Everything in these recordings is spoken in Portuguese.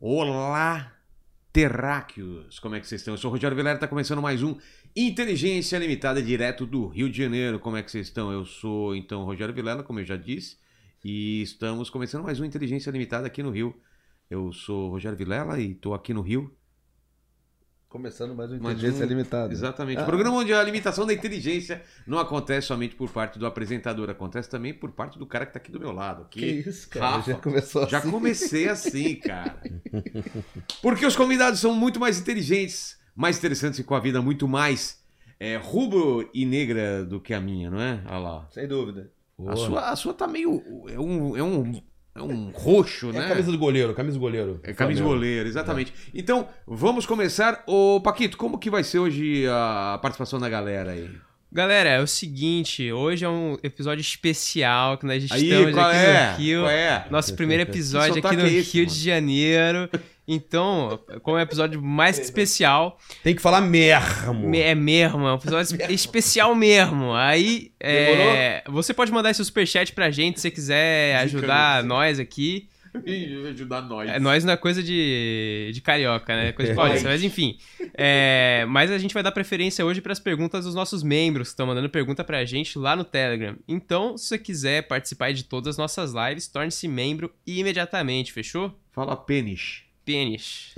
Olá, terráqueos! Como é que vocês estão? Eu sou o Rogério Velera, está começando mais um Inteligência Limitada, direto do Rio de Janeiro. Como é que vocês estão? Eu sou, então, o Rogério Vilela, como eu já disse, e estamos começando mais um Inteligência Limitada aqui no Rio. Eu sou o Rogério Vilela e estou aqui no Rio. Começando mais um Mais Inteligência um- Limitada. Exatamente. Ah. Programa onde a limitação da inteligência não acontece somente por parte do apresentador, acontece também por parte do cara que está aqui do meu lado. Que, aqui. isso, cara? Rafa, já começou Já assim. comecei assim, cara. Porque os convidados são muito mais inteligentes, mais interessantes e com a vida muito mais é, rubro e negra do que a minha, não é? Olha lá. Sem dúvida. A sua, a sua tá meio. É um, é um, é um roxo, É né? a camisa do goleiro, camisa do goleiro. É camisa de Flamengo. goleiro, exatamente. Então, vamos começar. Ô, Paquito, como que vai ser hoje a participação da galera aí? Galera, é o seguinte, hoje é um episódio especial que nós Aí, estamos qual aqui é? no Rio. Qual é? Nosso primeiro Que episódio aqui sotaque no é esse, Rio mano? de Janeiro. Então, como é um episódio mais que especial, Tem que falar mermo. me- é mesmo, é um episódio especial mesmo. Aí, é, você pode mandar seu superchat pra gente se você quiser Zica, ajudar nós aqui. Ih, ajudar nós. É, nós não é coisa de, de carioca, né? É Coisa de É. paulista. Mas enfim. É, mas a gente vai dar preferência hoje para as perguntas dos nossos membros que estão mandando pergunta pra gente lá no Telegram. Então, se você quiser participar de todas as nossas lives, torne-se membro imediatamente, fechou? Fala pênis. Pênis.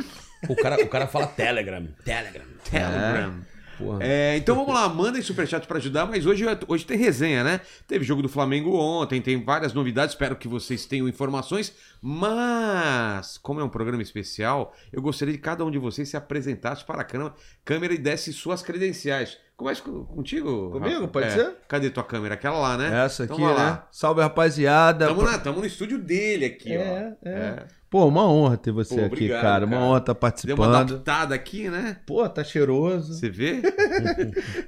O, cara, o cara fala Telegram. Telegram. Telegram. Porra. É, então vamos lá, mandem superchat pra ajudar, mas hoje, hoje tem resenha, né? Teve jogo do Flamengo ontem, tem várias novidades, espero que vocês tenham informações, mas como é um programa especial, eu gostaria de cada um de vocês se apresentasse para a câmera, câmera e desse suas credenciais. Começa co- contigo? Comigo? Rafa? Pode É. ser? Cadê tua câmera? Aquela lá, né? Essa Então aqui, vai né? lá. Salve, rapaziada. Tamo, na- tamo no estúdio dele aqui, É, ó. é. Pô, uma honra ter você Pô, aqui, obrigado, cara. Uma cara. honra estar Deu uma participando. adaptada aqui, né? Pô, tá cheiroso. Você vê?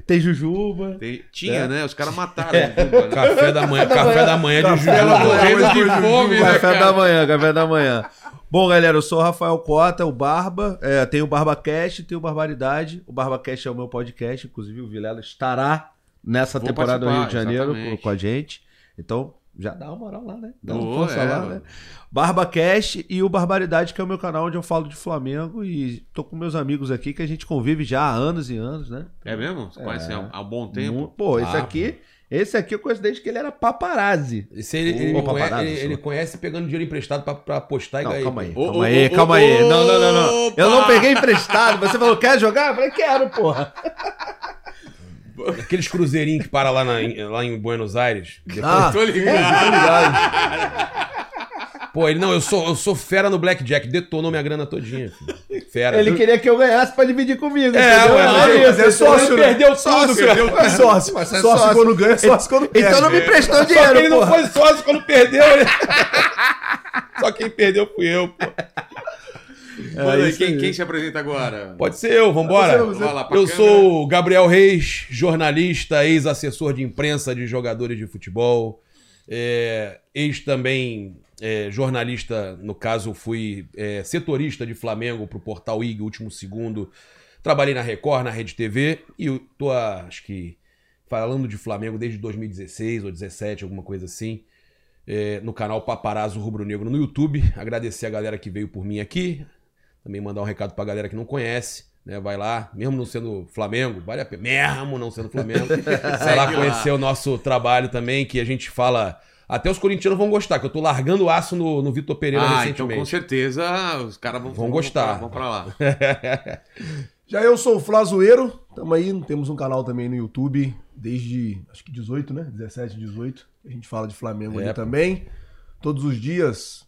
Tem jujuba. Tem- Tinha, É. né? Os caras mataram. a Juba, né? Café da manhã, café da manhã de Café da Jujuba. manhã. Morrendo de Jujuba. fome, né, Café da cara? manhã, café da manhã. Bom, galera, eu sou o Rafael Cota, o Barba. É, tenho o BarbaCast, tenho o Barbaridade. O BarbaCast é o meu podcast, inclusive o Vilela estará nessa Vou temporada do Rio de participar, Janeiro exatamente. com, com a gente. Então, já dá uma moral lá, né? Dá uma Boa, força é, lá, mano. né? BarbaCast e o Barbaridade, que é o meu canal onde eu falo de Flamengo e tô com meus amigos aqui que a gente convive já há anos e anos, né? É mesmo? Você É. conhece há, há um bom tempo? Mu- Pô, esse Ah, aqui, esse aqui eu conheço desde que ele era paparazzi. Esse ele, ele, Ô, me paparada, conhece, ele, senhor. ele conhece pegando dinheiro emprestado pra, pra apostar e Não, ganhar. calma aí, Ô, ô, calma aí, ô, calma ô, aí. Não, não, não, não. Eu não opa! peguei emprestado. Você falou, quer jogar? Eu falei, quero, porra. Aqueles cruzeirinhos que para lá, na- em- lá em Buenos Aires. Ah, Tô ligado. obrigado. Pô, ele, não, eu sou, eu sou fera no Blackjack. Detonou minha grana todinha. filho. Fera. É, Ele queria que eu ganhasse pra dividir comigo. É, entendeu? ué, Era mas isso, mas é ele sócio, falou, né? perdeu o sócio. Sócio, perdeu- É sócio. Mas é sócio, sócio. É quando ganha, é sócio quando perde. Então não me prestou Só que dinheiro, ele não porra. foi sócio quando perdeu. Ele... Só quem perdeu fui eu, pô. Manda aí, isso quem, aí. quem se apresenta agora? Pode ser eu, vambora. Você, Vai lá Ah, pra Eu câmera. sou o Gabriel Reis, jornalista, ex-assessor de imprensa de jogadores de futebol, é, ex também é, jornalista, no caso fui é, setorista de Flamengo para o portal IG, último segundo. Trabalhei na Record, na Rede TV e eu tô, acho que, falando de Flamengo desde 2016 ou 2017, alguma coisa assim. é, no canal Paparazzo Rubro Negro no YouTube. Agradecer a galera que veio por mim aqui. Também mandar um recado pra galera que não conhece. Né, vai lá, mesmo não sendo Flamengo, vale a pena. Mesmo não sendo Flamengo, vai lá Segue lá. conhecer o nosso trabalho também, que a gente fala. Até os corintianos vão gostar, que eu tô largando o aço no, no Vitor Pereira Ah, então com recentemente. certeza os caras vão, Vão gostar. Vão pra lá. Já eu sou o Flazoeiro, tamo aí, temos um canal também no YouTube, desde acho que 18, né? 17, 18. A gente fala de Flamengo É, pô. ali também. Todos os dias.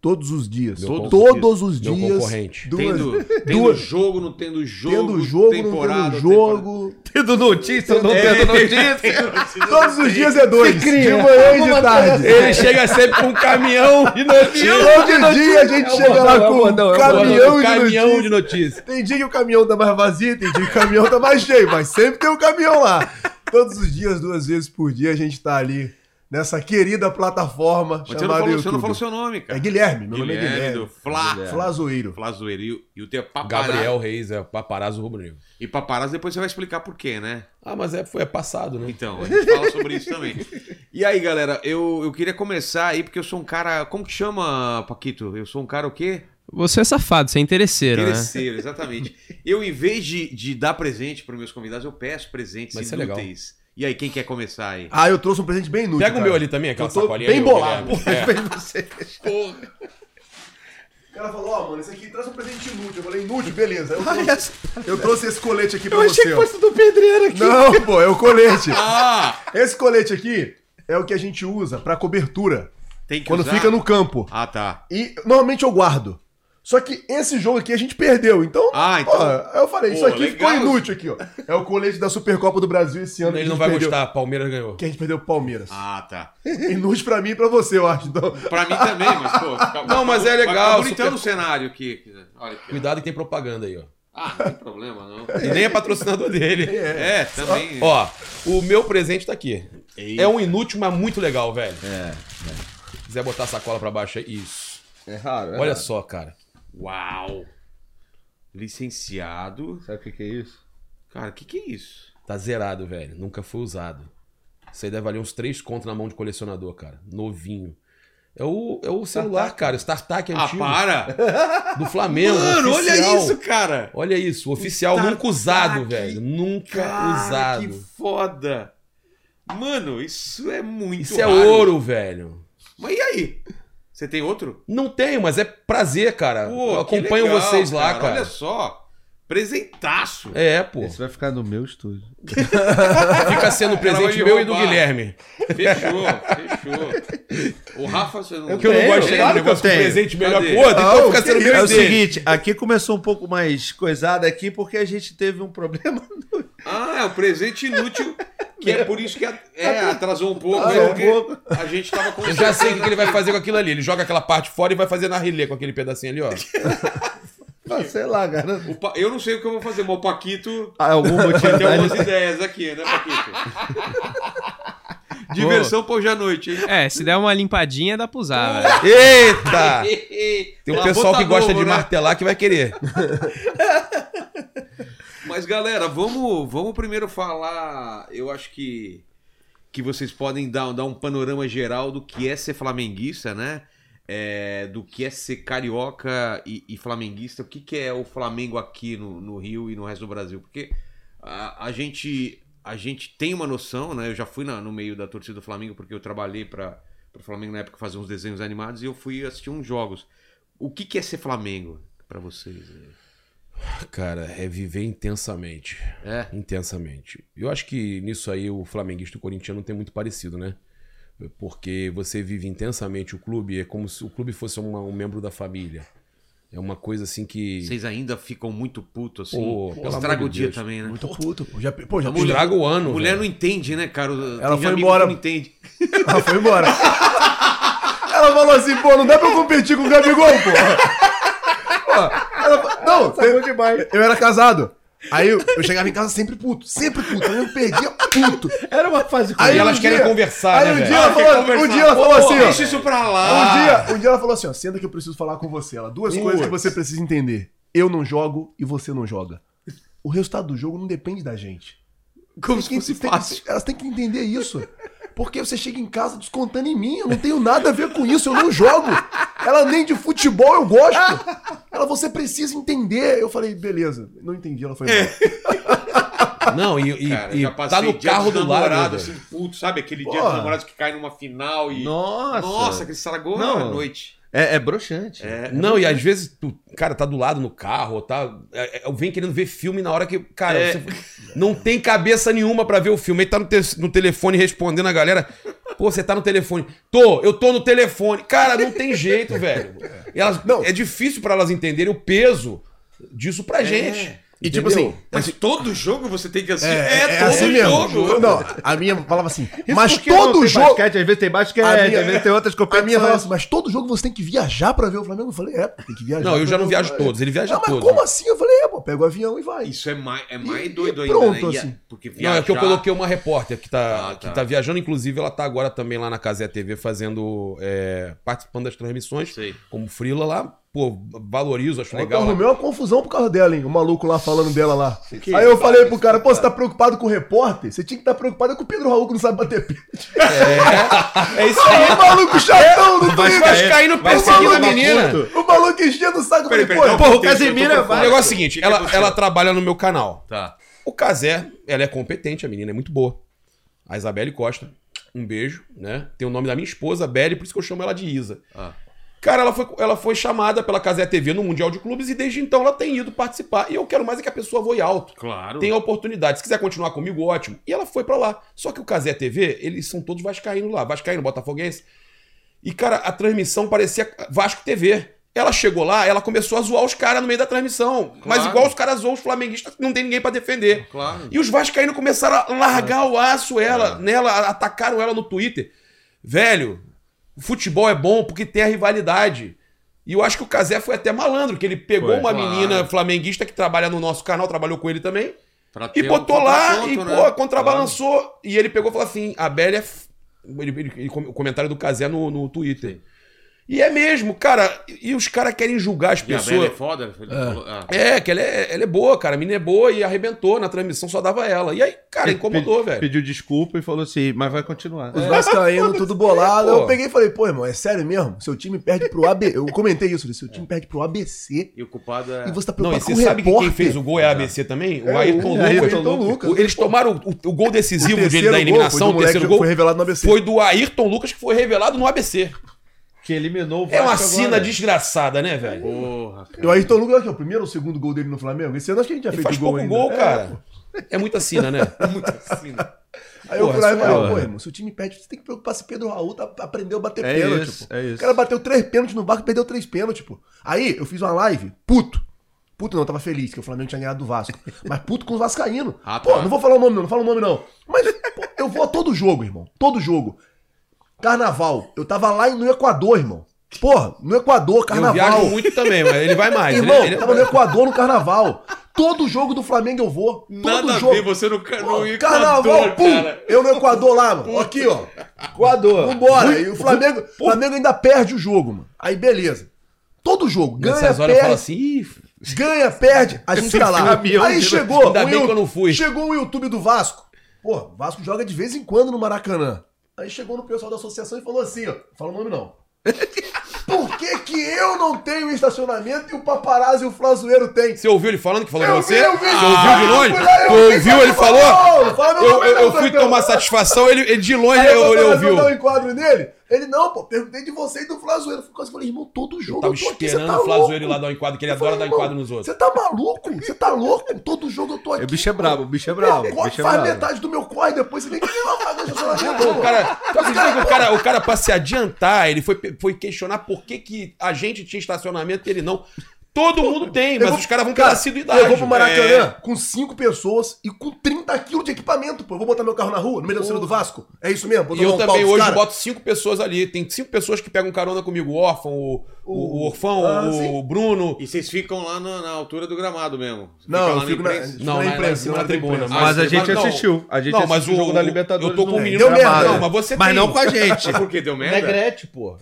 Todos os dias. Meu Todos, concorrente. os Meu dias. concorrente. Duas, tendo, tendo duas- jogo, não tendo jogo. tendo jogo, não temporada, tendo jogo. Tendo notícia, não tendo notícia. temporada. Todos os dias é dois. De cria. manhã e Alguma de tarde. Ele chega sempre com um caminhão de notícia. Todo dia a gente chega lá com um caminhão, Um de caminhão notícias. de notícia. Tem dia que o caminhão tá mais vazio, tem dia que o caminhão tá mais cheio, mas sempre tem um caminhão lá. Todos os dias, duas vezes por dia, a gente tá ali nessa querida plataforma Mas você não, chamada falou, você YouTube. não falou seu nome, É cara. Guilherme, meu Guilherme, nome é Guilherme. do Fla. Flazoeiro. Flazoeiro. Flazoeiro. E, o- e o teu paparazzo. Gabriel Reis é paparazzo rubro-negro. E paparazzo, depois você vai explicar por quê, né? Ah, mas é, foi, é passado, né? Então, a gente fala sobre isso também. E aí, galera, eu, eu queria começar aí, porque eu sou um cara. Como que chama, Paquito? Eu sou um cara o quê? Você é safado, você é interesseiro, né? Interesseiro, exatamente. Eu, em vez de, de dar presente para meus convidados, eu peço presentes Mas isso é legal. inúteis. E aí, quem quer começar aí? Ah, eu trouxe um presente bem inútil. Pega o cara. meu ali também, aquela Eu tô sacolinha. bem ali, ô, bolado. Guilherme. É. O cara falou, ó, mano, esse aqui traz um presente inútil. Eu falei, inútil, beleza. Eu trouxe, eu trouxe esse colete aqui pra você. ó. do pedreiro aqui. Não, pô, é o colete. Ah! Esse colete aqui é o que a gente usa pra cobertura. Tem que quando usar? fica no campo. Ah, tá. E normalmente eu guardo. Só que esse jogo aqui a gente perdeu, então. Ah, então- pô, eu falei, isso Pô, aqui ficou legal. inútil aqui, ó. É o colete da Supercopa do Brasil esse ano. que a É. Ele gente não vai perdeu, gostar, Palmeiras ganhou. Que a gente perdeu o Palmeiras. Ah, tá. Inútil pra mim e pra você, eu acho. Então, Pra mim também, mas pô. fica- Não, mas é vai ficar legal, bonitão super- no cenário aqui. Olha aqui. ó. Cuidado que tem propaganda aí, ó. Ah, não tem problema não. E nem é patrocinador dele. É, também. Ó, o meu presente tá aqui. Eita. É um inútil, mas muito legal, velho. É. Quiser botar a sacola pra baixo aí. Isso. É raro, é Olha raro. só, cara. Uau! Licenciado. Sabe o que, que é isso? Cara, o que, que é isso? Tá zerado, velho. Nunca foi usado. Isso aí deve valer uns três contos na mão de colecionador, cara. Novinho. É o, é o celular, cara. O StarTAC Ah, antigo. para! do Flamengo. Mano, oficial. olha isso, cara! Olha isso. Oficial StarTAC. nunca usado, velho. Nunca Cara, usado. que foda! Mano, isso é muito Isso é raro. ouro, velho. Mas e aí? Você tem outro? Não tenho, mas é prazer, cara. Eu que acompanho legal, vocês lá, cara. Olha só. Presentaço. É, pô. Esse vai ficar no meu estúdio. Fica sendo Ela presente vai meu e do derrubar. Guilherme. Fechou, fechou. O Rafa, você não. É Que eu não Tenho, gosto de chegar no claro que negócio eu com tenho. presente melhor Cadê? que o outro, então fica sendo meu É e o dele. seguinte, aqui começou um pouco mais coisado aqui porque a gente teve um problema. no- Ah, é o presente inútil, que é por isso que a- é, atrasou um pouco. Atrasou né? um Porque pouco. A gente tava com. Eu já sei o que que ele vai fazer com aquilo ali. Ele joga aquela parte fora e vai fazer na relé com aquele pedacinho ali, ó. Ah, sei lá, cara. O Pa- Eu não sei o que eu vou fazer, mas o Paquito Ah, Algum motivo. vai ter tá? umas ideias aqui, né, Paquito? Diversão pra hoje à noite, hein? É, se der uma limpadinha, dá pra usar, velho. Eita! Tem um Ela pessoal bota que gosta novo, de né? martelar que vai querer. Mas galera, vamos, vamos primeiro falar. Eu acho que que vocês podem dar, dar um panorama geral do que é ser flamenguista, né? É, do que é ser carioca e, e flamenguista. O que, que é o Flamengo aqui no, no Rio e no resto do Brasil? Porque a, a gente a gente tem uma noção, né? Eu já fui na- no meio da torcida do Flamengo porque eu trabalhei para o Flamengo na época fazer uns desenhos animados e eu fui assistir uns jogos. O que, que é ser Flamengo pra vocês? Cara, é viver intensamente. É. Intensamente. Eu acho que nisso aí o flamenguista e o corintiano tem muito parecido, né? Porque você vive intensamente o clube, é como se o clube fosse uma- um membro da família. É uma coisa assim que. Vocês ainda ficam muito putos, assim. Pô, pelo estraga amor o de dia Deus. também, né? Muito puto, pô. Já, pô, já Mulher- Estraga o ano. Mulher velho. não entende, né, cara? Tem foi amigo embora. que Não entende. Ela Ah, foi embora. Ela falou assim, pô, não dá pra eu competir com o Gabigol, pô. Pô, ela fa- não, eu, eu era casado. Aí eu, eu chegava em casa sempre puto, sempre puto. Aí eu perdia puto. Era uma fase Aí E elas um querem dia- conversar, aí né, um velho? dia ela Ah, quer falou, um conversar. dia ela falou Pô, assim, ó. Deixa isso pra lá. Um dia, um dia ela falou assim, ó, senta que eu preciso falar com você. Ela, duas coisas que você precisa entender. Eu não jogo e você não joga. O resultado do jogo não depende da gente. Como Tem se que- fosse tem- fácil. elas têm que entender isso. Porque você chega em casa descontando em mim, eu não tenho nada a ver com isso, eu não jogo. Ela nem de futebol eu gosto. Ela, você precisa entender. Eu falei, beleza, não entendi, ela foi embora. Não, e, e- Cara, eu e já tá passei no dia carro dos do lado. né, namorados, velho? assim, puto, sabe? Aquele dia Porra. dos namorados que cai numa final e... Nossa. Nossa, que estragou Não. a noite. É, é broxante. É. Não, e às vezes tu, cara, tá do lado no carro, tá. é, é, Eu venho querendo ver filme na hora que. Cara, É. você não tem cabeça nenhuma pra ver o filme. Aí tá no, te- no telefone respondendo a galera. Pô, você tá no telefone. Tô, eu tô no telefone. Cara, não tem jeito, velho. E elas, Não. É difícil pra elas entenderem o peso disso É. pra gente. E tipo Entendeu? assim, Mas todo jogo você tem que assistir. é, É, é todo assim mesmo. jogo. Não, a minha falava assim, Isso mas porque não todo tem jogo. Basquete, às vezes tem basquete, A minha- às vezes tem outras A minha falava competições. assim, mas todo jogo você tem que viajar pra ver o Flamengo? Eu falei, é, tem que viajar. Não, eu pra já não ver o viajo Flamengo. todos, ele viaja Ah, mas todos. como assim? Eu falei, é, pô, pega o avião e vai. Isso é mais, é mais E- doido e ainda, pronto, né? E a- assim. Porque viajar... Não, é que eu coloquei uma repórter que Ah, tá, tá. que tá viajando, inclusive ela tá agora também lá na Casé TV fazendo. é, participando das transmissões, Sei. como Frila lá. pô, valorizo, acho Legal, legal. Então, arrumei uma confusão por causa dela, hein? O maluco lá falando dela lá. Aí eu falei pro cara, É. pô, você tá preocupado com o repórter? Você tinha que estar preocupado com o Pedro Raul que não sabe bater pênalti. É isso É, o maluco chatão do Vai Twitter. cair no O perseguindo a maluco- menina. O maluco enchendo o saco. Peraí, Falei, peraí, pô, não, pô, Porra, o Entendi, eu tô Casemiro por O fora. vai. negócio é o seguinte, ela, ela trabalha no meu canal. Tá. O Kazé, ela é competente, a menina é muito boa. A Isabelle Costa, um beijo, né? Tem o nome da minha esposa, Belle, por isso que eu chamo ela de Isa. Ah. Cara, ela foi, ela foi chamada pela Kazé TV no Mundial de Clubes e desde então ela tem ido participar. E eu quero mais é que a pessoa voe alto. Claro. Tem a oportunidade. Se quiser continuar comigo, ótimo. E ela foi pra lá. Só que o Kazé TV, eles são todos vascaíno lá. Vascaíno, botafoguense. E, cara, a transmissão parecia Vasco TV. Ela chegou lá, ela começou a zoar os caras no meio da transmissão. Mas Claro. igual os caras zoam os flamenguistas, não tem ninguém pra defender. Claro. E os vascaínos começaram a largar o aço É. ela, nela, a- atacaram ela no Twitter. Velho, o futebol é bom porque tem a rivalidade. E eu acho que o Cazé foi até malandro, que ele pegou Foi, uma claro. menina flamenguista que trabalha no nosso canal, trabalhou com ele também, Pra ter e botou um lá e, contraponto, pô, né? contrabalançou. E ele pegou e falou assim: a Bélia. é f- Ele, ele- ele- o comentário do Cazé no, no Twitter. E é mesmo, cara. E, e os caras querem julgar as E a Bela é pessoas. foda? Ele falou- ah. É, que ela é, ela é boa, cara. A menina é boa e arrebentou na transmissão, só dava ela. E aí, cara, incomodou, Pe- velho. Pediu desculpa e falou assim, mas vai continuar. Os vascaínos, tudo bolado. É. Pô. Eu peguei e falei, pô, irmão, é sério mesmo? Seu time perde pro ABC. Eu comentei isso, falei, seu time perde pro ABC. E o culpado é. E você tá É. Não, e preocupado com você o sabe que repórter. quem fez o gol é a ABC também? É, O Ayrton o Lucas. Ayrton Lucas. né, O- Eles tomaram o, o gol O decisivo dele terceiro da gol eliminação, foi do o moleque terceiro que gol. Foi revelado no ABC. Foi do Ayrton Lucas que foi revelado no ABC. Que eliminou o É uma Vasco cena agora. desgraçada, né, velho? Porra, cara. E o Ayrton Lucas, que é o primeiro ou o segundo gol dele no Flamengo? Esse ano acho que a gente já Ele faz fez o gol pouco ainda. gol, É. cara. É muita sina, né? Muito assim. né? Aí eu Porra, falei, surreal, pô, né? irmão, se o time perde, você tem que preocupar se Pedro Raul tá, aprendeu a bater É pênalti, isso, pô. é isso. O cara bateu três pênaltis no barco e perdeu três pênaltis, pô. Aí eu fiz uma live, puto. Puto não, eu tava feliz que o Flamengo tinha ganhado do Vasco. Mas puto com os vascaínos. Ah, Pô, tá. não vou falar o nome não, não falo o nome não. Mas pô, eu vou a todo jogo, irmão. Todo jogo. Carnaval. Eu tava lá no Equador, irmão. Porra, no Equador, Eu viajo carnaval. muito também, mas ele vai mais. Ah, Ele- é- Irmão, ele- tava no Equador no carnaval. Todo jogo do Flamengo eu vou. Todo Nada a jogo. ver, você no, é ca- Pô, no Equador, Carnaval, pum! cara. Eu no Equador lá, mano. Aqui, ó. Equador. Vambora. E o Flamengo, o Flamengo ainda perde o jogo, mano. Aí, beleza. Todo jogo. Ganha, Nessas horas eu falo perde, assim, "Ih, f- ganha, perde. A gente tá lá. caminhão Aí de- chegou. Ainda o bem que eu não fui. Chegou o YouTube do Vasco. Pô, o Vasco joga de vez em quando no Maracanã. Aí chegou no pessoal da associação e falou assim, ó. Não fala o nome, não. Por que que eu não tenho estacionamento e o paparazzo e o flazoeiro tem? Você ouviu ele falando que falou com você? Eu vi, eu vi. Você ouviu de Eu longe? fui lá, eu Tu vi, ouviu ele falou, falou? não, fala meu Eu, nome eu- eu não, fui Fernando. tomar satisfação, ele, ele de longe Aí eu- ele eu ouviu. um enquadro nele. Ele, não, pô, perguntei de você e do Flazoeiro. Eu quase falei, irmão, todo jogo Tava eu tô aqui, tá esperando o Flazoeiro lá dar um enquadro, que ele adora dar enquadro nos outros. Você tá maluco? Você tá louco? Todo jogo eu tô aqui. O bicho é brabo, o bicho é Meu brabo. co- o bicho é faz brabo. metade do meu corre, depois você vem que nem lá fazer estacionamento. O cara, tu acredita que o cara, o cara pra se adiantar, ele foi, foi questionar por que, que a gente tinha estacionamento e ele não. Todo mundo tem, mas vou- os caras vão cara, pela né? assiduidade. é. Eu vou pro Maracanã com 5 pessoas e com 30 quilos de equipamento, pô. Eu vou botar meu carro na rua, no meio da torcida do Vasco? É isso mesmo? Vou E eu tomar um pau também dos hoje cara? boto cinco pessoas ali. Tem cinco pessoas que pegam carona comigo. O órfão, o, o, o orfão, Ah, o sim. Bruno. E vocês ficam lá na, na altura do gramado mesmo. Fica Não, eu lá na fico na- imprensa. Não, na imprensa, na, na tribuna. imprensa. Mas a gente não, assistiu. A gente não, mas assistiu o- o- eu tô com no um menino Deu merda. gramado. Não, mas você Mas um. tem. não com a gente. Mas por que deu é O merda? Negrete, pô.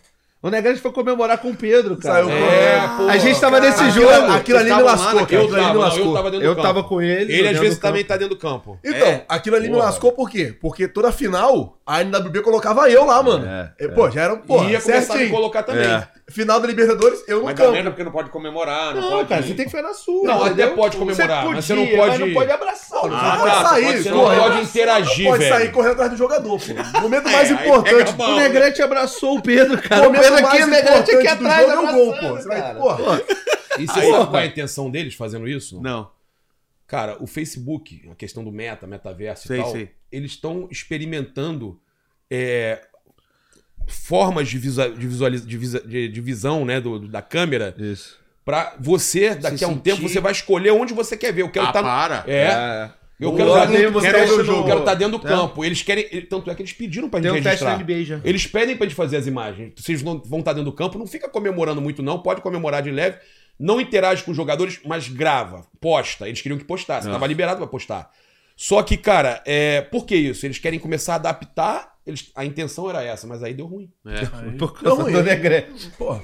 O Negrete foi comemorar com o Pedro, cara. Saiu É. correndo, pô. a gente tava nesse Aquilo- jogo. Aquilo Vocês ali me tavam lá lascou, naquele- cara. Eu Aquilo ali tava, não, me eu lascou. tava dentro do Eu campo. tava com ele. Ele às olhando vezes o campo. também tá dentro do campo. Então, É. aquilo ali me Porra. lascou por quê? Porque toda final, a NWB colocava eu lá, mano. É, E, Pô, já era, E pô, ia começar a me certinho. colocar também. É. Final da Libertadores, eu no Mas dá campo. merda porque não pode comemorar, não, Não, pode. cara, você tem que ficar na sua. Não, entendeu? até pode comemorar, mas você não pode- não pode abraçar. Pô, né? Ah, não tá, pode sair, pode ser, correr. não pode interagir, Não pode velho. sair correndo atrás do jogador, pô. O momento É, mais aí importante. pega a bola. O Negrete abraçou o Pedro, cara. O O momento Pedro aqui, mais o Negrete aqui importante do atrás jogo é abraçando, o gol, pô. Você vai, cara. pô. E você sabe qual é a intenção deles fazendo isso? Não. Cara, o Facebook, a questão do meta, metaverso Sei, e tal, sei. eles estão experimentando é, formas de, visa, de, visualiza, de, visa- de- de visão né, do, do- da câmera Isso. pra você, daqui a um sentir. tempo, você vai escolher onde você quer ver. Eu quero Ah, estar... para. É, eu O quero estar Lorde dentro, você quero- tá vendo eu o- quero estar dentro do É. campo. Eles querem... ele- Tanto é que eles pediram pra gente Tem um teste registrar. na NBA já. Eles pedem pra gente fazer as imagens. Vocês não vão estar dentro do campo, não fica comemorando muito, não. Pode comemorar de leve. Não interage com os jogadores, mas grava, posta. Eles queriam que postasse, estava liberado pra postar. Só que, cara, é... por que isso? Eles querem começar a adaptar. Eles... A intenção era essa, mas aí deu ruim. É. Por causa Não, do eu- Negrete. Pô.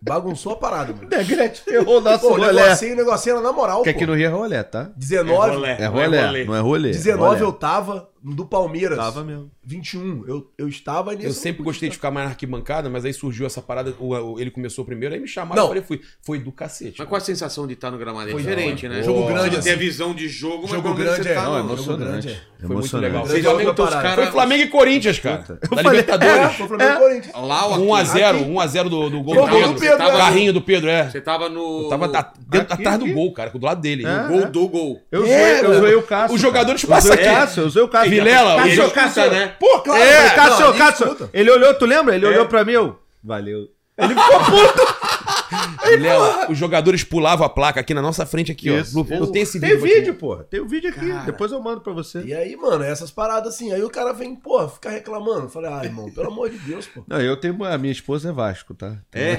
Bagunçou a parada, mano. Negrete ferrou nosso Pô, o rolê. negocinho, o negocinho era na moral, Que pô. aqui no Rio é rolê, tá? 19, É rolê, não é rolê. 19 é eu rolê. tava do Palmeiras. Tava mesmo. 21, eu, eu estava nesse. Eu sempre gostei de ficar mais na arquibancada, mas aí surgiu essa parada, o- o- ele começou primeiro, aí me chamaram, Não. eu falei, fui. Foi do cacete. Mas qual a sensação de estar no gramado? É Foi diferente, né? Jogo grande, Você tem a assim. visão de jogo, mas Jogo pelo menos grande, você é. tá Não, no- é bom. Emocionante. Foi muito Emocionante. legal. Vocês aumentam os Foi caras... Foi Flamengo e Corinthians, cara. Da Libertadores. é, Foi Flamengo e Corinthians. Lá ou Ah, aqui? 1x0, 1x0 do, do gol Foi do o gol do Pedro. Pedro, Você tava- né? Carrinho do Pedro, é. Você tava no... Eu tava no- da- dentro, Aqui, atrás do aqui. gol, cara, do lado dele. É. Gol do gol. Eu É, zoei, eu mano. zoei o Cássio. Os jogadores cara. Eu passam zoei o aqui. Cássio, eu zoei o Cássio. Vilela, Ele Cássio, escuta, Cássio, né? Pô, claro. É, Cássio, Não, nem Cássio. escuta. Ele olhou, tu lembra? Ele olhou pra mim, eu... Valeu. Ele ficou puto. Vilela, os jogadores pulavam a placa aqui na nossa frente, aqui, ó. Isso. Eu tenho esse Tem vídeo. vou te vídeo, porra. Tem o vídeo aqui. Depois eu mando pra você. E aí, mano, essas paradas assim. Aí o cara vem, porra, ficar reclamando. Eu Falei, ah, irmão, pelo amor de Deus, pô. Não, eu tenho... A minha esposa é Vasco, tá? É?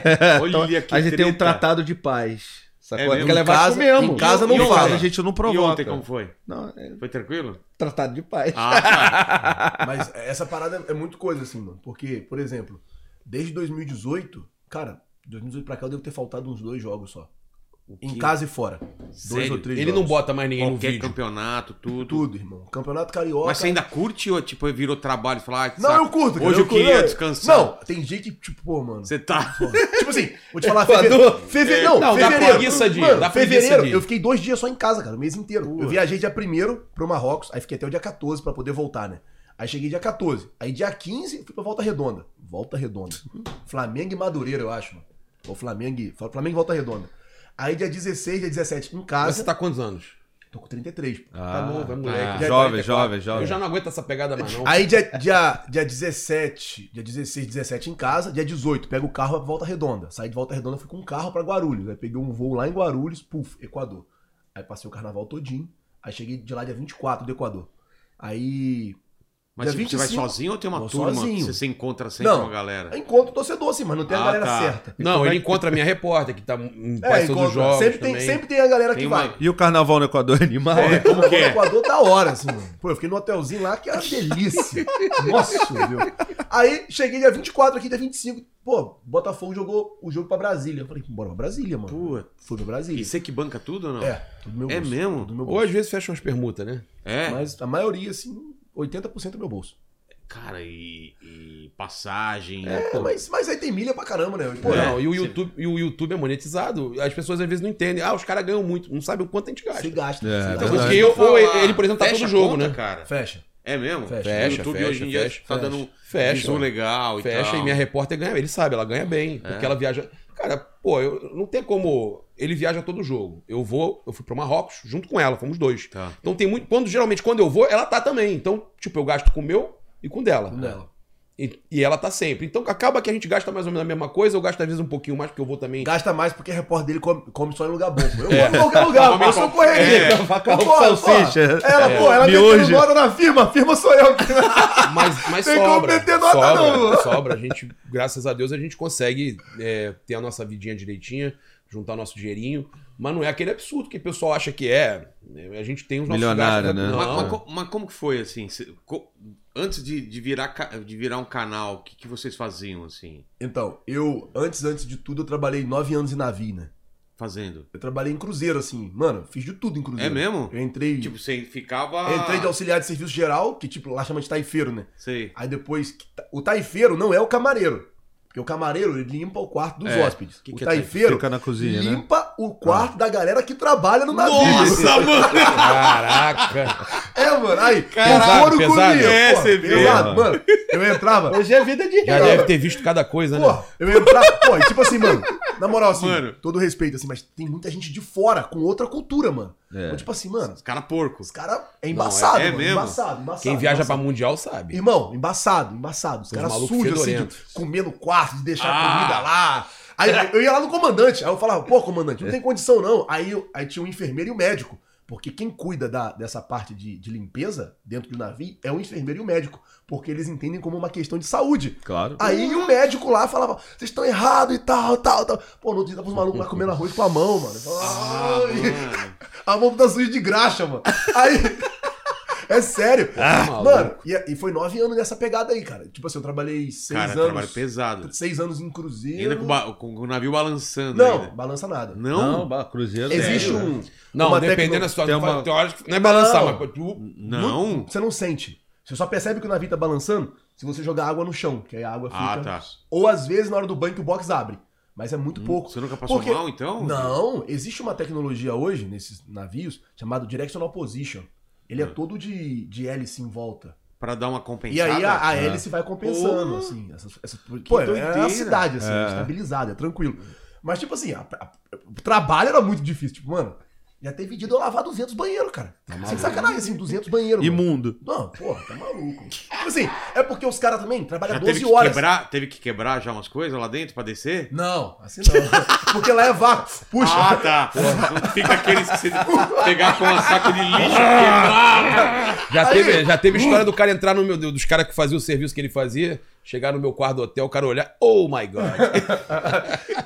Então, Olha que a gente tem um treta. tratado de paz. É Sacou? mesmo? Porque ela é Em Vasco casa- mesmo. em casa não E fala. A gente não E provoca. ontem como foi? Não, é Foi tranquilo? tratado de paz. Ah, Mas essa parada é muito coisa assim, mano. Porque, por exemplo, desde 2018, cara, 2018 pra cá eu devo ter faltado uns dois jogos só. Em casa e fora. Dois Sério? ou três Ele não jogos. bota mais ninguém no qualquer vídeo. campeonato, tudo. Tudo, irmão. Campeonato Carioca. Mas você ainda curte ou tipo, virou trabalho e falou... Ah, que Não, saco. eu curto. cara, Hoje eu curto. queria Não, descansar. Não, tem dia que, tipo, pô, mano. Você tá... pô, Tipo assim, vou te falar, Equador? fevereiro. Fevereiro, não, Não, dá fevereiro. preguiça de- mano, dá preguiça fevereiro, de- eu fiquei dois dias só em casa, cara, o mês inteiro. Eu viajei dia 1 pro Marrocos, aí fiquei até o dia 14 pra poder voltar, né? Aí cheguei dia 14. Aí dia 15, fui pra Volta Redonda. Volta Redonda. Flamengo e Madureira, eu acho, mano. Ou Flamengo e... Flamengo e Volta Redonda. Aí dia 16, dia 17, em Mas você casa. tá quantos anos? Tô com 33. pô. Tá novo, é moleque. tá. Jovem, 44. jovem, jovem. Eu já não aguento essa pegada mais, não. Aí dia, dia, dia 17, dia 16, 17 em casa, dia 18, pego o carro pra Volta Redonda. Saí de Volta Redonda, fui com um carro pra Guarulhos. Aí peguei um voo lá em Guarulhos, puf, Equador. Aí passei o carnaval todinho. Aí cheguei de lá dia 24 do Equador. Aí. Mas Dia tipo, você vai 25? sozinho ou tem uma Vou turma que sozinho. você se encontra sempre Não. com a galera? Encontro torcedor, assim, mas não tem a Ah, galera tá. certa. Não, ele encontra a minha repórter, que tá em quase todos os encontro. jogos. sempre, tem, também. sempre tem a galera Tem que uma- vai. E o carnaval no Equador é animal? É, como que que é? Equador da hora, assim, mano. Pô, eu fiquei num hotelzinho lá que era uma delícia. Nossa, meu. Aí cheguei dia 24 aqui, dia 25. Pô, Botafogo jogou o jogo pra Brasília. Eu falei, bora pra Brasília, mano. Puta. Fui pra E Brasília. você que banca tudo ou não? É, tudo meu É bolso. mesmo? Tudo meu Ou bolso. às vezes fecha umas permutas, né? É? Mas a maioria, assim, 80% do meu bolso. Cara, e, e passagem. É, mas, mas aí tem milha pra caramba, né? Pô, Pô, É. não, não, e o, YouTube, e o YouTube é monetizado. As pessoas às vezes não entendem. Ah, os caras ganham muito. Não sabem o quanto a gente gasta. se gasta. É, se é gasta. Então, Mas isso que eu eu- vou falar. ou ele, por exemplo, tá Fecha todo jogo, conta, né? cara. Fecha. É mesmo? Fecha. o YouTube Fecha, hoje em dia fecha, tá fecha. dando um Fecha. visão legal e Fecha tal. É. e minha repórter ganha. Ele sabe, ela ganha bem, porque ela viaja. Cara, pô, eu não tem como. Ele viaja todo jogo. Eu vou, eu fui pro Marrocos junto com ela, fomos dois. Tá. Então tem muito. Quando geralmente quando eu vou, ela tá também. Então, tipo, eu gasto com o meu e com o dela. Não. E, e ela tá sempre. Então acaba que a gente gasta mais ou menos a mesma coisa, eu gasto às vezes um pouquinho mais, porque eu vou também. Gasta mais porque repórter dele come, come só em lugar bom. Eu como em qualquer lugar, pô, eu sou correria. É, vaca Pô, com pô, salsicha. É. Ela, pô, ela Miojo. metendo nota na firma, a firma sou eu. Mas, mas Tem como sobra. meter nota, sobra, não. sobra. A gente, graças a Deus, a gente consegue é, ter a nossa vidinha direitinha, juntar nosso dinheirinho. Mas não é aquele absurdo que o pessoal acha que é. A gente tem os nossos Milionário, gastos, né? Mas, mas Não. co- mas como que foi, assim? Cê- co- antes de, de virar, ca- de virar um canal, o que, que vocês faziam, assim? Então, eu, antes, antes de tudo, eu trabalhei nove anos em navio, né? Fazendo? Eu trabalhei em cruzeiro, assim. Mano, fiz de tudo em cruzeiro. É mesmo? Eu entrei... Tipo, ah. você ficava... eu entrei de auxiliar de serviço geral, que, tipo, lá chama de taifeiro, né? Sei. Aí depois... O taifeiro não é o camareiro. Porque o camareiro, ele limpa o quarto dos É. hóspedes. Que o que é taifeiro Fica na cozinha, né? limpa o Ah. quarto da galera que trabalha no navio. mano! Caraca! É, mano. Aí, Pesado, couro pesado. comigo, É, pô, você vê, Pesado, mano. Eu entrava... Hoje é vida de Já deve ter visto cada coisa, né? Pô, eu ia entrar. Pô, e tipo assim, mano. Na moral, assim, Mano. todo respeito, assim, mas tem muita gente de fora com outra cultura, mano. É. Então, tipo assim, mano, Os caras porco. os caras é embaçado, é mano. mesmo. Embaçado, embaçado. Quem viaja pra embaçado. Mundial sabe. Irmão, embaçado, embaçado. Os caras malucos sujos, assim, de fedorentos. comer no quarto, de deixar Ah. a comida lá. Aí eu- eu ia lá no comandante, aí eu falava, pô, comandante, não tem condição não. Aí, eu- aí tinha um enfermeiro e um médico. Porque quem cuida da- dessa parte de, de limpeza dentro do navio é um enfermeiro e um médico. Porque eles entendem como uma questão de saúde. Claro. Aí o médico lá falava, vocês estão errados e tal, tal, tal. Pô, no outro dia tava os malucos lá comendo arroz com a mão, mano. Eu falava, Ah, "Ai, mano. a mão tá suja de graxa, mano. Aí, É sério. Ah, Mano, e, e foi nove anos nessa pegada aí, cara. Tipo assim, eu trabalhei seis Cara, trabalho anos. pesado. Seis anos em Cruzeiro. Ainda com, ba- com o navio balançando. Não, ainda. balança nada. Não? Não, ba- Cruzeiro. Existe sério, né? um. Não, uma dependendo tecno- da situação. tem uma- Tem horas que não é balançar, Não. mas tu. Não? Você não sente. Você só percebe que o navio tá balançando se você jogar água no chão, que aí a água fica. Ah, tá. Hum, Ou às vezes na hora do banho que o box abre. Mas é muito pouco. Você nunca passou Porque- mal, então? Não, existe uma tecnologia hoje nesses navios chamado Directional Position. Ele é Ah. todo de, de hélice em volta. Pra dar uma compensada? E aí a, a Ah. hélice vai compensando, Porra! assim. Essas, essas, pô, é doideira! uma cidade, assim, É. estabilizada, é tranquilo. Mas, tipo assim, a- a- o trabalho era muito difícil. Tipo, mano, já teve dia de eu lavar 200 banheiros, cara. Sem sacanagem, assim, 200 banheiros. mano. Imundo. Não, porra, tá maluco. Tipo assim, é porque os caras também trabalham Já 12 teve que horas. quebrar, teve que quebrar já umas coisas lá dentro pra descer? Não, assim não. Porque lá é vácuo. Puxa. Ah, tá. Fica aqueles que você pegar com um saco de lixo, Ah. quebrar. Já Aí- teve, já teve história do cara entrar no meu. Dos caras que faziam o serviço que ele fazia, chegar no meu quarto do hotel, o cara olhar, oh my god.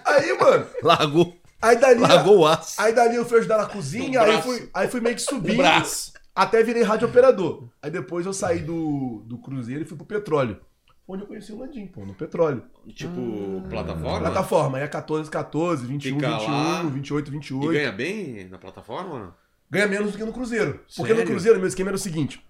Aí, mano. Largou. Aí dali. Largou o aço. Aí dali eu fui ajudar na cozinha, Do aí braço. fui, aí fui meio que O subindo. Um braço. Até virei rádio operador. Aí depois eu saí do, do Cruzeiro e fui pro petróleo. Onde eu conheci o Landim, pô, no petróleo. Tipo, plataforma? Plataforma, aí é 14, 14, 21, Fica 21, lá. 28, E 28. Ganha... ganha bem na plataforma? menos do que no Cruzeiro. Porque Sério? no Cruzeiro, meu esquema era o seguinte: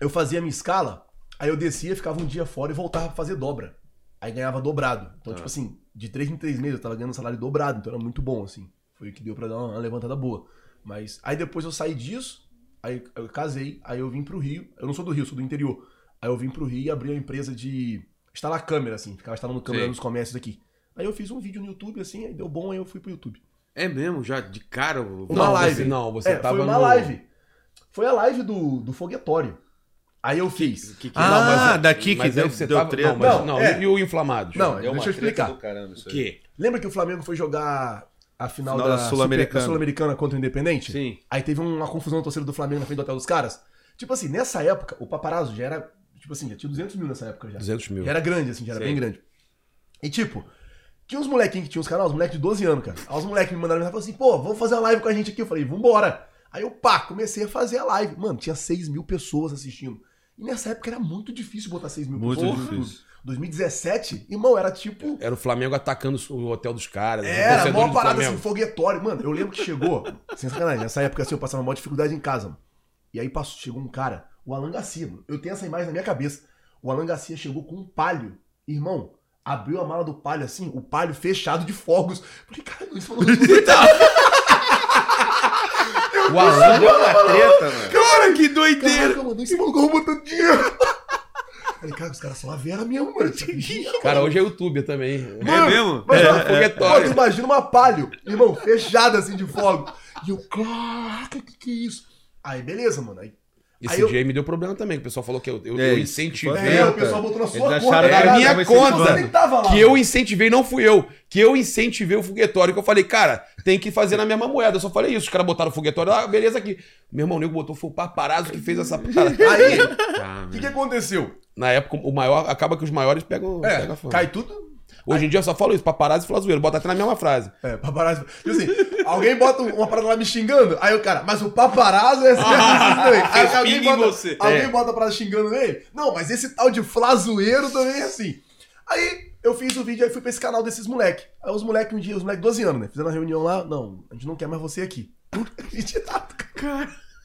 eu fazia minha escala, aí eu descia, ficava um dia fora e voltava pra fazer dobra. Aí ganhava dobrado. Então, Tá. tipo assim, de 3 em 3 meses eu tava ganhando um salário dobrado, então era muito bom, assim. Foi o que deu pra dar uma uma levantada boa. Mas aí depois eu saí disso, aí eu casei, aí eu vim pro Rio. Eu não sou do Rio, sou do interior. Aí eu vim pro Rio e abri uma empresa de instalar câmera, assim. Ficava instalando câmera Sim. nos comércios aqui. Aí eu fiz um vídeo no YouTube, assim, aí deu bom, aí eu fui pro YouTube. É mesmo, já de cara. o- assim? Uma não, live. Você, não, você é, tava foi uma no- live. Foi a live do, do foguetório. Aí eu fiz. Que, que, Ah, Não, mas- daqui que mas deu- aí você deu tava- treta. Não, mas- Não, não, é. e o inflamado? Não, Deu uma deixa eu treta explicar. do caramba isso o aí. quê? Lembra que o Flamengo foi jogar a final, Final da da, Super- Sul-Americana. da Sul-Americana contra o Independente? Sim. Aí teve uma confusão na torcida do Flamengo na frente do hotel dos caras. Tipo assim, nessa época, o paparazzo já era. Tipo assim, já tinha 200 mil nessa época já. 200 mil. Já era grande, assim, já era Sim. bem grande. E tipo, tinha uns molequinhos que tinham uns canais, uns moleques de 12 anos, cara. Aí os moleques me mandaram mensagem e falaram assim, pô, vamos fazer uma live com a gente aqui. Eu falei, vambora. Aí eu, pá, comecei a fazer a live. Mano, tinha 6 mil pessoas assistindo. E nessa época era muito difícil botar 6 mil Muito pessoas. no difícil. YouTube. 2017, irmão, era tipo. Era o Flamengo atacando o hotel dos caras. os É, Era, torcedores mó do parada Flamengo. assim, foguetório. Mano, eu lembro que chegou, sem sacanagem, nessa época assim eu passava uma maior dificuldade em casa. Mano. E aí passou, chegou um cara, o Alan Garcia, mano. Eu tenho essa imagem na minha cabeça. O Alan Garcia chegou com um palho. Irmão, abriu a mala do palho assim, o palho fechado de fogos. Falei, cara, isso falou O Alan, uma treta, assim. mano. Cara, que Caraca, mano, esse maluco roubou tanto dinheiro. Falei, cara, os caras são a Vera mesmo, mano. tinha dinheiro, cara, hoje é youtuber também. É mesmo? Mas, É, mano, foguetório. mano, tu imagina uma palho, irmão, fechada assim de fogo. E eu, caraca, que que é isso? Aí, beleza, mano. Aí, Esse aí eu- dia aí me deu problema também, que o pessoal falou que eu, eu, É, eu incentivei. é, Eita. o pessoal botou na sua Eles conta. acharam que era cara. minha Mas conta. Você nem tava lá. Que eu incentivei, não fui eu. Que eu incentivei o foguetório. Que eu falei, cara, tem que fazer na mesma moeda. Eu só falei isso. Os caras botaram o foguetório. Ah, beleza aqui. Meu irmão, o nego botou, foi o paparazzo que fez essa parada. Aí, Tá, o meu. que, que aconteceu? Na época, o maior, acaba que os maiores pegam, É, pegam a fama. cai tudo. Hoje em dia eu só falo isso, paparazzo e flazoeiro. Bota até na mesma frase. É, paparazzo. Tipo assim, alguém bota uma parada lá me xingando, aí o cara, mas o paparazzo é assim, também. Aí fez alguém pinga em bota, você. alguém É. bota a parada xingando nele. Não, mas esse tal de flazoeiro também é assim. Aí eu fiz o vídeo, aí fui pra esse canal desses moleque. Aí os moleque um dia, os moleque 12 anos, né? Fizeram uma reunião lá, não, a gente não quer mais você aqui. A gente tá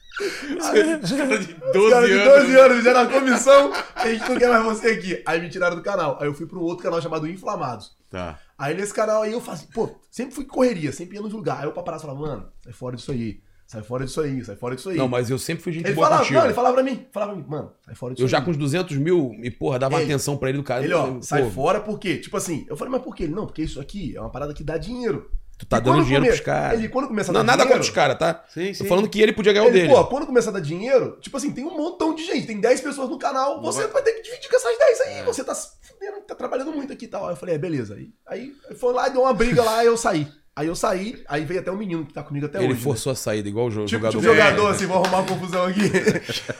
Os caras de 12 Os caras de anos. 12 anos fizeram a comissão, a gente não quer mais você aqui. Aí me tiraram do canal. Aí eu fui pra um outro canal chamado Inflamados. Tá. Aí nesse canal aí eu fazia, pô, sempre fui correria, sempre ia no lugar. Aí o paparazzo falava, mano, sai fora disso aí, sai fora disso aí, sai fora disso aí. Não, mas eu sempre fui gente ele boa falava, contigo. mano, ele falava pra mim, falava pra mim, mano, sai fora disso Eu já aí. com uns 200 mil, e porra, dava Ele- atenção pra ele do cara. Ele, ó, Pô, sai fora porque, tipo assim, eu falei, mas por quê? Ele, não, porque isso aqui é uma parada que dá dinheiro. Tu tá E dando quando dinheiro come- pros caras. Ele, quando começa a Não, dar nada contra dinheiro, os caras, tá? Sim, sim. Tô falando que ele podia ganhar É o Ele, dele. pô, quando começar a dar dinheiro, tipo assim, tem um montão de gente, tem 10 pessoas no canal, você vai ter que dividir com essas 10 É. aí, você tá se fudendo, tá trabalhando muito aqui e tal. Aí eu falei, é, beleza. Aí, aí foi lá, deu uma briga lá, aí eu saí. Aí eu saí, aí veio até um menino que tá comigo até ele hoje. né? forçou a saída, igual o jo- Tipo, jogador. É. tipo jogador, assim, vou arrumar uma confusão aqui.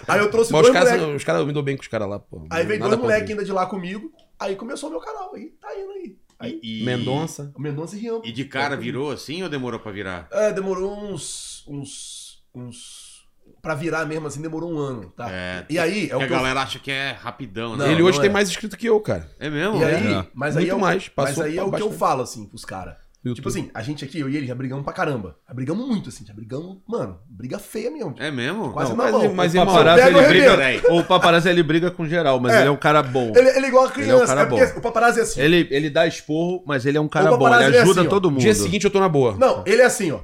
aí eu trouxe Mas os dois caras, moleques. os caras eu me dou bem com os caras lá, pô. Aí veio Nada dois contra moleques eles. ainda de lá comigo, aí começou o meu canal, aí tá indo aí. Aí E, Mendonça. o Mendonça e Rian. E de cara virou assim ou demorou pra virar? É, demorou uns. uns. uns. pra virar mesmo assim, demorou um ano, tá? É. E aí, é o que que a eu- galera acha que é rapidão, né? Não, ele hoje não tem é. mais inscrito que eu, cara. É mesmo? E aí, É. mas Muito aí é o, mais, Mas passou aí é o que eu bastante. falo, assim, pros caras. YouTube. Tipo assim, a gente aqui, eu e ele, já brigamos pra caramba. Já brigamos muito, assim, já brigamos, mano, briga feia mesmo. tipo, É mesmo? Quase Não. na mão. mas, O irmão, paparazzi, é pega o ele briga, Ribeiro, o paparazzi ele briga com geral, mas É. ele é um cara bom. Ele, ele é igual a Ele é um criança, cara é porque bom. o paparazzi é assim. Ele, ele dá esporro, mas ele é um cara O bom. Ele paparazzi é ajuda assim, ó. todo mundo. Dia seguinte eu tô na boa. Não, ele é assim, ó.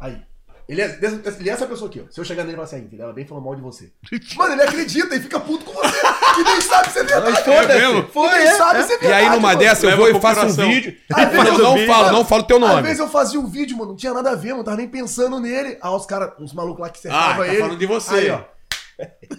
Aí. Ele é, dessa- ele é essa pessoa aqui, ó. Se eu chegar nele e falar assim, aí, ela bem falou mal de você. Mano, ele acredita e fica puto com você, que nem sabe se é verdade. foda-se. Foda-se. Nem sabe se é E verdade. aí numa mano. dessa eu Leva vou pro e faço um coração. vídeo. Às vezes Mas eu não vi, falo, mano. não falo teu é- Às nome. vezes eu fazia um vídeo, mano, não tinha nada a ver, mano, tava nem pensando nele. Ah, os caras, uns malucos lá que cercavam Ah, tá ele. falando de você. Aí, ó.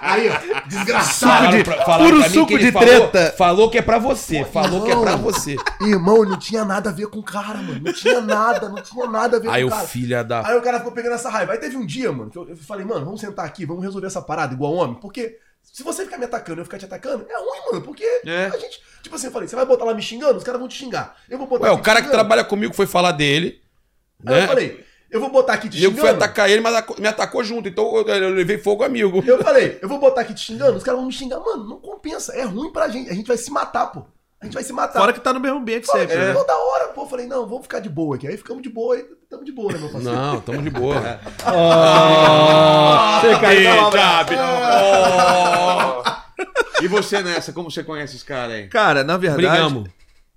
Aí, ó, desgraçado. Falaram pra- falaram puro pra mim suco que ele de falou- treta. Falou que é pra você. Falou que é pra você. Irmão, não tinha nada a ver com o cara, mano. Não tinha nada, não tinha nada a ver Aí com o o cara. filha da. Aí o cara ficou pegando essa raiva. Aí teve um dia, mano, que eu, eu falei, mano, vamos sentar aqui, vamos resolver essa parada igual homem. Porque se você ficar me atacando e eu ficar te atacando, é ruim, mano. Porque É. a gente. Tipo assim, eu falei, você vai botar lá me xingando, os caras vão te xingar. Eu vou botar Ué, aqui o cara que xingando. trabalha comigo foi falar dele. Aí eu Né? falei, eu vou botar aqui te E eu fui xingando. atacar ele, mas aco- me atacou junto. Então eu, eu levei fogo amigo. Eu falei, eu vou botar aqui te xingando, os caras vão me xingar. Mano, não compensa. É ruim pra gente. A gente vai se matar, pô. A gente vai se matar. Fora que tá no mesmo ambiente Fora sempre, que né? ficou da hora, pô. Eu falei, não, vamos ficar de boa aqui. Aí ficamos de boa, aí tamo de boa, né, meu parceiro? Não, tamo de boa. Ah, você caiu na obra. E você nessa, como você conhece esse cara aí? Cara, na verdade. Brigamos.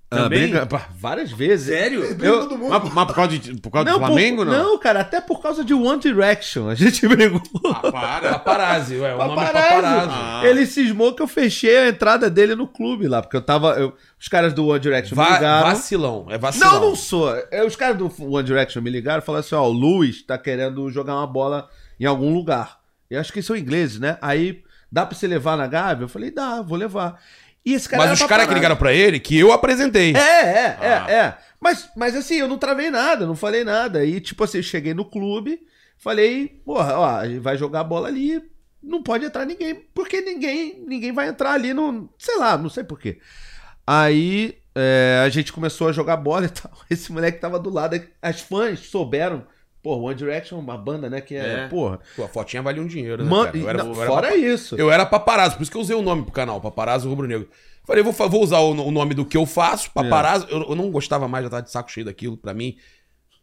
Ah, Também? briga- pá, várias vezes. Sério? Briga É todo mundo. Mas, mas por causa, de- por causa do É. por- Flamengo, não? cara, até por causa de One Direction. A gente brigou. Ah, para. Paparazzi, ué. O nome é Paparazzi. paparazzi. Ah. Ele cismou que eu fechei a entrada dele no clube lá, porque eu tava. eu- os caras do One Direction Va- me ligaram. vacilão, é vacilão. Não, não sou. É, os caras do One Direction me ligaram e falaram assim: ó, o Luiz tá querendo jogar uma bola em algum lugar. Eu acho que são ingleses, né? Aí, dá pra você levar na Gávea? Eu falei: dá, vou levar. E esse cara Mas era os é caras que paparazzi. ligaram pra ele, que eu apresentei. É, é, é, Ah. é. Mas, mas assim, eu não travei nada, não falei nada. E, tipo assim, eu cheguei no clube, falei, porra, ó, a gente vai jogar a bola ali, não pode entrar ninguém, porque ninguém, ninguém vai entrar ali no. Sei lá, não sei porquê. Aí é, a gente começou a jogar bola e tal. Esse moleque tava do lado, as fãs souberam. Pô, One Direction, uma banda, né? Que é, É. porra. Pô, a fotinha valia um dinheiro, né? Man- cara? Eu era, não, eu era fora papa- isso. eu era paparazzo, por isso que eu usei o nome pro canal, paparazzo rubro-negro. Falei, vou, fa- vou usar o, no- o nome do que eu faço, paparazzo. Eu, eu não gostava mais, já tava de saco cheio daquilo pra mim.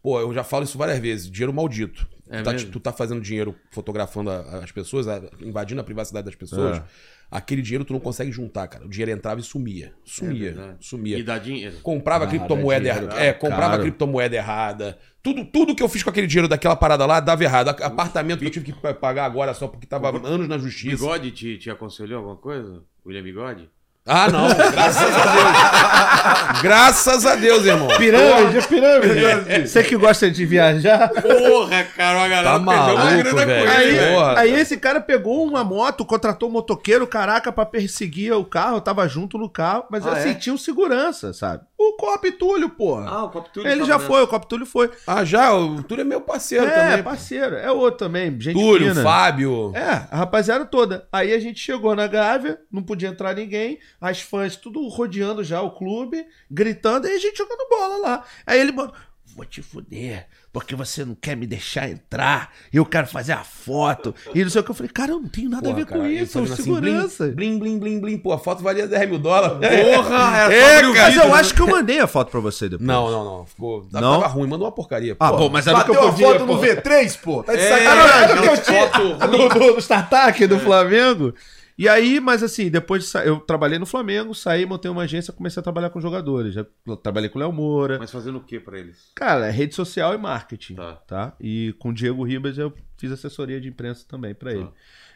Pô, eu já falo isso várias vezes, dinheiro maldito. É tu, tá, mesmo? tu tá fazendo dinheiro fotografando a- as pessoas, a- invadindo a privacidade das pessoas. É. Aquele dinheiro tu não consegue juntar, cara. O dinheiro entrava e sumia. Sumia, verdade. sumia. E dá dinheiro. Comprava Cara, criptomoeda dinheiro, errada. cara. É, comprava Caro. criptomoeda errada. Tudo, tudo que eu fiz com aquele dinheiro daquela parada lá dava errado. A- Apartamento que eu tive que pa- pagar agora só porque tava anos na justiça. Bigode te, te aconselhou alguma coisa? William Bigode? Ah, não. Graças a Deus. Graças a Deus, irmão. Pirâmide, pirâmide. Você que gosta de viajar. Porra, cara, a Tá maluco, velho. Aí, Porra. aí esse cara pegou uma moto, contratou um motoqueiro, caraca, pra perseguir o carro, tava junto no carro, mas Ah, assim, é? tinha um segurança, sabe? O Cop Túlio, porra. Ah, o Coptúlio ele já foi, o Cop Túlio foi. Ah, já, o Túlio é meu parceiro é, também. parceiro, é outro também, gente Túlio, fina. Fábio. É, a rapaziada toda. Aí a gente chegou na Gávea, não podia entrar ninguém, as fãs tudo rodeando já o clube, gritando, e a gente jogando bola lá. Aí ele mandou, vou te fuder, porque você não quer me deixar entrar, eu quero fazer a foto. E não sei o que, eu falei, cara, eu não tenho nada a Porra, ver cara, com ele isso, são fazendo assim, segurança. Blim, blim, blim, blim. Pô, a foto valia 10 mil dólares. Porra, era É, só abrir o cara. Mas vidro, eu né? acho que eu mandei a foto pra você depois. Não, não, não. Ficou, tava Não? ruim, mandou uma porcaria. Ah, Pô. bom, mas era o que eu Bateu a podia, foto no pô. V3, pô. Tá de É, sacanagem. aquela foto ruim. no, no, no StarTac do Flamengo. E aí, mas assim, depois de sa- eu trabalhei no Flamengo, saí, montei uma agência, comecei a trabalhar com jogadores. Já trabalhei com o Léo Moura. Mas fazendo o que pra eles? Cara, é rede social e marketing, Tá. tá? E com o Diego Ribas eu fiz assessoria de imprensa também pra ele. Tá.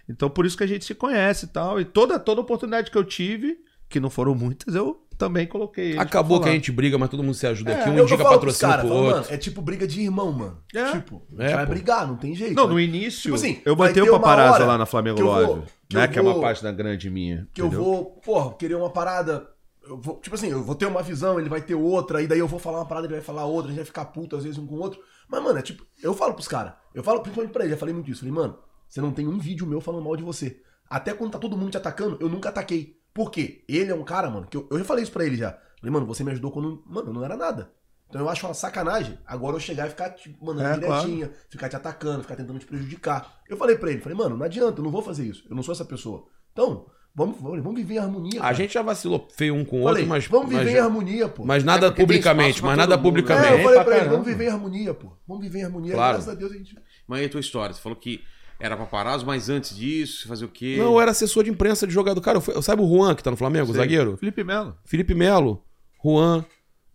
Então por isso que a gente se conhece e tal. E toda, toda oportunidade que eu tive, que não foram muitas, eu também coloquei. eles pra Acabou que falar. a gente briga, mas todo mundo se ajuda É, aqui. Um Eu- eu indica falo pros patrocínio cara, pro falo, outro. Mano, é tipo briga de irmão, mano. É. Tipo, a É, gente vai pô. brigar, não tem jeito. Não, no né? início, Tipo assim, eu vai botei ter uma uma parada hora lá na Flamengo que eu vou- Live, que né? eu Que é uma vou- página grande minha. Que eu entendeu? vou, porra, querer uma parada. Eu vou, tipo assim, eu vou ter uma visão, ele vai ter outra, e daí eu vou falar uma parada, ele vai falar outra, a gente vai ficar puto às vezes um com o outro. Mas, mano, é tipo, eu falo pros caras, eu falo principalmente pra ele, já falei muito isso. Falei, mano, você não tem um vídeo meu falando mal de você. Até quando tá todo mundo te atacando, eu nunca ataquei. Por quê? Ele é um cara, mano, que eu, eu já falei isso pra ele já. Falei, mano, você me ajudou quando. Mano, eu não era nada. Então eu acho uma sacanagem agora eu chegar e ficar te mandando É, direitinha, ficar te atacando, ficar tentando te prejudicar. Eu falei pra ele, falei, mano, não adianta, eu não vou fazer isso. Eu não sou essa pessoa. Então, vamos, vamos, vamos viver em harmonia. A cara. gente já vacilou feio um com o falei, outro, mas. vamos viver mas, em harmonia, pô. mas nada É porque tem espaço publicamente, pra mas todo nada mundo, né? publicamente. é, eu pra falei pra ele, caramba. vamos viver em harmonia, pô. Vamos viver em harmonia. Claro. Graças a Deus a gente. Mas aí a tua história, você falou que era paparazzo, mas antes disso, fazer o quê? Não, eu era assessor de imprensa de jogador. Cara, eu fui- sabe o Juan que tá no Flamengo, o zagueiro? Felipe Melo. Felipe Melo, Juan,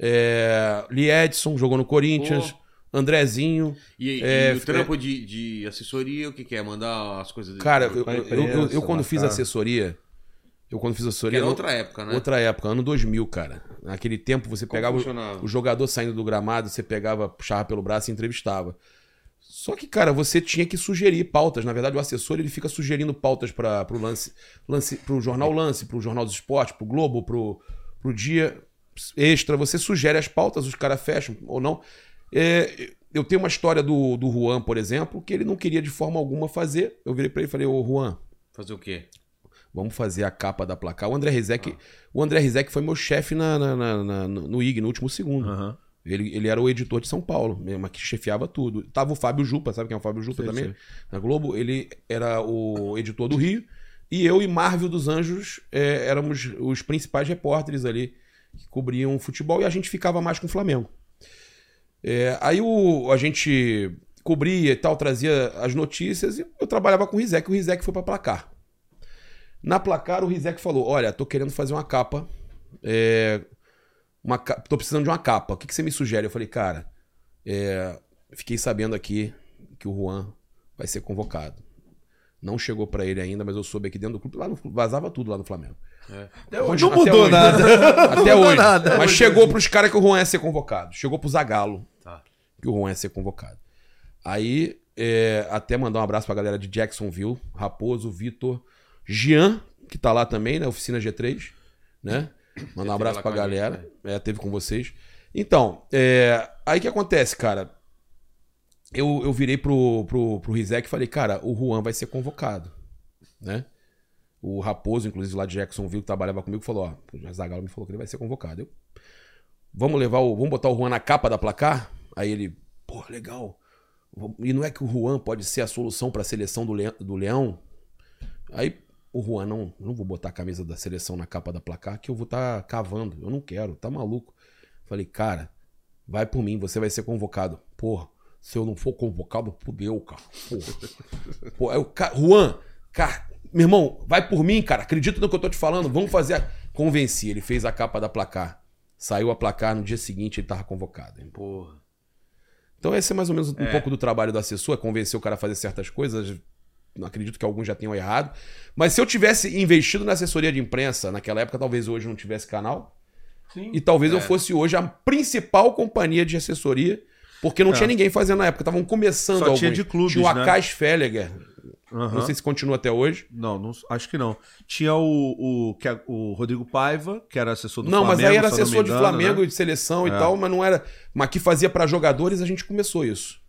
é, Lee Edson, jogou no Corinthians, Andrezinho. E, e É, o trampo de, de assessoria, o que, que é? Mandar as coisas. Cara, eu, Pra eu- imprensa, eu- eu quando fiz marcar. assessoria, eu quando fiz Que assessoria, era no- outra época, né? outra época, ano 2000, cara. Naquele tempo você Como pegava o- funcionava? o jogador saindo do gramado, você pegava, puxava pelo braço e entrevistava. Só que, cara, você tinha que sugerir pautas. Na verdade, o assessor ele fica sugerindo pautas para pro lance, lance, pro jornal Lance, pro Jornal dos Esportes, pro Globo, pro, pro Dia Extra. Você sugere as pautas, os caras fecham ou não. É, eu tenho uma história do, do Juan, por exemplo, que ele não queria de forma alguma fazer. Eu virei pra ele e falei, ô Juan, Fazer o quê? Vamos fazer a capa da placar. O André Rizek, o André Rizek foi meu chefe na, na- na- na- no IG, no último segundo. Ele, ele era o editor de São Paulo, mesmo, mas que chefiava tudo. Tava o Fábio Jupa, sabe quem é o Fábio Jupa Sei, também? sei. Na Globo, ele era o editor do Rio. E eu e Marvio dos Anjos eh, éramos os principais repórteres ali que cobriam o futebol e a gente ficava mais com o Flamengo. É, aí o- a gente cobria e tal, trazia as notícias e eu trabalhava com o Rizek. O Rizek foi pra placar. Na placar, o Rizek falou: Olha, tô querendo fazer uma capa. é, uma ca- tô precisando de uma capa. O que, que você me sugere? Eu falei, cara, é, fiquei sabendo aqui que o Juan vai ser convocado. Não chegou pra ele ainda, mas eu soube aqui dentro do clube. Lá no, vazava tudo lá no Flamengo. Até hoje. É. Não mudou hoje. nada. Até Não mudou hoje. nada. Mas chegou pros caras que o Juan ia ser convocado. Chegou pro Zagalo Tá. que o Juan ia ser convocado. Aí, é, até mandar um abraço pra galera de Jacksonville, Raposo, Vitor, Jean, que tá lá também, né? Oficina G3, né? Mandar um abraço lá pra com a gente, né? galera. É, teve com vocês. Então, é, aí que acontece, cara? Eu, eu virei pro, pro, pro Rizek e falei, cara, o Juan vai ser convocado, né? O Raposo, inclusive, lá de Jacksonville, que trabalhava comigo, falou, ó, o Zagallo me falou que ele vai ser convocado. Eu, vamos levar o, vamos botar o Juan na capa da placar? Aí ele, pô, legal. Vamos- E não é que o Juan pode ser a solução pra seleção do, Le- do Leão? Aí o Juan, não, não vou botar a camisa da seleção na capa da placar que eu vou estar cavando. Eu não quero, tá maluco. Falei, cara, vai por mim, você vai ser convocado. Porra, se eu não for convocado, fudeu, cara. Porra. Pô, aí o ca- Juan, cara, meu irmão, vai por mim, cara. Acredita no que eu tô te falando. Vamos fazer a... Convenci, ele fez a capa da placar. Saiu a placar no dia seguinte, ele tava convocado. hein? Porra. Então esse é mais ou menos um pouco do trabalho do assessor, é convencer o cara a fazer certas coisas. Não acredito que alguns já tenham errado. Mas se eu tivesse investido na assessoria de imprensa naquela época, talvez hoje não tivesse canal. Sim. E talvez É. eu fosse hoje a principal companhia de assessoria, porque não É. tinha ninguém fazendo na época. Estavam começando Só tinha de clubes, Tinha o né? Akash Feliger. Não sei se continua até hoje. Não, não- acho que não. Tinha o, o, que a- o Rodrigo Paiva, que era assessor do não, Flamengo. mas aí era se eu não me assessor de engano, Flamengo né? e de seleção e tal, mas não era. Mas que fazia pra jogadores, a gente começou isso.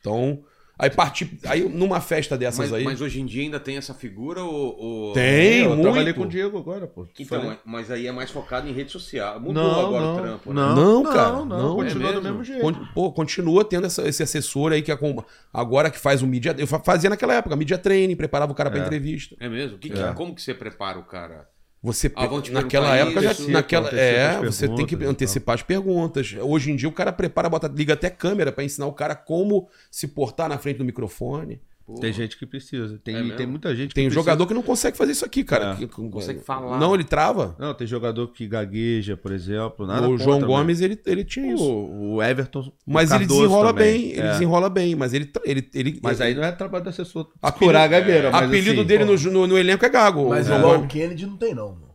Então, aí parti. Aí numa festa dessas Mas, aí. mas hoje em dia ainda tem essa figura ou. ou- Tem, É, eu trabalhei muito. com o Diego agora, pô. Então, Falei. mas aí é mais focado em rede social. Mudou Não, agora não, o trampo, né? não. Não, cara, não. continua É do mesmo? mesmo jeito. Con- Pô, continua tendo essa- esse assessor aí que acom- agora que faz o mídia. Eu fa- fazia naquela época, mídia training, preparava o cara pra entrevista. É mesmo? Que que- É. Como que você prepara o cara? Você Ah, vão te naquela perguntar época já isso, naquela antecipa é, as você tem que perguntas e antecipar as perguntas. Hoje em dia o cara prepara, bota, liga até câmera pra ensinar o cara como se portar na frente do microfone. Porra. Tem gente que precisa. Tem, É mesmo? tem muita gente que Tem um precisa. jogador que não consegue fazer isso aqui, cara. É. Que- que- Consegue falar. Não, ele trava. Não, tem jogador que gagueja, por exemplo. Nada o contra, João mas- é Gomes, ele, ele tinha isso. O, o Everton. Mas o ele Cardoso desenrola também. bem, ele É. desenrola bem, mas ele tra- ele, ele Mas aí ele- não é trabalho do assessor Apelido- curar a gagueira. mas apelido assim, dele pô, no, ju- no, no elenco é Gago. Mas o João igual Gomes. o Kennedy não tem, não, mano.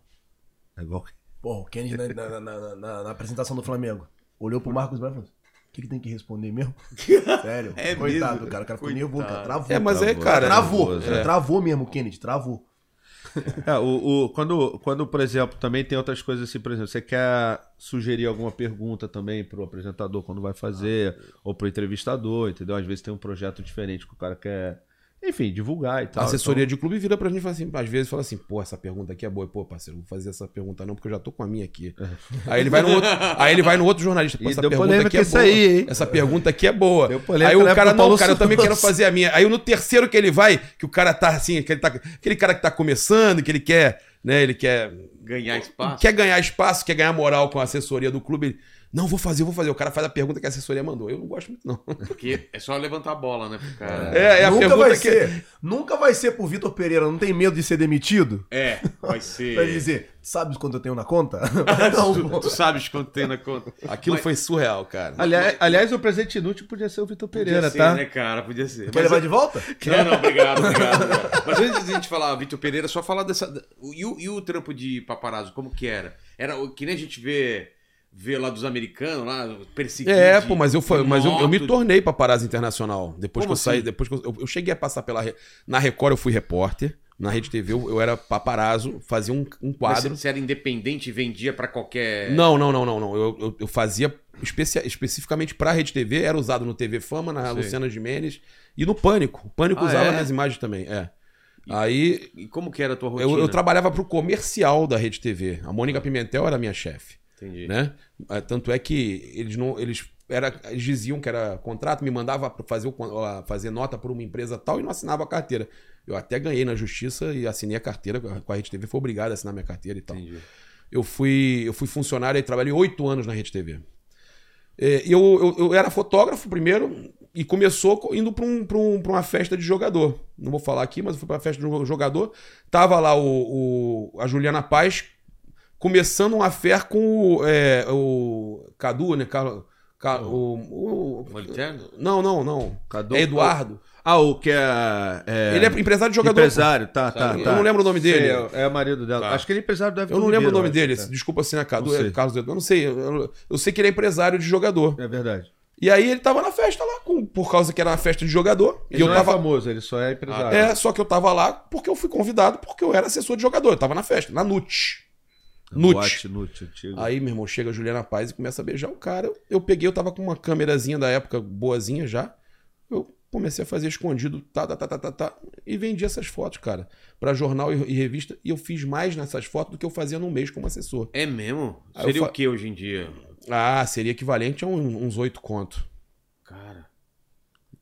é igual- Porra, o Kennedy na, na- na- na- na- na apresentação do Flamengo olhou pro Marcos Braz e falou: o que, que tem que responder mesmo? Sério, É coitado, mesmo? cara. O cara ficou Coitado. nervoso, cara. Travou. É, mas é, Travou, cara. Travou, nervoso, cara, é. travou mesmo, o Kennedy, travou. É, o, o- quando, quando, por exemplo, também tem outras coisas assim, por exemplo, você quer sugerir alguma pergunta também pro Ah, apresentador quando vai fazer, ou pro entrevistador, entendeu? Às vezes tem um projeto diferente que o cara quer enfim, divulgar e A tal. assessoria de clube vira pra gente e fala assim, às vezes fala assim, pô, essa pergunta aqui é boa. Pô, parceiro, não vou fazer essa pergunta não, porque eu já tô com a minha aqui. aí ele vai no outro, aí ele vai no outro jornalista, pô, E essa deu pergunta polêmica aqui é isso boa. aí, hein? Essa pergunta aqui é boa. Deu polêmica, aí o né, cara, pro não, Paulo cara, eu também Souza. quero fazer a minha. Aí no terceiro que ele vai, que o cara tá assim, aquele, tá- aquele cara que tá começando, que ele quer, né, ele quer Ganhar espaço. Quer ganhar espaço, quer ganhar moral com a assessoria do clube. Ele, não, vou fazer, vou fazer. O cara faz a pergunta que a assessoria mandou. Eu não gosto muito, não. Porque é só levantar a bola, né, pro cara? É, é a nunca pergunta vai que. ser. Nunca vai ser pro Vitor Pereira, não tem medo de ser demitido? É, vai Pra ser. dizer, sabe quanto eu tenho na conta? tu, não, pô. tu sabes quanto tem na conta. Aquilo foi surreal, cara. Aliás, aliás, o presente inútil podia ser o Vitor Pereira, ser, tá? né, cara? Podia ser. Quer levar de volta? Não, não, obrigado, obrigado. obrigado. Mas antes de a gente falar, Vitor Pereira, só falar dessa. E o, e o trampo de paparazzo, como que era? Era o que nem a gente vê, vê lá dos americanos, lá, perseguindo. É, pô, mas eu, fui- de mas eu, eu me moto. tornei paparazzi internacional. Depois Como que eu saí, assim? depois que eu, eu- eu cheguei a passar pela. Re- Na Record eu fui repórter. Na Rede TV eu, eu era paparazzo, fazia um, um Mas quadro. Você, é- você era independente e vendia pra qualquer. Não, não, não, não, não. Eu, eu, eu fazia especia- especificamente pra Rede TV, era usado no TV Fama, na Sei. Luciana Gimenez e no Pânico. O Pânico Ah, usava é? nas imagens também, é. Aí E como que era a tua rotina? Ah. Eu, eu trabalhava pro comercial da Rede TV. A Mônica Pimentel era minha chefe, Entendi. né? Ah, Tanto é que eles não, eles era, eles diziam que era contrato, me mandava pra fazer o con- ah, fazer nota por uma empresa tal e não assinava a carteira. Eu até ganhei na justiça e assinei a carteira com a Rede TV, fui obrigado a assinar minha carteira e tal. Entendi. Eu fui, eu fui funcionário e trabalhei oito anos na Rede TV. É, e eu, eu, eu era fotógrafo primeiro e começou co- indo para um, pra um, pra uma festa de jogador. Não vou falar aqui, mas eu fui para a festa de um jogador. Tava lá o, o- a Juliana Paz começando um affair com o, é, o Cadu, né? Carlos, Ca- o, o- Moliterno? não, não, não. Cadu- é Eduardo. Ah, o que é. Ele é empresário de jogador. empresário, tá, tá, Eu tá. não lembro o nome dele. Sei, é, é marido dela. Tá. Acho que ele é empresário deve Eu não lembro o nome dele. Desculpa se não é Cadu, Não é sei. Carlos Eduardo. Eu Não sei. Eu, eu sei que ele é empresário de jogador. É verdade. E aí ele tava na festa lá, com- por causa que era uma festa de jogador. Ele e eu não é tava. famoso, ele só é empresário. É, só que eu tava lá porque eu fui convidado, porque eu era assessor de jogador. Eu tava na festa, na NUT. NUT. É um Ah, Boate, né? Nut, antigo. Aí, meu irmão, chega a Juliana Paz e começa a beijar o cara. Eu, eu peguei, eu tava com uma câmerazinha da época, boazinha já. Eu comecei a fazer escondido, tá, tá, tá, tá, tá, tá. E vendi essas fotos, cara, pra jornal e, e revista. E eu fiz mais nessas fotos do que eu fazia num mês como assessor. É mesmo? Aí Ah, eu Seria fa- o que hoje em dia? Ah, seria equivalente a um- uns oito conto. Cara.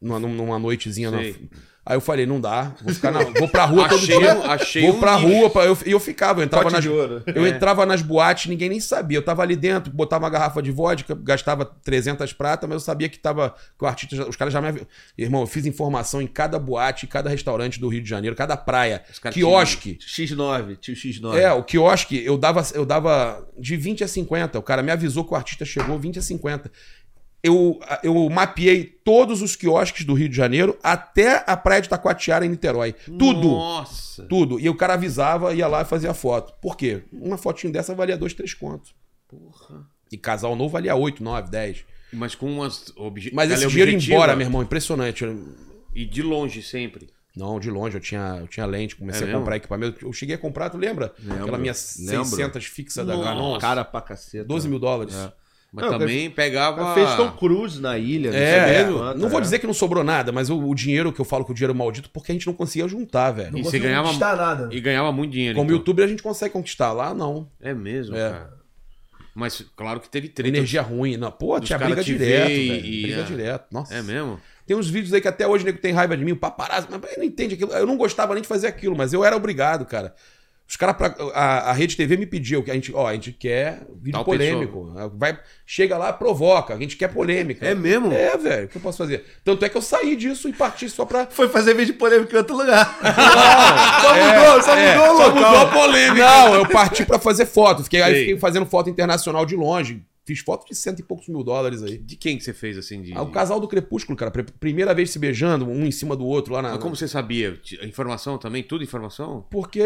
Numa, numa noitezinha. Na... Sei. Aí eu falei, não dá, vou ficar na. Vou pra rua todo Achei dia. um- achei vou um pra nicho. rua, pra... Eu, e eu ficava, eu entrava Pote nas. de ouro. Eu É. entrava nas boates, ninguém nem sabia. Eu tava ali dentro, botava uma garrafa de vodka, gastava 300 prata, mas eu sabia que tava. Que o artista. já- Os caras já me. avi- Irmão, eu fiz informação em cada boate, em cada restaurante do Rio de Janeiro, cada praia, Os caras quiosque. X9, tio X9. É, o quiosque, eu dava, eu dava de 20 a 50. O cara me avisou que o artista chegou 20 a 50. Eu, eu mapeei todos os quiosques do Rio de Janeiro até a praia de Taquatiara em Niterói. Tudo, Nossa. tudo. E o cara avisava, ia lá e fazia foto. Por quê? Uma fotinho dessa valia dois, três contos. E casal novo valia 8, 9, 10. Mas com umas. Obje... Mas esse ela é dinheiro ia objetiva embora, meu irmão. Impressionante. E de longe sempre. Não, de longe, eu tinha, eu tinha lente, comecei É a mesmo? comprar equipamento. Eu cheguei a comprar, tu lembra? Aquela minha 600 fixa da Nossa. Canon. Cara pra caceta. 12 mil dólares. Mas Não, também pegava. Ela fez Tom Cruise na ilha. não sei É, das é. quantas, não vou né? dizer que não sobrou nada, mas o, o dinheiro que eu falo que o dinheiro é maldito, porque a gente não conseguia juntar, velho. E Não você consigo ganhava- conquistar nada. E ganhava muito dinheiro. Como então. youtuber a gente consegue conquistar, lá não. É mesmo, É. cara. Mas claro que teve treta. Energia ruim, não. Pô, Os tinha cara briga te direto, vê velho. e- Briga é. direto. Nossa. É mesmo? Tem uns vídeos aí que até hoje o nego tem raiva de mim, o paparazzo, mas não entende aquilo. Eu não gostava nem de fazer aquilo, mas eu era obrigado, cara. Os caras pra. A, a Rede TV me pediu que a gente, ó, a gente quer vídeo Tal polêmico. Vai, chega lá, provoca, a gente quer polêmica. É mesmo? É, velho, o que eu posso fazer? Tanto é que eu saí disso e parti só pra Foi fazer vídeo polêmico em outro lugar. Só mudou, só É, mudou o só local. mudou a polêmica. Não, eu parti pra fazer foto. Fiquei, aí Sei. fiquei fazendo foto internacional de longe. Fiz foto de cento e poucos mil dólares aí. De quem que você fez assim? De... Ah, o casal do Crepúsculo, cara, pre- primeira vez se beijando, um em cima do outro lá na. Mas como você sabia? T- Informação também? Tudo informação? Porque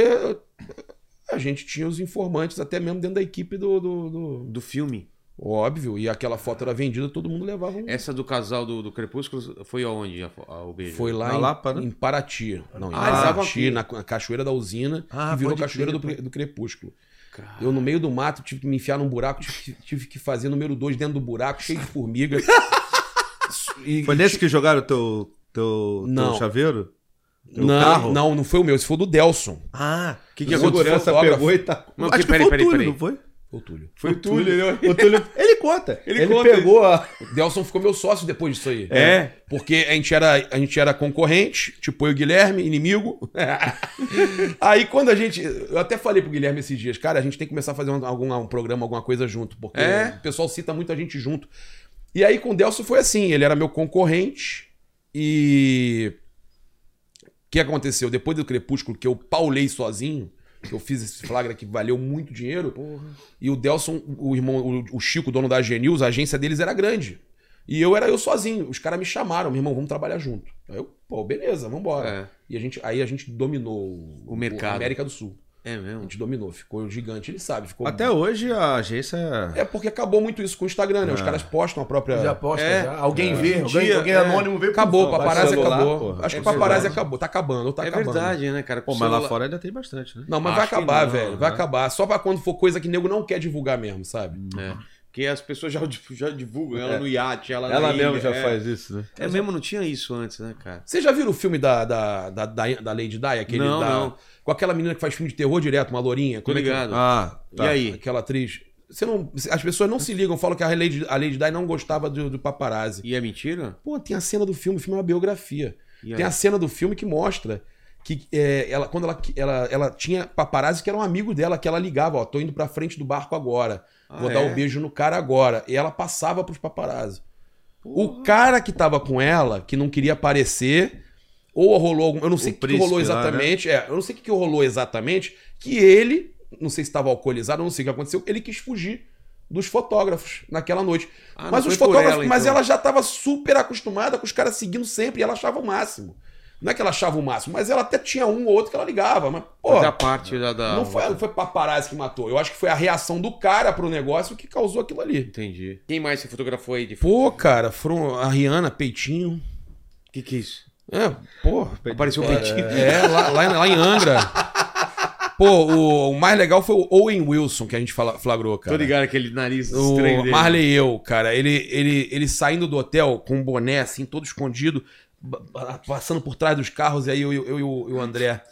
a gente tinha os informantes, até mesmo dentro da equipe do. do- do- Do filme. Óbvio, e aquela foto era vendida, todo mundo levava um. Essa do casal do, do Crepúsculo foi aonde a fo- a- o beijo? É. Foi lá Na em, Lapa, né? em Paraty. Não, em Ah, eles estavam Paraty, aqui. na, na Cachoeira da Usina, Ah, que virou pode Cachoeira do, Pre- do Crepúsculo. Eu, no meio do mato, tive que me enfiar num buraco, tive, que- tive que fazer número 2 dentro do buraco, cheio de formiga. E- Foi nesse que jogaram teu, teu, teu Não. chaveiro? Não, carro? não, não foi o meu, esse foi o do Delson. Ah, o que, Que que a aconteceu? segurança fotógrafo? pegou e tá. Mas Acho que- que peraí, foi o peraí, Túlio, peraí. não foi? Foi o Túlio. Foi o Túlio, ele O Túlio- Ele conta. Ele Ele, conta pegou a. O Delson ficou meu sócio depois disso aí. É? Porque a gente era, a gente era concorrente, tipo eu e o Guilherme, inimigo. aí quando a gente. Eu até falei pro Guilherme esses dias, cara, a gente tem que começar a fazer um, algum, um programa, alguma coisa junto, porque É? o pessoal cita muito a gente junto. E aí com o Delson foi assim, ele era meu concorrente e. O que aconteceu? Depois do Crepúsculo, que eu paulei sozinho, que eu fiz esse flagra que valeu muito dinheiro, e o Delson, o irmão, o, o Chico, dono da Genius, a agência deles era grande. E eu era eu sozinho. Os caras me chamaram, meu irmão, vamos trabalhar junto. Aí eu, pô, beleza, vambora. É. E a gente, aí a gente dominou o, mercado. a América do Sul. É A mesmo. gente dominou, ficou gigante, ele sabe, ficou. Até hoje a agência. É porque acabou muito isso com o Instagram, né? Os caras postam a própria. Já aposta, É. já. Alguém vê, Hoje em alguém, dia, alguém é. anônimo vê. Acabou, pô, paparazzi celular, acabou. porra. Acho que É o paparazzi verdade. acabou, tá acabando, tá é acabando. verdade, né, cara? Pô, mas lá fora ainda tem bastante, né? Não, mas Acho que vai acabar, não, velho. Vai né? acabar. Só pra quando for coisa que nego não quer divulgar mesmo, sabe? Porque as pessoas já, já divulgam ela É. no iate, ela na Ela ilha, mesmo já é. faz isso, né? É mesmo, não tinha isso antes, né, cara? Você já viu o filme da, da, da, da, da Lady Di? Aquele Não, da- não. Com aquela menina que faz filme de terror direto, uma lourinha. Tô Como é que- ligado. Ah, E Tá, aí? Aquela atriz. Você não, as pessoas não se ligam, falam que a Lady, a Lady Di não gostava do, do paparazzi. E é mentira? Pô, tem a cena do filme, o filme é uma biografia. E aí? Tem a cena do filme que mostra que é, ela, quando ela, ela, ela tinha paparazzi que era um amigo dela, que ela ligava, ó, tô indo pra frente do barco agora, vou Ah, dar é? um beijo no cara agora. E ela passava pros paparazzi. O cara que tava com ela, que não queria aparecer, ou rolou algum. Eu não sei o que, que príncipe rolou né? lá, exatamente. É, eu não sei o que, que rolou exatamente. Que ele, não sei se estava alcoolizado, eu não sei o que aconteceu, ele quis fugir dos fotógrafos naquela noite. Ah, não mas foi os por fotógrafos. ela, Mas então. ela já estava super acostumada com os caras seguindo sempre e ela achava o máximo. Não é que ela achava o máximo, mas ela até tinha um ou outro que ela ligava. Mas, pô, Fazer é a parte da. da- não foi, não foi paparazzi que matou. Eu acho que foi a reação do cara pro negócio que causou aquilo ali. Entendi. Quem mais você fotografou aí de Pô, cara, foram a Rihanna, peitinho. Que que é isso? É, pô, Apareceu um peitinho. é, lá, lá, lá em Angra. Pô, o, o mais legal foi o Owen Wilson que a gente fala- flagrou, cara. Tô ligado aquele nariz estranho O dele. Marley e eu, cara, ele, ele, ele saindo do hotel com um boné, assim, todo escondido, ba- ba- passando por trás dos carros, e aí eu, eu, eu, e o- e o André.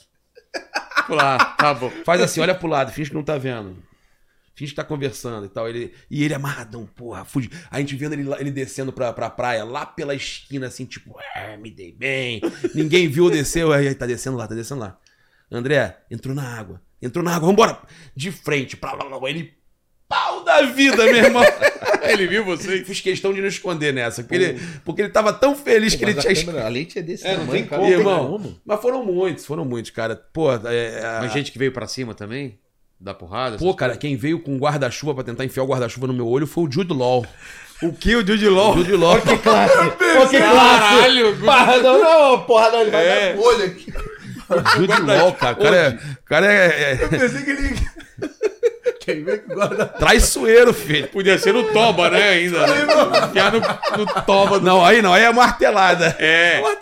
Lá, tá bom. Faz assim, olha pro lado, finge que não tá vendo. Finge que tá conversando e tal. Ele, e ele amarradão, porra, fude. A gente vendo ele, lá- ele descendo pra, pra praia, lá pela esquina, assim, tipo, "Ah, me dei bem. Ninguém viu, desceu. Aí aí tá descendo lá, tá descendo lá. André, entrou na água. Entrou na água, vambora. De frente, pra lá, lá, lá. Ele, pau da vida, meu irmão. Ele viu você? Fiz questão de não esconder nessa, porque, ele, porque ele tava tão feliz que ele tinha esquecido. a lente é desse É, não tem cara. como, irmão. irmão. Mas foram muitos, foram muitos, cara. Pô, é, é, Mas gente que veio pra cima também? Da porrada? Pô, cara, quem veio com guarda-chuva pra tentar enfiar o guarda-chuva no meu olho foi o Jude Law. o que o Jude Law? O Jude Law. Pô, que classe! Porra, não, não, porra, não, ele vai É. dar bolha aqui. Jude Law, cara. O cara é, o cara é, é Eu pensei que ele. Quem vê que guarda. traiçoeiro, filho. Podia ser no Toba, né? Ainda. Enfiar no, no Toba. Não, aí não, aí é martelada. É. Guarda-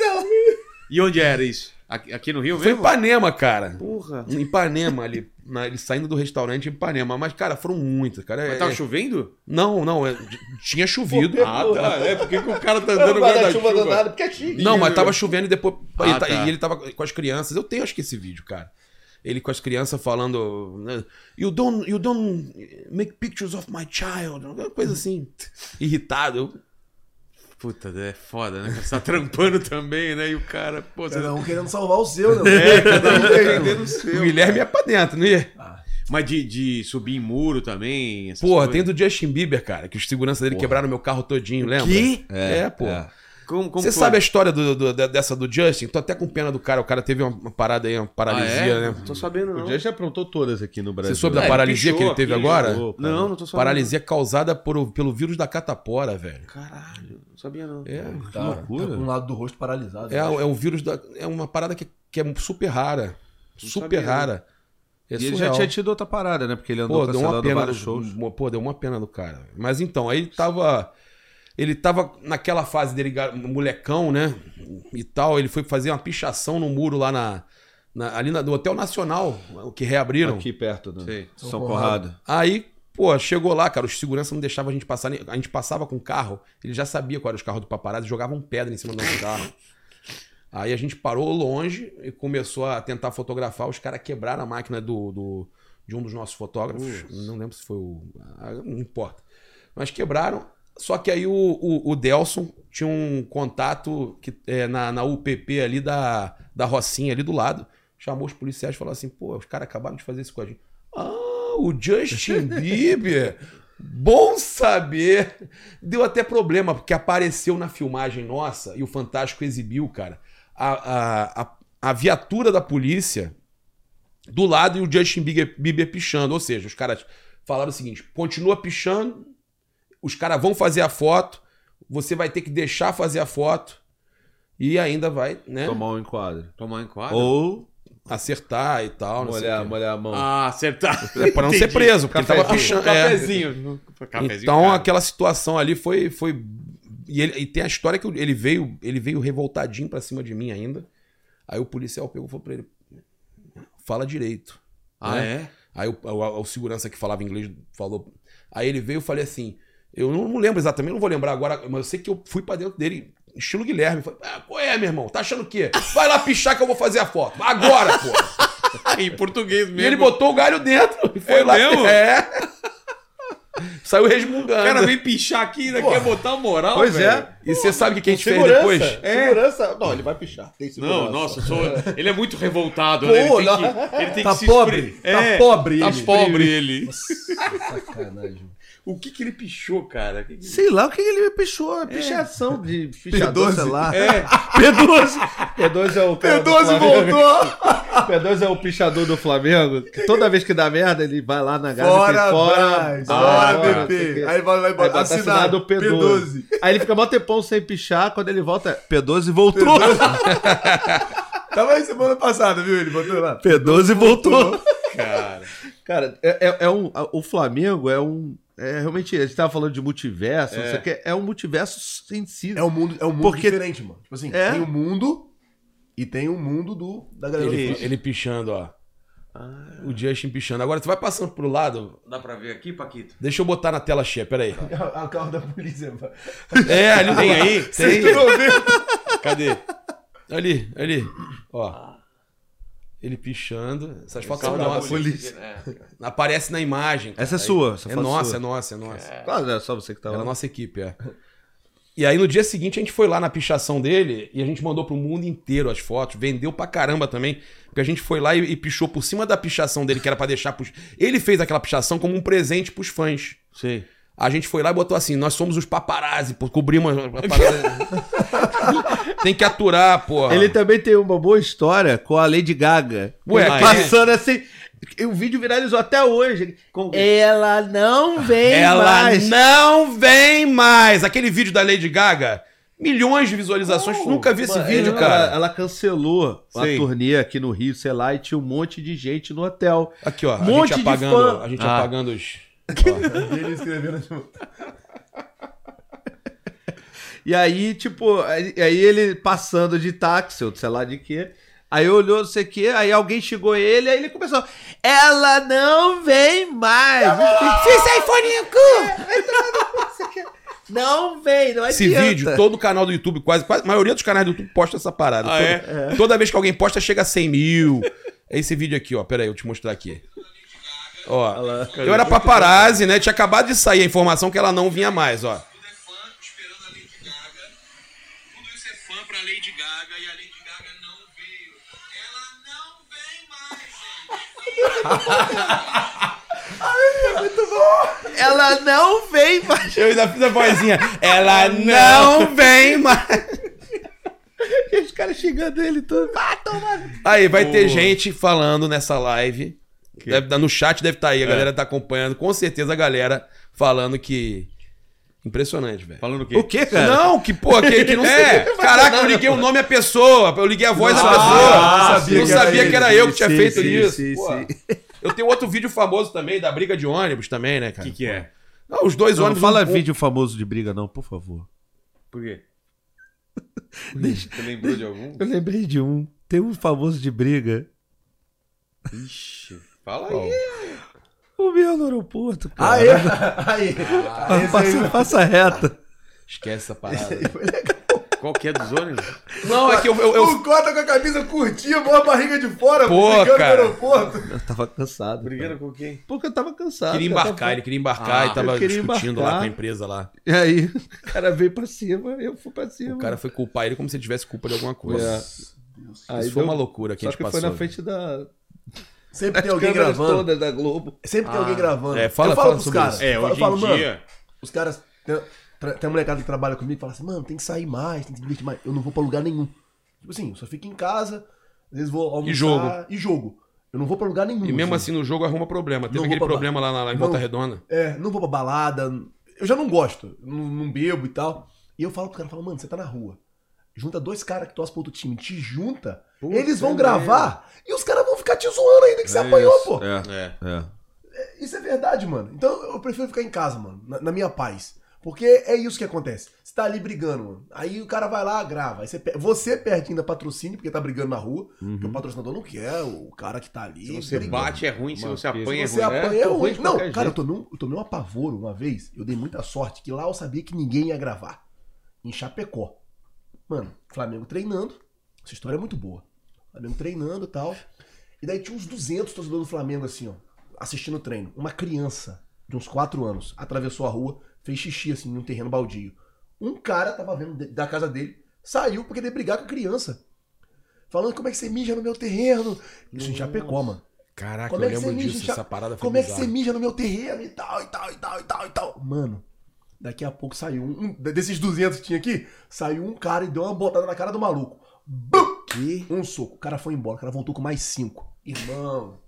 E onde era isso? Aqui, aqui no Rio Foi em mesmo? Ipanema, cara. Porra. Em Ipanema ali. na- ele saindo do restaurante em Ipanema. Mas, cara, foram muitos, cara. É- Mas tá um tava é- chovendo? não, não, é- tinha chovido. Ah, tá. É, por que que o cara tá Não vai dar chuva danada, porque é chique. Não, mas tava chovendo e depois. Ah, ele tá- tá. E ele tava com as crianças. Eu tenho, acho que esse vídeo, cara. Ele com as crianças falando. né, You don't, you don't make pictures of my child. Alguma coisa assim. Irritado. Eu- Puta, é foda, né? Você tá trampando também, né? E o cara, pô, você Cada não. um querendo salvar o seu, né? É, cada um querendo. o Guilherme ia pra dentro, não ia? Mas de, de subir em muro também. essas Porra, coisas. tem do Justin Bieber, cara, que os segurança dele quebraram meu carro todinho, lembra? Que? É, pô. Como, como Você foi? sabe a história do- do- da- dessa do Justin? Tô até com pena do cara. O cara teve uma, uma parada aí, uma Ah, paralisia, é? né? Não tô sabendo, não. O Dias já aprontou todas aqui no Brasil. Você soube da É, paralisia pichou, que ele teve pichou. agora? Pô, cara. Não, não tô sabendo. Paralisia causada por- pelo vírus da catapora, velho. Caralho, não sabia não. É. Tá, loucura. tá com um lado do rosto paralisado. né? É, eu acho. é um vírus da. É uma parada que, que é super rara. super sabia, rara. E É ele já surreal. tinha tido outra parada, né? Porque ele andou Pô, deu uma cancelando pena do vários shows. Pô, deu uma pena do cara. Mas então, aí ele tava. Ele tava naquela fase dele, gar- molecão, né? E tal. Ele foi fazer uma pichação no muro lá na. na- ali na- do Hotel Nacional, o que reabriram. Aqui perto, né? Sei. São, Conrado. Aí, pô, chegou lá, cara, os segurança não deixavam a gente passar. nem- A gente passava com o carro, ele já sabia qual era os carros do paparazzi, jogavam pedra em cima do nosso carro. Aí a gente parou longe e começou a tentar fotografar. Os caras quebraram a máquina do, do- de um dos nossos fotógrafos. Não lembro se foi o. ah, Não importa. Mas quebraram. Só que aí o, o, o Delson tinha um contato que, é, na, na UPP ali da, da Rocinha, ali do lado. Chamou os policiais e falou assim: pô, os caras acabaram de fazer isso com a gente. Ah, o Justin Bieber! Bom saber! Deu até problema, porque apareceu na filmagem nossa e o Fantástico exibiu, cara, a, a, a, a viatura da polícia do lado e o Justin Bieber, Bieber pichando. Ou seja, os caras falaram o seguinte: continua pichando, os caras vão fazer a foto, você vai ter que deixar fazer a foto e ainda vai, né? Tomar um enquadro. Tomar um enquadro. Ou Acertar e tal. Não sei é. o molhar, quê. molhar a mão. Ah, acertar. É, pra não ser preso, porque ele tava Cafezinho. pichando. é. Cafezinho, então cara. aquela situação ali foi foi e, ele- e tem a história que ele veio ele veio revoltadinho pra cima de mim ainda aí o policial pegou e falou pra ele fala direito Ah, né? é? aí o, o- o segurança que falava inglês falou aí ele veio e falei assim eu não, não lembro exatamente não vou lembrar agora mas eu sei que eu fui pra dentro dele estilo Guilherme falei, ah, qual é meu irmão tá achando o quê vai lá pichar que eu vou fazer a foto agora pô Ah, em português mesmo. e ele botou o galho dentro e foi É lá mesmo? é saiu resmungando O cara vem pichar aqui, ainda quer botar moral, Pois é. velho. E você sabe o que, que a gente fez Segurança. depois? É. Segurança. Não, ele vai pichar. Tem segurança. Não, nossa, eu sou... ele é muito revoltado, Pô, né? Ele tem não. que, ele tem Tá que se pobre. expre- É, Tá pobre Tá ele. pobre ele. Sacanagem. O que que ele pichou, cara? O que que- Sei lá o que ele pichou. É pichação de pichador, P12. sei lá. É, P12. P12 é o cara do P12 Flamengo. voltou! P12 é o pichador do Flamengo. que toda vez que dá merda, ele vai lá na garagem e Fora, diz, Braz, Braz! Fora, não sei o quê. BP! Aí vai, vai, Aí bota assinado assinado o P12. Aí ele fica mó tempão sem pichar, quando ele volta, P12 voltou. Tava aí semana passada, viu? Ele botou lá. P12 voltou. cara. Cara, é, é- é um, a- o Flamengo é um. É, realmente, a gente tava falando de multiverso, não sei o que, é um multiverso em si. É um mundo, é um mundo Porque- diferente, mano. Tipo assim, É? tem o mundo e tem o mundo do, da galera do Ele, futebol. ele pichando, ó. Ah. O Justin pichando. Agora, você vai passando pro lado. Dá pra ver aqui, Paquito? Deixa eu botar na tela cheia, peraí. A, a carro da polícia, mano. É, ali tem aí. Tem. 190. Cadê? Ali, ali. Ó. Ah. Ele pichando. É Essas fotos são Calma, nossas. né? Aparece na imagem. cara. Essa é sua, essa É foto nossa, sua. é nossa, é nossa. Claro, não é só você que tá Era a lá. nossa equipe, é. E aí no dia seguinte a gente foi lá na pichação dele e a gente mandou pro mundo inteiro as fotos, vendeu pra caramba também, porque a gente foi lá e, e pichou por cima da pichação dele, que era pra deixar pros... Ele fez aquela pichação como um presente pros fãs. Sei. A gente foi lá e botou assim, nós somos os paparazzi, pô, cobrimos a parada. Tem que aturar, porra. Ele também tem uma boa história com a Lady Gaga. Ué, Ele quem passando assim. e O vídeo viralizou até hoje. Ela não vem Ela mais. não vem mais! Aquele vídeo da Lady Gaga, milhões de visualizações, nunca vi esse Oh, Mano, vídeo, ela- cara. Ela, cancelou Sei. a turnê aqui no Rio, sei lá, e tinha um monte de gente no hotel. Aqui, ó, a Monte gente de apagando, fã. a gente Ah. apagando os... E ele escrevendo tipo, E aí, tipo, aí aí ele passando de táxi, ou sei lá de quê. Aí olhou, não sei o quê, aí alguém chegou ele, aí ele começou. Ela não vem mais! Fiz iPhone em cu! Não vem, não Esse adianta. vídeo, todo canal do YouTube, quase, quase, a maioria dos canais do YouTube posta essa parada. Ah, Todo- é? Toda vez que alguém posta, chega a 100 mil. É esse vídeo aqui, ó. Pera aí, eu te mostrar aqui. Ó, eu era paparazzi, né? Tinha acabado de sair a informação que ela não vinha mais, ó. Tudo é fã esperando a Lady Gaga. Tudo isso é fã pra Lady Gaga e a Lady Gaga não veio. Ela não vem mais, gente. Ela não vem mais! Eu ainda fiz a vozinha. Ela não vem mais. E os caras xingando ele todo. Ah, toma! Aí, vai ter gente falando nessa live. Deve tá- no chat deve estar É. aí, a galera tá acompanhando. Com certeza a galera falando que. Impressionante, velho. Falando o quê? O que, cara? Não, que porra, que, que não É, sei. Caraca, eu liguei o nome à pessoa, eu liguei a voz Ah, à pessoa. não não sabia sabia, que que era era ele. eu que tinha Sim, feito sim, isso. sim, Pô, sim. Eu tenho outro vídeo famoso também, da briga de ônibus também, né, O cara? que, que é? Não, os dois Não, não ônibus. fala um- vídeo famoso de briga, não, por favor. Por quê? Você lembrou de algum? Eu lembrei de um. Tem um famoso de briga. Ixi, fala Qual? aí. O meu no aeroporto, cara. é? Aí, aí. Ah, Ah, passa, passa reta. Esquece essa parada. Qual que é dos ônibus? Não, é que eu. eu, eu- O Cota com a camisa curtinha, boa barriga de fora, Pô, brigando no cara. aeroporto. Eu tava cansado. Brigando com quem? Porque eu tava cansado. Queria cara. embarcar, ele queria embarcar Ah, e tava tá eu queria discutindo lá embarcar. com a empresa lá. E aí, o cara veio pra cima, eu fui pra cima. O cara foi culpar ele como se ele tivesse culpa de alguma coisa. É. Isso Aí deu- foi uma loucura que a Só gente que passou. foi na frente da. Sempre das tem alguém câmeras gravando. todas da Globo. Sempre tem alguém gravando. É, fala- eu falo fala pros sobre caras. isso. É, eu hoje falo, em mano, dia. os caras. Tem, tra- tem uma molecada que trabalha comigo que fala assim, mano, tem que sair mais, tem que se divertir mais. Eu não vou pra lugar nenhum. Tipo assim, eu só fico em casa, às vezes vou almoçar E jogo. E jogo. Eu não vou pra lugar nenhum. E Uhum. mesmo assim. assim, no jogo arruma problema. Teve Não aquele vou pra- problema lá, na- lá em Não. Volta Redonda. É, não vou pra balada. Eu já não gosto. Não, não bebo e tal. E eu falo pro cara, falo, mano, você tá na rua. Junta dois caras que torcem pro outro time, te junta, eles vão gravar e os caras vão ficar te zoando ainda que você apanhou, pô. É. Isso é verdade, mano. Então eu prefiro ficar em casa, mano, na, na minha paz. Porque é isso que acontece. Você tá ali brigando, mano. Aí o cara vai lá, grava. Aí você, pe- você perde ainda patrocínio, porque tá brigando na rua. Porque o patrocinador não quer, o cara que tá ali. Uhum. Se você brigando. bate é ruim, se você apanha é Se você ruim. né? apanha, é Tô ruim. de Não, qualquer cara, eu jeito. tomei, um, eu tomei um apavoro uma vez. Eu dei muita sorte que lá eu sabia que ninguém ia gravar. Em Chapecó. Mano, Flamengo treinando. Essa história é muito boa. Flamengo treinando e tal. E daí tinha uns 200 torcedores do Flamengo assim, ó. Assistindo o treino. Uma criança de uns 4 anos atravessou a rua, fez xixi assim, num terreno baldio. Um cara tava vendo de- da casa dele, saiu pra querer brigar com a criança. Falando como é que você mija no meu terreno. Isso em Chapecó, mano. Caraca, Como eu é que lembro você mija em disso. cha- Essa parada foi Como é que bizarra. você mija no meu terreno e tal, e tal, e tal, e tal, e tal. Mano, daqui a pouco saiu um, um- Desses 200 que tinha aqui, saiu um cara e deu uma botada na cara do maluco. Bum! Um soco. O cara foi embora, o cara voltou com mais cinco. Irmão.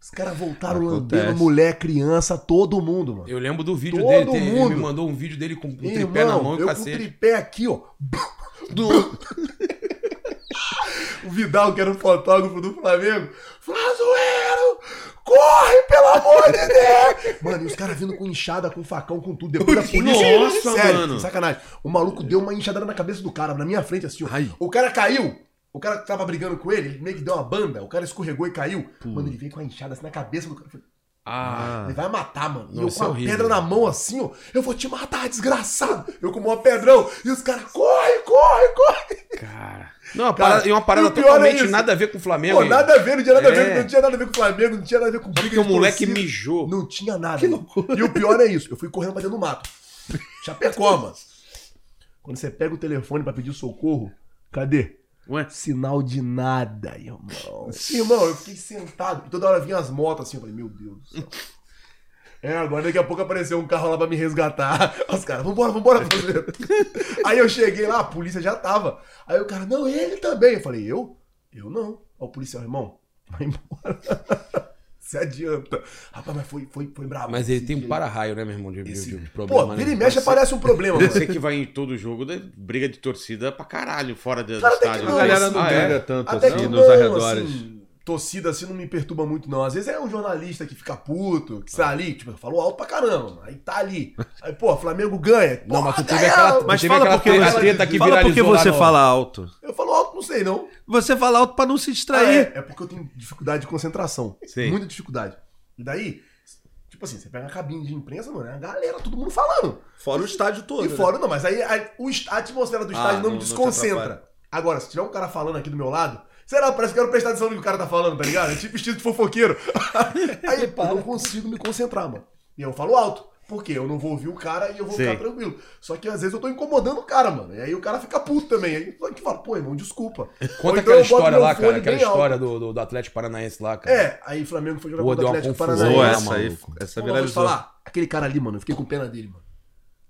Os caras voltaram lambendo mulher, criança, todo mundo, mano. Eu lembro do vídeo Todo dele. ter- Ele me mundo. mandou um vídeo dele com um Irmão, tripé na mão e o eu com o cacete. tripé aqui, ó. Do... o Vidal, que era o fotógrafo do Flamengo. Flazoeiro! Corre, pelo amor de Deus! Mano, e os caras vindo com enxada, com facão, com tudo. Depois da polícia. Nossa, Sério, mano. sem sacanagem. O maluco deu uma enxadada na cabeça do cara, na minha frente, assim, ó. O cara caiu. O cara que tava brigando com ele, ele meio que deu uma banda, o cara escorregou e caiu. Mano, ele veio com a enxada assim na cabeça do cara. Eu falei, Ah, ele vai matar, mano. E eu Nossa, com é a horrível. pedra na mão assim, ó. Eu vou te matar, desgraçado. Eu com o maior pedrão. E os caras, corre, corre, corre. Cara. Não, uma Cara, parada, e uma parada e o pior é totalmente isso. nada a ver com o Flamengo. Pô, hein? nada a ver, não tinha nada a É. ver. Não tinha nada a ver com o Flamengo, não tinha nada a ver com briga porque o de moleque torcida. mijou. Não tinha nada. Que loucura. E o pior é isso. Eu fui correndo pra dentro do mato. Chapecó, mano. Quando você pega o telefone pra pedir socorro, cadê? Ué? Sinal de nada, irmão. irmão, eu fiquei sentado. E toda hora vinha as motos assim. Eu falei, meu Deus do céu. É, agora daqui a pouco apareceu um carro lá pra me resgatar. Os caras, vambora, vambora, fazer. Aí eu cheguei lá, a polícia já tava. Aí o cara, não, ele também. Eu falei, eu? Eu não. Ó, o policial, irmão, vai embora. Se adianta. Rapaz, mas foi, foi, foi brabo. Mas ele tem um Esse- para-raio, né, meu irmão? De, de- de Pô, problema, vira né? e mexe aparece um problema, mano. Você que vai em todo jogo, dá briga de torcida pra caralho, fora do, do Cara, até que estádio. não, A galera não Ah, é? briga tanto Até assim que nos não, arredores. assim, torcida assim não me perturba muito, não. Às vezes é um jornalista que fica puto, que tá ali, tipo, falou alto pra caramba, mano. aí tá ali. Aí, pô, Flamengo ganha. Não, mas tu Porra, teve ganhou! aquela, tu Mas é teve fala aquela porque treta- você- treta que Fala viralizou porque lá você no- fala alto. Eu falo alto, não sei não. Você fala alto pra não se Ah, distrair. é, é porque eu tenho dificuldade de concentração. Sei. Muita dificuldade. E daí, tipo assim, você pega a cabine de imprensa, mano, é a galera, todo mundo falando. Fora o estádio todo. E fora, não, mas aí a, o est- a atmosfera Ah, do estádio não, não- me não te desconcentra. atrapalha. Agora, se tiver um cara falando aqui do meu lado, será? Parece que eu quero prestar atenção no que o cara tá falando, tá ligado? É tipo estilo de fofoqueiro. aí eu não consigo me concentrar, mano. E eu falo alto. Porque eu não vou ouvir o cara e eu vou Sei. ficar tranquilo. Só que às vezes eu tô incomodando o cara, mano. E aí o cara fica puto também. Aí eu falo, pô, irmão, desculpa. Ou Conta então aquela eu boto história meu lá, fone cara. Aquela bem alto. história do, do, do Atlético Paranaense lá, cara. É, aí o Flamengo foi jogar Pô, contra deu o uma Atlético confusão, Paranaense. né, essa aí, maluco. essa Pô, vou te viralizou. falar, aquele cara ali, mano, eu fiquei com pena dele, mano.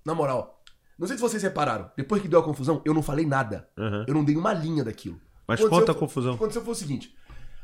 Na moral, não sei se vocês repararam, depois que deu a confusão, eu não falei nada. Aham. Eu não dei uma linha daquilo. Mas Aconteceu- conta a confusão. Aconteceu foi o seguinte: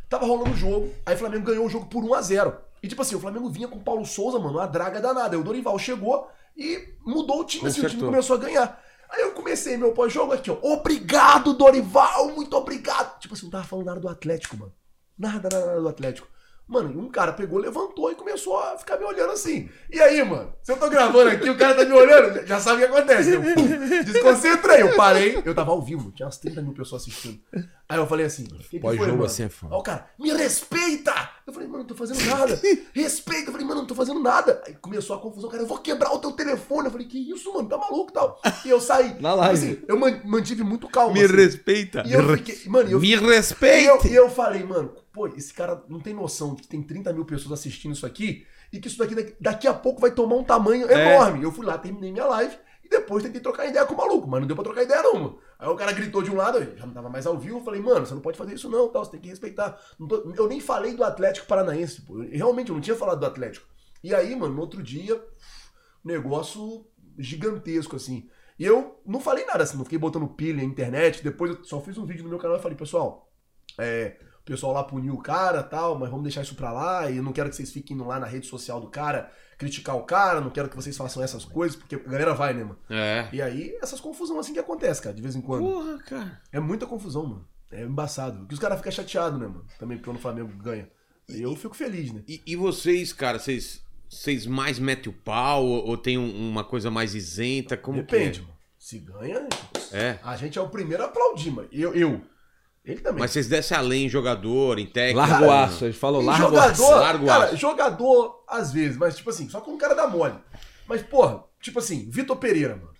tava rolando o jogo, aí o Flamengo ganhou o jogo por 1 a 0 E tipo assim, o Flamengo vinha com o Paulo Souza, mano, uma draga danada. Aí o Dorival chegou e mudou o time, assim, o time Consertou. começou a ganhar. Aí eu comecei meu pós-jogo aqui, ó. Obrigado, Dorival, muito obrigado. Tipo assim, não tava falando nada do Atlético, mano. Nada, nada, nada do Atlético. Mano, e um cara pegou, levantou e começou a ficar me olhando assim. E aí, mano? Se eu tô gravando aqui, o cara tá me olhando, já sabe o que acontece. Eu pum, desconcentrei, eu parei. Eu tava ao vivo, tinha umas 30 mil pessoas assistindo. Aí eu falei assim, "Que que foi, Pós-jogo mano?" assim é foda. Aí o cara, me respeita! Eu falei, mano, não tô fazendo nada. Respeita. Eu falei, mano, não tô fazendo nada. Aí começou a confusão, cara, eu vou quebrar o teu telefone. Eu falei, que isso, mano, tá maluco e tal. E eu saí. Na live. Assim, eu man- mantive muito calmo. Me respeita. E eu fiquei, mano, eu Me e eu, respeite! e eu falei, mano, pô, esse cara não tem noção de que tem 30 mil pessoas assistindo isso aqui e que isso daqui daqui, daqui a pouco vai tomar um tamanho enorme. Eu fui lá, terminei minha live e depois tentei trocar ideia com o maluco, mas não deu pra trocar ideia não, mano. Aí o cara gritou de um lado, eu já não tava mais ao vivo, eu falei, mano, você não pode fazer isso não, tal, você tem que respeitar. Não tô- eu nem falei do Atlético Paranaense, pô. Eu- realmente, eu não tinha falado do Atlético. E aí, mano, no outro dia, um negócio gigantesco, assim. E eu não falei nada, assim, não fiquei botando pilha na internet. Depois eu só fiz um vídeo no meu canal e falei, pessoal, é, o pessoal lá puniu o cara tal, mas vamos deixar isso pra lá. E eu não quero que vocês fiquem indo lá na rede social do cara, criticar o cara, não quero que vocês façam essas coisas, porque a galera vai, né, mano? É. E aí, essas confusão assim que acontece, cara, de vez em quando. Porra, cara. É muita confusão, mano. É embaçado. Porque os caras ficam chateados, né, mano? Também quando o Flamengo ganha. E eu fico feliz, né? E, e vocês, cara, vocês, vocês mais metem o pau ou, ou tem um- uma coisa mais isenta? Como Depende, mano. Se ganha, que é? É. a gente é o primeiro a aplaudir, mano. Eu, eu. Ele também. Mas vocês descem além em jogador, em técnico. Largo o aço, ele falou E largo o aço. jogador, largo cara, aço. jogador às vezes, mas tipo assim, só com um cara da mole. Mas, porra, tipo assim, Vitor Pereira, mano.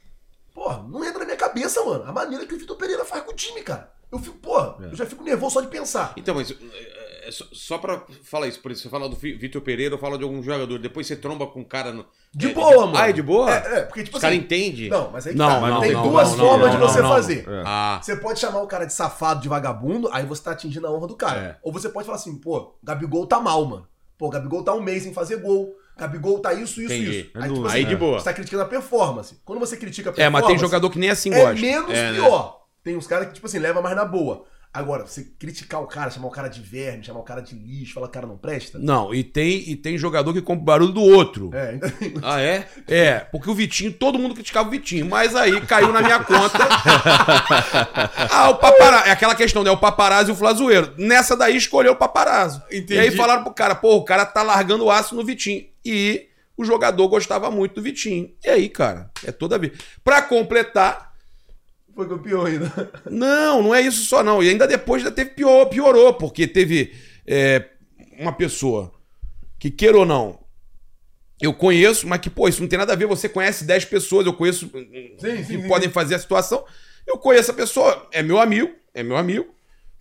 Porra, não entra na minha cabeça, mano, a maneira que o Vitor Pereira faz com o time, cara. Eu fico, porra, É. eu já fico nervoso só de pensar. Então, mas é, é, só, só pra falar isso, por exemplo, você fala do Vi- Vitor Pereira ou fala de algum jogador, depois você tromba com um cara. No... De é, boa, mano. Ah, é de boa? É, é, porque tipo Os caras assim. entendem. Não, mas aí que Não, tá. mas não, tem não, duas não, formas não, de você não, não. fazer. É. Ah, Você pode chamar o cara de safado, de vagabundo, aí você tá atingindo a honra do cara. É. Ou você pode falar assim, pô, Gabigol tá mal, mano. Pô, Gabigol tá um mês sem fazer gol. Gabigol tá isso, isso, Entendi. isso. É nulo. Aí de boa. Você tá criticando a performance. Quando você critica a É, performance, mas tem jogador que nem assim é gosta. menos É, né? pior. Tem uns caras que, tipo assim, leva mais na boa. Agora, você criticar o cara, chamar o cara de verme, chamar o cara de lixo, falar que o cara não presta. Não, e tem, e tem jogador que compra o barulho do outro. É, ainda tem. ah é? É, porque o Vitinho, todo mundo criticava o Vitinho, mas aí caiu na minha conta. ah, o paparazzo. É aquela questão, né? O paparazzo e o flazoeiro. Nessa daí escolheu o paparazzo. E aí falaram pro cara, pô, o cara tá largando o aço no Vitinho. E o jogador gostava muito do Vitinho. E aí, cara, é toda a vida. Pra completar, Foi campeão ainda. não, não é isso só não. E ainda depois ainda teve pior, piorou, porque teve é, uma pessoa que, queira ou não, eu conheço, mas que, pô, isso não tem nada a ver. Você conhece 10 pessoas, eu conheço hum, Sim, que sim, sim. podem fazer a situação. Eu conheço a pessoa, é meu amigo, é meu amigo.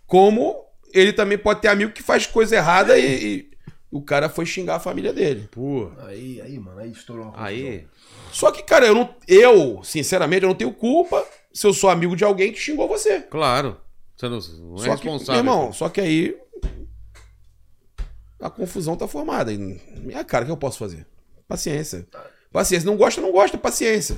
Como ele também pode ter amigo que faz coisa errada e, e o cara foi xingar a família dele. Pô. Aí, aí, mano, aí estourou uma Aí. Só que, cara, eu, não, eu sinceramente, eu não tenho culpa se eu sou amigo de alguém que xingou você. Claro. Você não, não é Só que, meu responsável. irmão, só que aí a confusão tá formada. E, é, cara, o que eu posso fazer? Paciência. Paciência. Não gosta, não gosta. Paciência.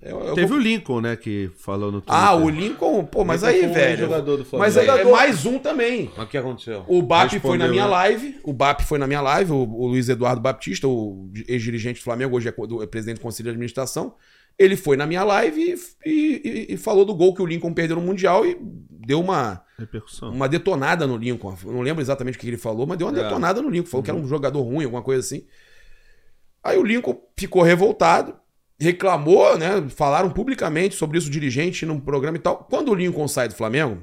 Eu- eu Teve vou- o Lincoln, né, que falou no Twitter. Ah, o Lincoln... Pô, mas aí, Lincoln foi um velho... jogador do Flamengo. Mas aí é Jogador. mais um também. Mas o que aconteceu? O BAP foi na Respondeu, minha né? live. O BAP foi na minha live. O, o Luiz Eduardo Baptista, o ex-dirigente do Flamengo, hoje é, co- do- é presidente do Conselho de Administração. Ele foi na minha live e, e- e- e falou do gol que o Lincoln perdeu no Mundial e deu uma, Repercussão. uma detonada no Lincoln. Eu não lembro exatamente o que ele falou, mas deu uma detonada no Lincoln. Falou que era um jogador ruim, alguma coisa assim. Aí o Lincoln ficou revoltado, reclamou, né? Falaram publicamente sobre isso, o dirigente, num programa e tal. Quando o Lincoln sai do Flamengo,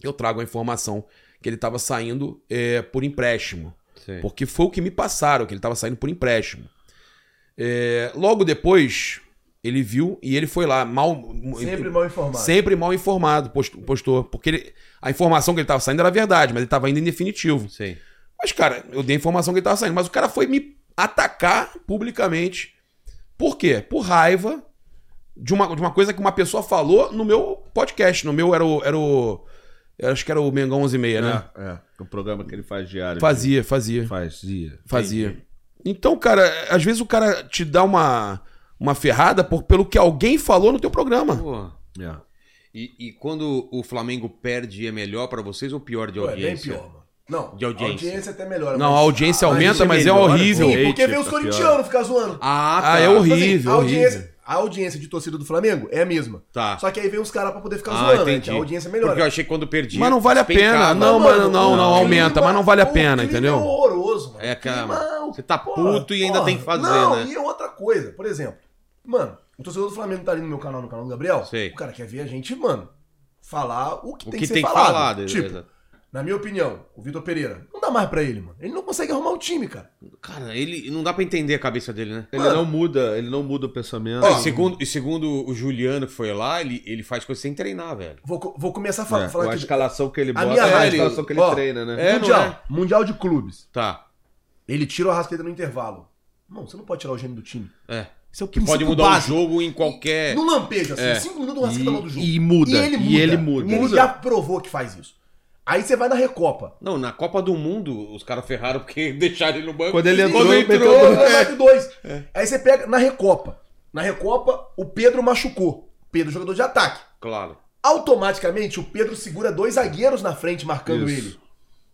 eu trago a informação que ele estava saindo é, por empréstimo. Sim. Porque foi o que me passaram, que ele estava saindo por empréstimo. É, logo depois, ele viu e ele foi lá, mal. Sempre mal informado. Sempre mal informado, post- postou. Porque ele- a informação que ele tava saindo era verdade, mas ele tava indo em definitivo. Sim. Mas, cara, eu dei a informação que ele tava saindo. Mas o cara foi me atacar publicamente. Por quê? Por raiva de uma, de uma coisa que uma pessoa falou no meu podcast. No meu era o. Era o eu acho que era o Mengão 11 e meia, né? É, é. O programa que ele faz diário. Fazia, fazia. Fazia. Fazia. Então, cara, às vezes o cara te dá uma, uma ferrada por, pelo que alguém falou no teu programa. Pô. É. E, e quando o Flamengo perde é melhor pra vocês ou pior de Pô, é bem audiência? pior, mano. Não, De audiência. até melhora. Não, a mas- audiência Ah, aumenta, mas é melhora, horrível. sim. Sim, porque Hate, vem os tá corintianos ficar zoando. Tipo assim, Ah, Ah, tá. é horrível. a, horrível. audiência, a audiência de torcida do Flamengo é a mesma. Tá. Só que aí vem os caras pra poder ficar Ah, zoando. né? entendi. A audiência Porque eu melhora. achei que quando perdi. Mas não vale a despencava. pena, não. mano, não, não, o aumenta, mas não vale a o pena, clima entendeu? É horroroso, mano. É aquela- Climão, você tá puto e ainda tem que fazer, não, né? e é outra coisa, por exemplo. Mano, o torcedor do Flamengo tá ali no meu canal, no canal do Gabriel. Sei. O cara quer ver a gente, mano, falar o que O tem que que ser tem que falado. falar, tipo, exato. na minha opinião, o Vitor Pereira, não dá mais pra ele, mano. Ele não consegue arrumar o time, cara. Cara, ele não dá pra entender a cabeça dele, né? Ele não muda, ele não muda o pensamento. É, e, segundo, e segundo o Juliano que foi lá, ele, ele faz coisa sem treinar, velho. Vou, co- vou começar a falar, É, falar a aqui. escalação que ele A bota, minha é a análise, escalação que ele ó, treina, né? é, não mundial, é? mundial de clubes. Tá. Ele tira o Arrascaeta no intervalo. Não, você não pode tirar o gênio do time. É. Isso é o Que princípio pode mudar básico. o jogo em qualquer. Num lampejo, assim, É. cinco minutos o Arrascaeta E- muda o jogo. e muda, ele e muda. ele muda. Ele Muda. já provou que faz isso. Aí você vai na Recopa. Não, na Copa do Mundo, os caras ferraram porque deixaram ele no banco. Quando ele entrou, Quando meteu entrou, Ele vai pro dois. é. Aí você pega na Recopa. Na Recopa, o Pedro machucou. Pedro, jogador de ataque. Claro. Automaticamente, o Pedro segura dois zagueiros na frente marcando Isso. ele. O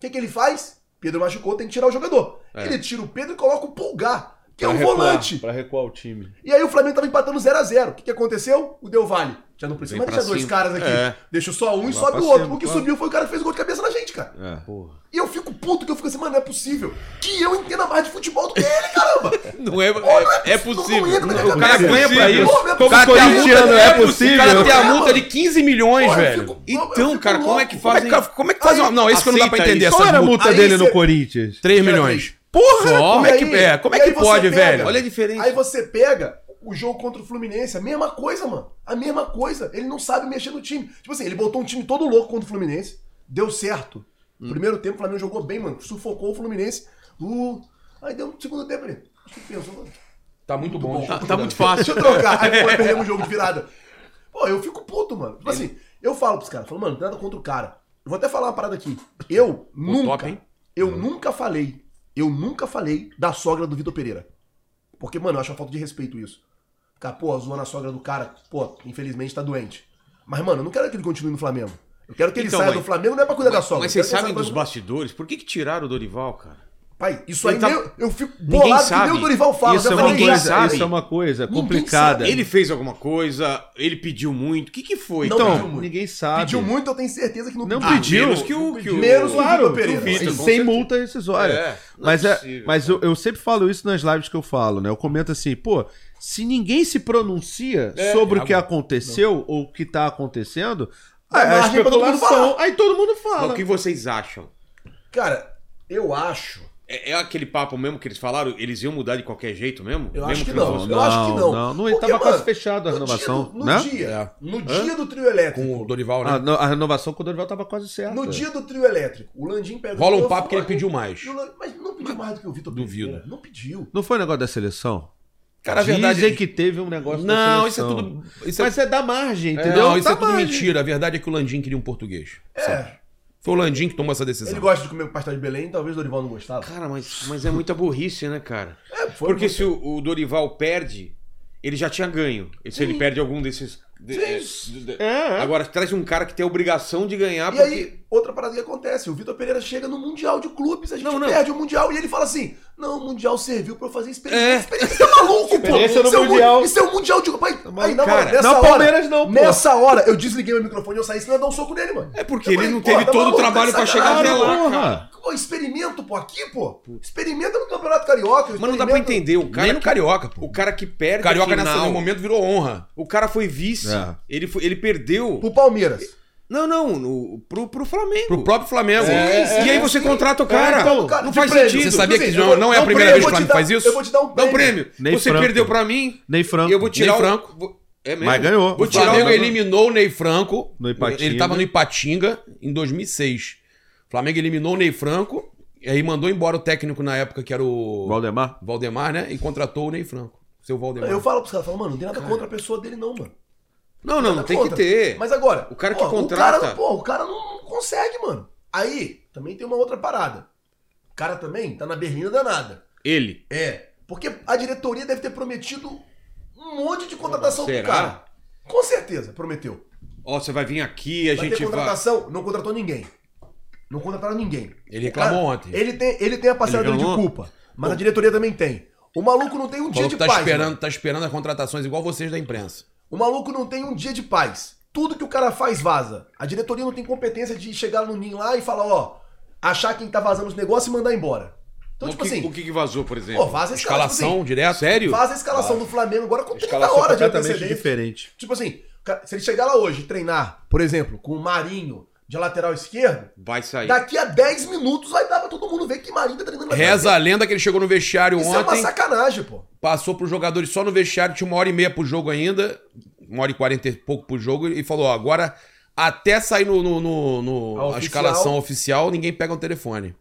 que, que ele faz? Pedro machucou, tem que tirar o jogador. É. Ele tira o Pedro e coloca o Pulgar, que é Pra um recuar, volante. Pra recuar o time. E aí o Flamengo tava empatando 0x0. O que, que aconteceu? O Del Valle. Já não precisa Vem mais deixar pra dois cima. caras aqui. É. Deixa só um Lá e sobe pra o outro. cima, o que claro. subiu foi o cara que fez gol de cabeça na gente, cara. É. E eu fico puto que eu fico assim, mano, não é possível. Que eu entenda mais de futebol do que ele, caramba. Não é, Olha, é, é possível. não entra na minha O cara cabeça. ganha pra Possível. isso. né? Como O cara tem a corintiano, multa- é o possível. cara tem a multa de 15 milhões, Porra, eu velho. fico- eu então, fico cara, como louco. é que faz? Como é que- como é que faz uma... Não, Então isso que não dá pra Aceita entender. isso. Essas Qual era a multas. multa Aí dele você- no Corinthians? 3 Tira milhões. três. Porra! Só? Como é que, é, como é que pode, velho? Olha a diferença. Aí você pega o jogo contra o Fluminense, a mesma coisa, mano. A mesma coisa. Ele não sabe mexer no time. Tipo assim, ele botou um time todo louco contra o Fluminense. Deu certo. Primeiro tempo, o Flamengo jogou bem, mano. Sufocou o Fluminense. Uh, aí deu um segundo tempo ali. Acho que pensou, mano. Tá muito bom. Tá- tá muito fácil. Deixa eu trocar. Aí pô, perdemos o jogo de virada. Pô, eu fico puto, mano. Tipo assim, eu falo pros caras, falo, mano, nada contra o cara. Eu vou até falar uma parada aqui. Eu nunca, top, hein? eu nunca falei, eu nunca falei da sogra do Vitor Pereira. Porque, mano, eu acho uma falta de respeito isso. Ficar, pô, zoando a sogra do cara, pô, infelizmente tá doente. Mas, mano, eu não quero que ele continue no Flamengo. Eu quero que ele Então, saia mas- do Flamengo, não é pra cuidar da sogra. Mas eu vocês quero que sabem ele saia dos do- bastidores? Por que, que tiraram o Dorival, cara? Pai, isso Ele aí, tá- eu, eu fico Ninguém bolado que sabe. nem o Dorival fala. Isso é, eu uma falei, ninguém cara, um coisa, sabe. isso é uma coisa Ninguém complicada. Ele fez alguma coisa? Ele pediu muito? O que, que foi? Não Então, pediu muito. Ninguém é sabe. Pediu muito, eu tenho certeza que não, Não ah, pediu. Menos que o... Que o Menos Claro, que o Vitor Pereira. duvido. E com sem certeza. multa rescisória. É, não mas é é- possível, mas eu, eu sempre falo isso nas lives que eu falo, né? Eu comento assim, pô, se ninguém se pronuncia É, sobre o que aconteceu ou o que tá acontecendo, Dá é a margem pra todo mundo especulação. Aí todo mundo fala. O que vocês acham? Cara, eu acho. É, é aquele papo mesmo que eles falaram? Eles iam mudar de qualquer jeito mesmo? Eu mesmo acho que que não. fosse- eu acho que não. Não, não, Porque, tava mano, quase fechado a no renovação, dia do- no né? dia, no Hã? dia do trio elétrico. Com o Dorival, né? A, no- a renovação com o Dorival tava quase certa. No dia do trio elétrico, o Landim pegou. Rola um eu papo que ele falei, pediu mais. e o Lan- Mas não pediu mais do que o Vitor Duvido. né? Pereira, Não pediu. Não foi negócio da seleção? Cara, a verdade Dizem é que teve um negócio da Não, isso é seleção. tudo. Isso é- Mas é da margem, É, entendeu? Não, isso Dá é tudo margem. mentira. A verdade é que o Landim queria um português. É. Foi o Landim que tomou essa decisão. Ele gosta de comer pastel de Belém, talvez o Dorival não gostava. Cara, mas, mas é muita burrice, né, cara? É, foi Porque muito- se o, o Dorival perde, ele já tinha ganho. E Se ele perde algum desses... de- Sim. é, de- de- É, é. Agora, traz um cara que tem a obrigação de ganhar E aí, outra parada que acontece, o Vitor Pereira chega no Mundial de Clubes, a gente Não, não. perde o Mundial e ele fala assim: Não, o Mundial serviu pra eu fazer experiência. É. Experiência você é maluco, pô! Experiência no Isso é o mu- Mundial. Isso é o Mundial de. Pai, aí, na Tá cara, é hora, nessa não, hora, Palmeiras não, pô. Nessa hora, eu desliguei meu microfone e eu saí, senão eu ia dar um soco nele, mano. É porque Eu ele falei, não pô, teve tá todo o maluco, trabalho tá pra chegar até sacanagem, lá, porra. cara. Pô, experimento, pô, aqui, pô. Experimenta no Campeonato Carioca. Mas não dá pra experimenta- entender. O Nem cara, no Carioca, pô. o cara que perde O Carioca a nessa- final, no momento virou honra. o cara foi vice. É. Ele, foi- ele perdeu. Pro Palmeiras. Não, não, no, pro, pro Flamengo. Pro próprio Flamengo. e aí você contrata o cara. então, cara, não de faz prêmio. sentido. Você sabia que Assim, não, eu- não é eu a vou- primeira eu vez que vou o te Flamengo dar- faz isso? eu vou te dar um Dá um prêmio. prêmio. Nem você Franco. perdeu pra mim. Nem Franco. Eu vou tirar Nem o Franco. vou- É mesmo. Mas ganhou. Vou O tirar Flamengo o eliminou o Ney Franco. No Ipatinga. Ele tava no Ipatinga em 2006. O Flamengo eliminou o Ney Franco. E aí mandou embora o técnico na época, que era o Valdemar? Valdemar, né? E contratou o Ney Franco. Seu Valdemar. Eu falo pros caras, falo, mano, não tem nada contra a pessoa dele, não, mano. Não, não, não Nada tem que contra. ter. Mas agora, O cara que ó, contrata- O cara, pô, o cara não consegue, mano. Aí, também tem uma outra parada. O cara também tá na berlina danada. Ele. É. Porque a diretoria deve ter prometido um monte de contratação pro Será? cara. Com certeza, prometeu. Ó, você vai vir aqui, a Vai gente ter vai. contratação, não contratou ninguém. Não contrataram ninguém. Ele reclamou Cara, ontem. Ele tem, ele tem a parcela Ele dele de reclamou? culpa, mas a diretoria também tem. O maluco não tem um O dia maluco de tá paz. esperando, mano. tá esperando as contratações igual vocês da imprensa. O maluco não tem um dia de paz. Tudo que o cara faz vaza. A diretoria não tem competência de chegar no ninho lá e falar, ó, achar quem tá vazando os negócios e mandar embora. Então, O tipo que- assim, o que que vazou, por exemplo? pô, vaza a escala, tipo Escalação direto. Sério? assim, vaza a escalação do Flamengo agora com 30 Escalação horas de completamente antecedência. diferente. Tipo assim, o cara- se ele chegar lá hoje e treinar, por exemplo, com o Marinho, de lateral esquerdo, Vai sair. daqui a 10 minutos vai dar pra todo mundo ver que Marinho tá treinando lateral Reza a lenda que ele chegou no vestiário esquerdo. Isso é uma ontem, sacanagem, pô. passou pros jogadores só no vestiário, tinha uma hora e meia pro jogo ainda, uma hora e quarenta e pouco pro jogo, e falou: ó, agora até sair no, no- no- no- A a, oficial. escalação oficial, ninguém pega o telefone.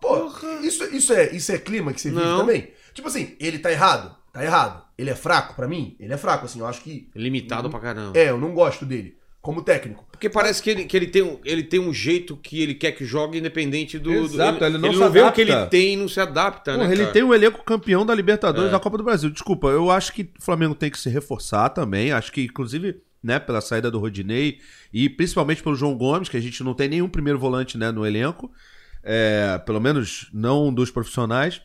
Pô, isso, isso, é, isso é clima que você vive Não. também? Tipo assim, ele tá errado? Tá errado. Ele é fraco pra mim? Ele é fraco, assim, eu acho que... Limitado pra caramba. É, eu não gosto dele, como técnico. Porque parece que, ele, que ele, tem um, ele tem um jeito que ele quer que jogue, independente do. do- Exato, ele não se vê o adapta. que ele tem e não se adapta, Porra, né? ele cara? É. tem um elenco campeão da Libertadores da Copa do Brasil. Desculpa, eu acho que o Flamengo tem que se reforçar também. Acho que, inclusive, né, pela saída do Rodinei e principalmente pelo João Gomes, que a gente não tem nenhum primeiro volante né, no elenco. É, pelo menos não um dos profissionais.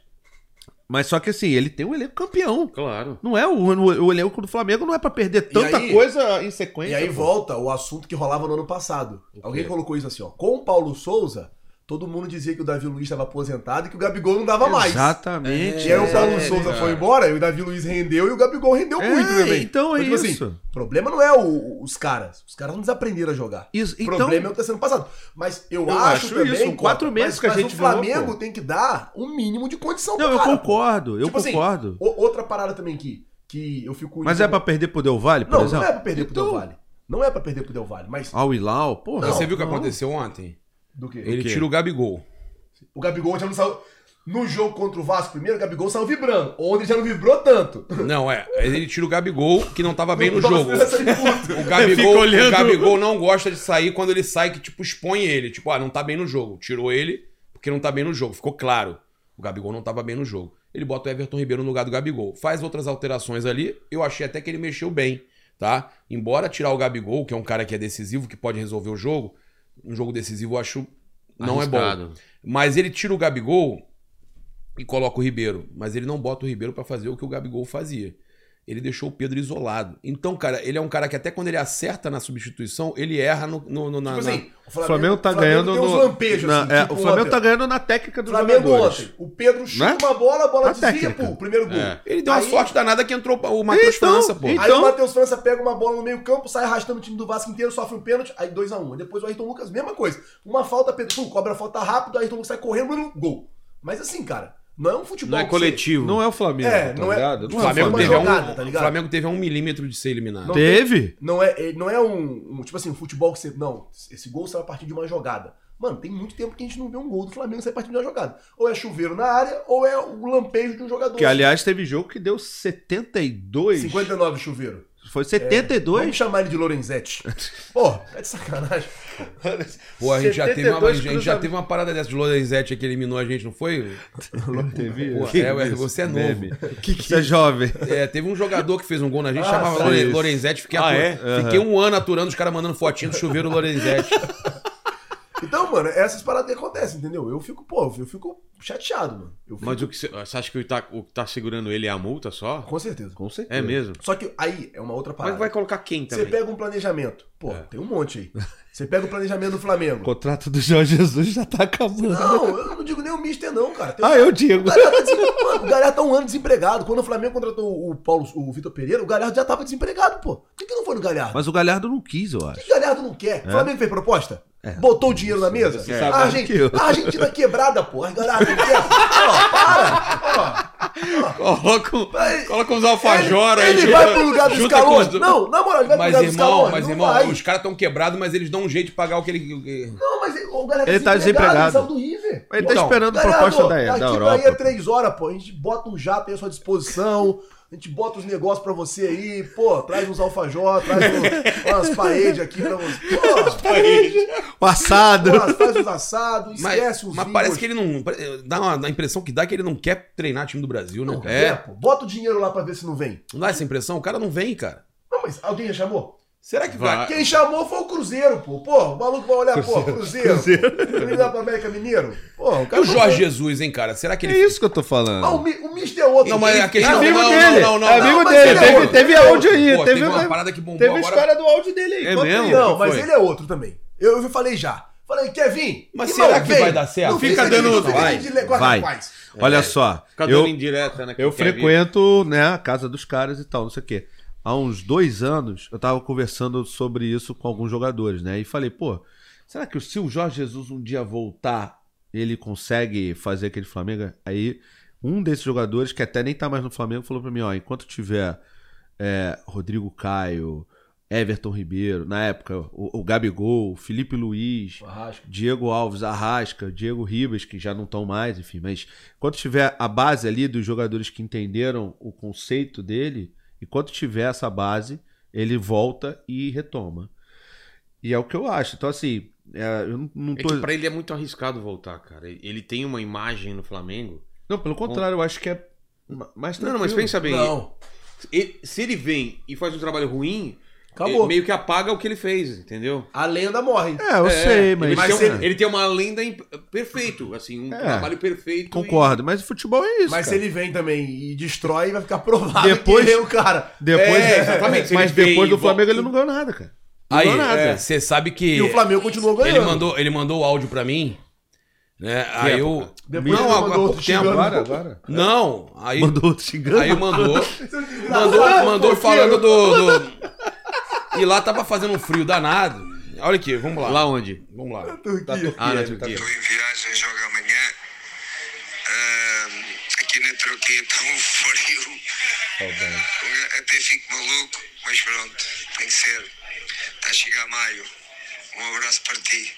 Mas só que assim, ele tem um elenco campeão. Claro. Não é o, o, o elenco do Flamengo não é pra perder tanta aí- coisa em sequência. E aí pô. volta o assunto que rolava no ano passado. Alguém colocou isso assim, ó. Com o Paulo Souza, todo mundo dizia que o Davi Luiz estava aposentado e que o Gabigol não dava mais. Exatamente. E aí o Paulo É, Souza cara. foi embora, e o Davi Luiz rendeu e o Gabigol rendeu É, muito também. então é Mas, tipo isso. o problema não é o- os caras. Os caras não desaprenderam a jogar. Isso, O então- problema é o que tá sendo passado. Mas eu, Eu acho, acho também. isso, Copa, quatro meses mas- que a mas gente o virou, Flamengo pô. tem que dar um mínimo de condição Não, pro eu cara, pô. concordo, eu Tipo assim, concordo. o- outra parada também que, que eu fico. Mas é pra perder pro Del Valle, por Não, exemplo? não é pra perder pro Então- Del Valle. Não é pra perder pro Del Valle, mas. Ao Hilal, porra. Não, Você viu o que não. aconteceu ontem? Do quê? Ele quê? tira o Gabigol. O Gabigol já não saiu. No jogo contra o Vasco primeiro, o Gabigol saiu vibrando. Ontem ele já não vibrou tanto. Não, é. Ele tira o Gabigol, que não tava bem no Nossa, jogo. essa Tipo de puta. O Gabigol, Fica o olhando. Gabigol não gosta de sair quando ele sai, que tipo, expõe ele. Tipo, ah, não tá bem no jogo. Tirou ele porque não tá bem no jogo. Ficou claro. O Gabigol não tava bem no jogo. Ele bota o Everton Ribeiro no lugar do Gabigol. Faz outras alterações ali. Eu achei até que ele mexeu bem, tá? Embora tirar o Gabigol, que é um cara que é decisivo, que pode resolver o jogo, um jogo decisivo eu acho não é bom. Arriscado. Mas ele tira o Gabigol e coloca o Ribeiro. Mas ele não bota o Ribeiro pra fazer o que o Gabigol fazia. Ele deixou o Pedro isolado. Então, cara, ele é um cara que até quando ele acerta na substituição, ele erra no, no- no- na, Tipo assim, na- O Flamengo tá ganhando. Tem uns no- lampejos, na- assim, é, tipo o Flamengo ontem. tá ganhando na técnica dos Flamengo jogadores. ontem. O Pedro chuta Né? uma bola, a bola Na desvia, técnica. pô, primeiro gol. É. Ele deu uma Aí- sorte danada que entrou o Matheus Então, França, pô. e- Aí Então- o Matheus França pega uma bola no meio campo, sai arrastando o time do Vasco inteiro, sofre um pênalti, aí 2x1. Depois o Ayrton Lucas, mesma coisa. Uma falta, Pedro, pum, cobra a falta rápido, o Ayrton Lucas sai correndo, blum, gol. Mas assim, cara, não é um futebol Não é que coletivo. Não é o Flamengo, É, tá não é- ligado? o O Flamengo, Foi uma teve a um, jogada, tá ligado? o Flamengo teve a um milímetro de ser eliminado. Não. Teve? Não é, é- não é um, um- Tipo assim, um futebol que você. Não, esse gol saiu a partir de uma jogada. Mano, tem muito tempo que a gente não vê um gol do Flamengo sair a partir de uma jogada. Ou é chuveiro na área, ou é o lampejo de um jogador. Que aliás teve jogo que deu 72. 59 chuveiro. Foi Vamos 72. chamar ele de Lorenzetti. Pô, é de sacanagem. É. Pô, a gente, já teve, uma, a 72 gente já teve uma parada dessa de Lorenzetti que eliminou a gente, não foi? Teve Pô, Que é, ué, isso? você é novo. Meme. Você é jovem. É, teve um jogador que fez um gol na gente, Ah, chamava sim. Lore- Lorenzetti. Fiquei, Ah, atu- é? fiquei um ano aturando os caras mandando fotinho do chuveiro Lorenzetti. Então, mano, essas paradas que acontecem, entendeu? Eu fico, pô, eu fico chateado, mano. Eu fico, Mas o que você, você acha que o tá, o que tá segurando ele é a multa só? Com certeza. Com certeza. É mesmo. Só que aí é uma outra parada. Mas vai colocar quem Você também? É. pega um planejamento. Pô, tem um monte aí. Você pega o planejamento do Flamengo. O contrato do João Jesus já tá acabando. Não, eu não digo nem o Mister, não, cara. Tem Ah, eu digo. O Galhardo, tá desem- Mano, o Galhardo tá um ano desempregado. Quando o Flamengo contratou o Paulo, o Vitor Pereira, o Galhardo já tava desempregado, pô. Por que, que não foi no Galhardo? Mas o Galhardo não quis, eu acho. O que o Galhardo não quer? O Flamengo fez proposta? Botou o dinheiro na mesa? É. Você sabe A, mais Argen- que eu. a Argentina quebrada, pô. O Galhardo não quer. Ó, para. Coloca, um- Aí- coloca uns alfajora ele, ele junta- vai pro lugar dos junta com calões? os do- Não, na moral, ele vai pro Mas, lugar dos irmão, calões? mas, não irmão, vai. os caras estão quebrados, mas eles dão um jeito de pagar o que ele. Não, mas ele- o Galhardo Ele tá ele desempregado. saiu do River. Ele tá Então, esperando Galhardo, proposta da, daqui da pra aí é Europa. três horas, pô. A gente bota um jato aí à sua disposição. A gente bota os negócios pra você aí. Pô, traz uns alfajor, traz um- umas paredes aqui pra você. Pô, Passado. pô, faz uns assados, Mas, esquece uns mas parece que ele não. eh, Dá uma, dá a impressão que dá que ele não quer treinar time do Brasil, né? Não, cara? é. pô. Bota o dinheiro lá pra ver se não vem. Não dá essa impressão? O cara não vem, cara. Não, mas alguém já chamou? Será que vai? Vai. Quem chamou foi o Cruzeiro, pô. Pô, o maluco vai olhar, pô, Cruzeiro. Cruzeiro. Ele dá pro América Mineiro. Pô, o E cara. o Jorge Jesus, hein, cara? Será que É ele. isso que eu tô Ah, o, falando. Mi, o Mister é outro. Não, mas a É questão amigo não, dele. não, não, não, é não. amigo mas dele. ele é Teve, outro. teve áudio aí. Pô, teve teve uma parada que bombou teve a agora. história do áudio dele aí. É conta aí. mesmo? Não, que mas foi? ele é outro também. Eu, eu falei já. Falei, quer vir? Mas Irmão, será que vem. vai dar certo? Não Fica fica dando- dando. vai, vai. É. Olha só. Fica eu- dando indireta, né? que Eu quer vir. frequento, né, a casa dos caras e tal, não sei o quê. Há uns dois anos, eu tava conversando sobre isso com alguns jogadores, né? E falei, pô, Será que se o Jorge Jesus um dia voltar, ele consegue fazer aquele Flamengo? Aí um desses jogadores, que até nem tá mais no Flamengo, falou pra mim, ó, enquanto tiver é, Rodrigo Caio, Everton Ribeiro, na época, o, o Gabigol, Felipe Luiz, Diego Alves, Arrasca, Diego Ribas, que já não estão mais, enfim, mas quando tiver a base ali dos jogadores que entenderam o conceito dele, e quando tiver essa base, ele volta e retoma. E é o que eu acho. Então, assim, é, eu não, não É tô. que pra ele é muito arriscado voltar, cara. Ele tem uma imagem no Flamengo. Não, pelo contrário, eu acho que é ma- mais Não, tranquilo. não, mas pensa bem. Não. ele- se ele vem e faz um trabalho ruim, Acabou. ele meio que apaga o que ele fez, entendeu? A lenda morre. É, eu sei, mas. ele, mas tem um- se ele- ele tem uma lenda imp- perfeito, assim, um É. trabalho perfeito. e- Concordo, mas o futebol é isso. Mas se cara. ele vem também e destrói, vai ficar provado Depois- que ele é o cara. Depois, É, exatamente, se mas ele vem depois e do volta- Flamengo ele não ganhou nada, cara. Não Aí, ganhou é nada. você sabe que. É, E o Flamengo continuou ganhando. Ele mandou, ele mandou o áudio pra mim. Né? Aí eu. Depois Não, ele agora- mandou outro pouco tempo xingando. Agora, agora. Não, aí. né? Mandou outro xingando. Aí mandou. Mandou, mandou falando do, do- E lá tava fazendo um frio danado. Olha aqui, vamos lá. Lá onde? Vamos lá. Turquia. Ah, na Turquia. Estou em viagem, jogo amanhã. Ahm, aqui na Turquia está um frio. Eu Até fico maluco, mas pronto, tem que ser. Está a chegar maio. Um abraço para ti.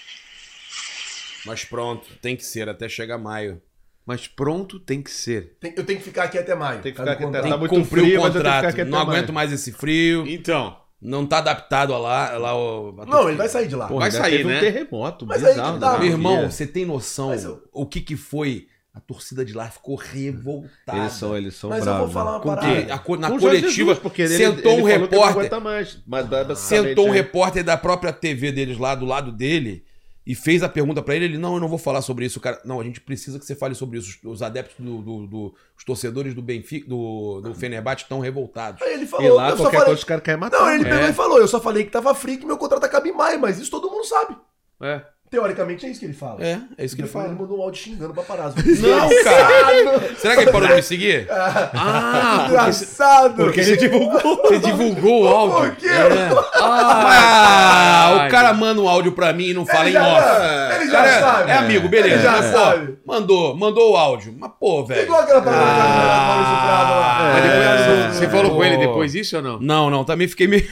Mas pronto, tem que ser até chegar maio. Mas pronto tem que ser. Tem- Eu tenho que ficar aqui até maio. Tem que ficar Tá no aqui até- contrato. Tá Tem que muito cumprir frio, o mas eu tenho que ficar contrato. aqui até Não aguento maio. mais esse frio. Então, Não tá adaptado a lá, lá o- a Não, ele vai sair de lá. vai Ainda sair, teve né? um terremoto Mas aí que bizarro. tá, né? Meu irmão, Porque você tem noção Mas eu- o que que foi? A torcida de lá ficou revoltada. Eles são, eles são Tá, Mas eu vou bravos. falar uma Com parada. que- a co- na Com o Jorge coletiva, Jesus, porque ele- ele sentou um falou que não repórter. aguenta mais, mas basicamente, Sentou um é. repórter da própria TV deles lá, do lado dele, e fez a pergunta pra ele. Ele, não, eu não vou falar sobre isso, cara. Não, a gente precisa que você fale sobre isso. Os adeptos do... do- do- os torcedores do Benfica, do, do Fenerbahçe estão revoltados. Aí ele E falou, lá, eu só qualquer falei. coisa, os caras querem matar. Não, ele É. né? pegou e falou, eu só falei que tava frio que meu contrato acaba em maio, mas isso todo mundo sabe. é. Teoricamente é isso que ele fala. É, é isso que ele Depois fala. mandou um áudio xingando pra parar. Não, cara! Será que ele parou de me seguir? Ah, porque se- Engraçado! Porque ele divulgou. Você divulgou o áudio. Por quê? É. Ah, o cara manda um áudio pra mim e não fala em já- off. ele já Cara, sabe. É amigo, beleza. Ele já Mas, pô, sabe. Mandou, mandou o áudio. Mas, pô, velho. Igual aquela parada que Ah. o Maurício Prado lá. mas depois- É. você falou com ele Pô. depois isso ou não? Não, não, também fiquei meio.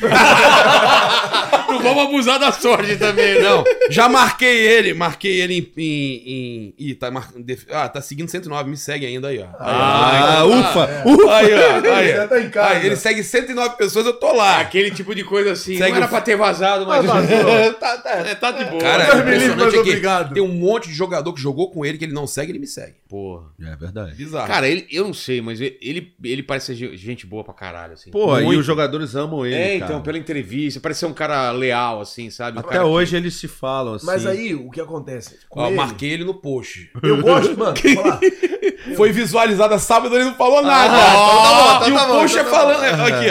Não vamos abusar da sorte também, Não, já marquei ele, marquei ele em. em, em- Ih, tá mar... def- Ah, tá seguindo 109, me segue ainda aí, ó. Ah, ufa, ufa! Aí, ó, aí. Já tá em casa. Aí, ele segue 109 pessoas, eu tô lá. Aquele tipo de coisa assim. Segue não era o- pra ter vazado, mas. tá, tá, é, tá de boa. Cara, Deus o me livre, mas impressionante é que obrigado. tem um monte de jogador que jogou com ele que ele não segue, ele me segue. Porra. É verdade. Bizarro. Cara, ele, eu não sei, mas ele, ele parece ser ge- gente boa pra caralho, assim. Pô, e Muito. os jogadores amam ele, É, cara. então, pela entrevista, parece ser um cara leal, assim, sabe? Um Até cara que- hoje eles se falam assim. Mas aí, o que acontece? Com Ó, ele, marquei ele no post. Eu gosto, mano, vou falar. Foi visualizada sábado, ele não falou nada. Ah, tá, tá bom, e tá, tá o bom, post tá é bom. falando. Aqui,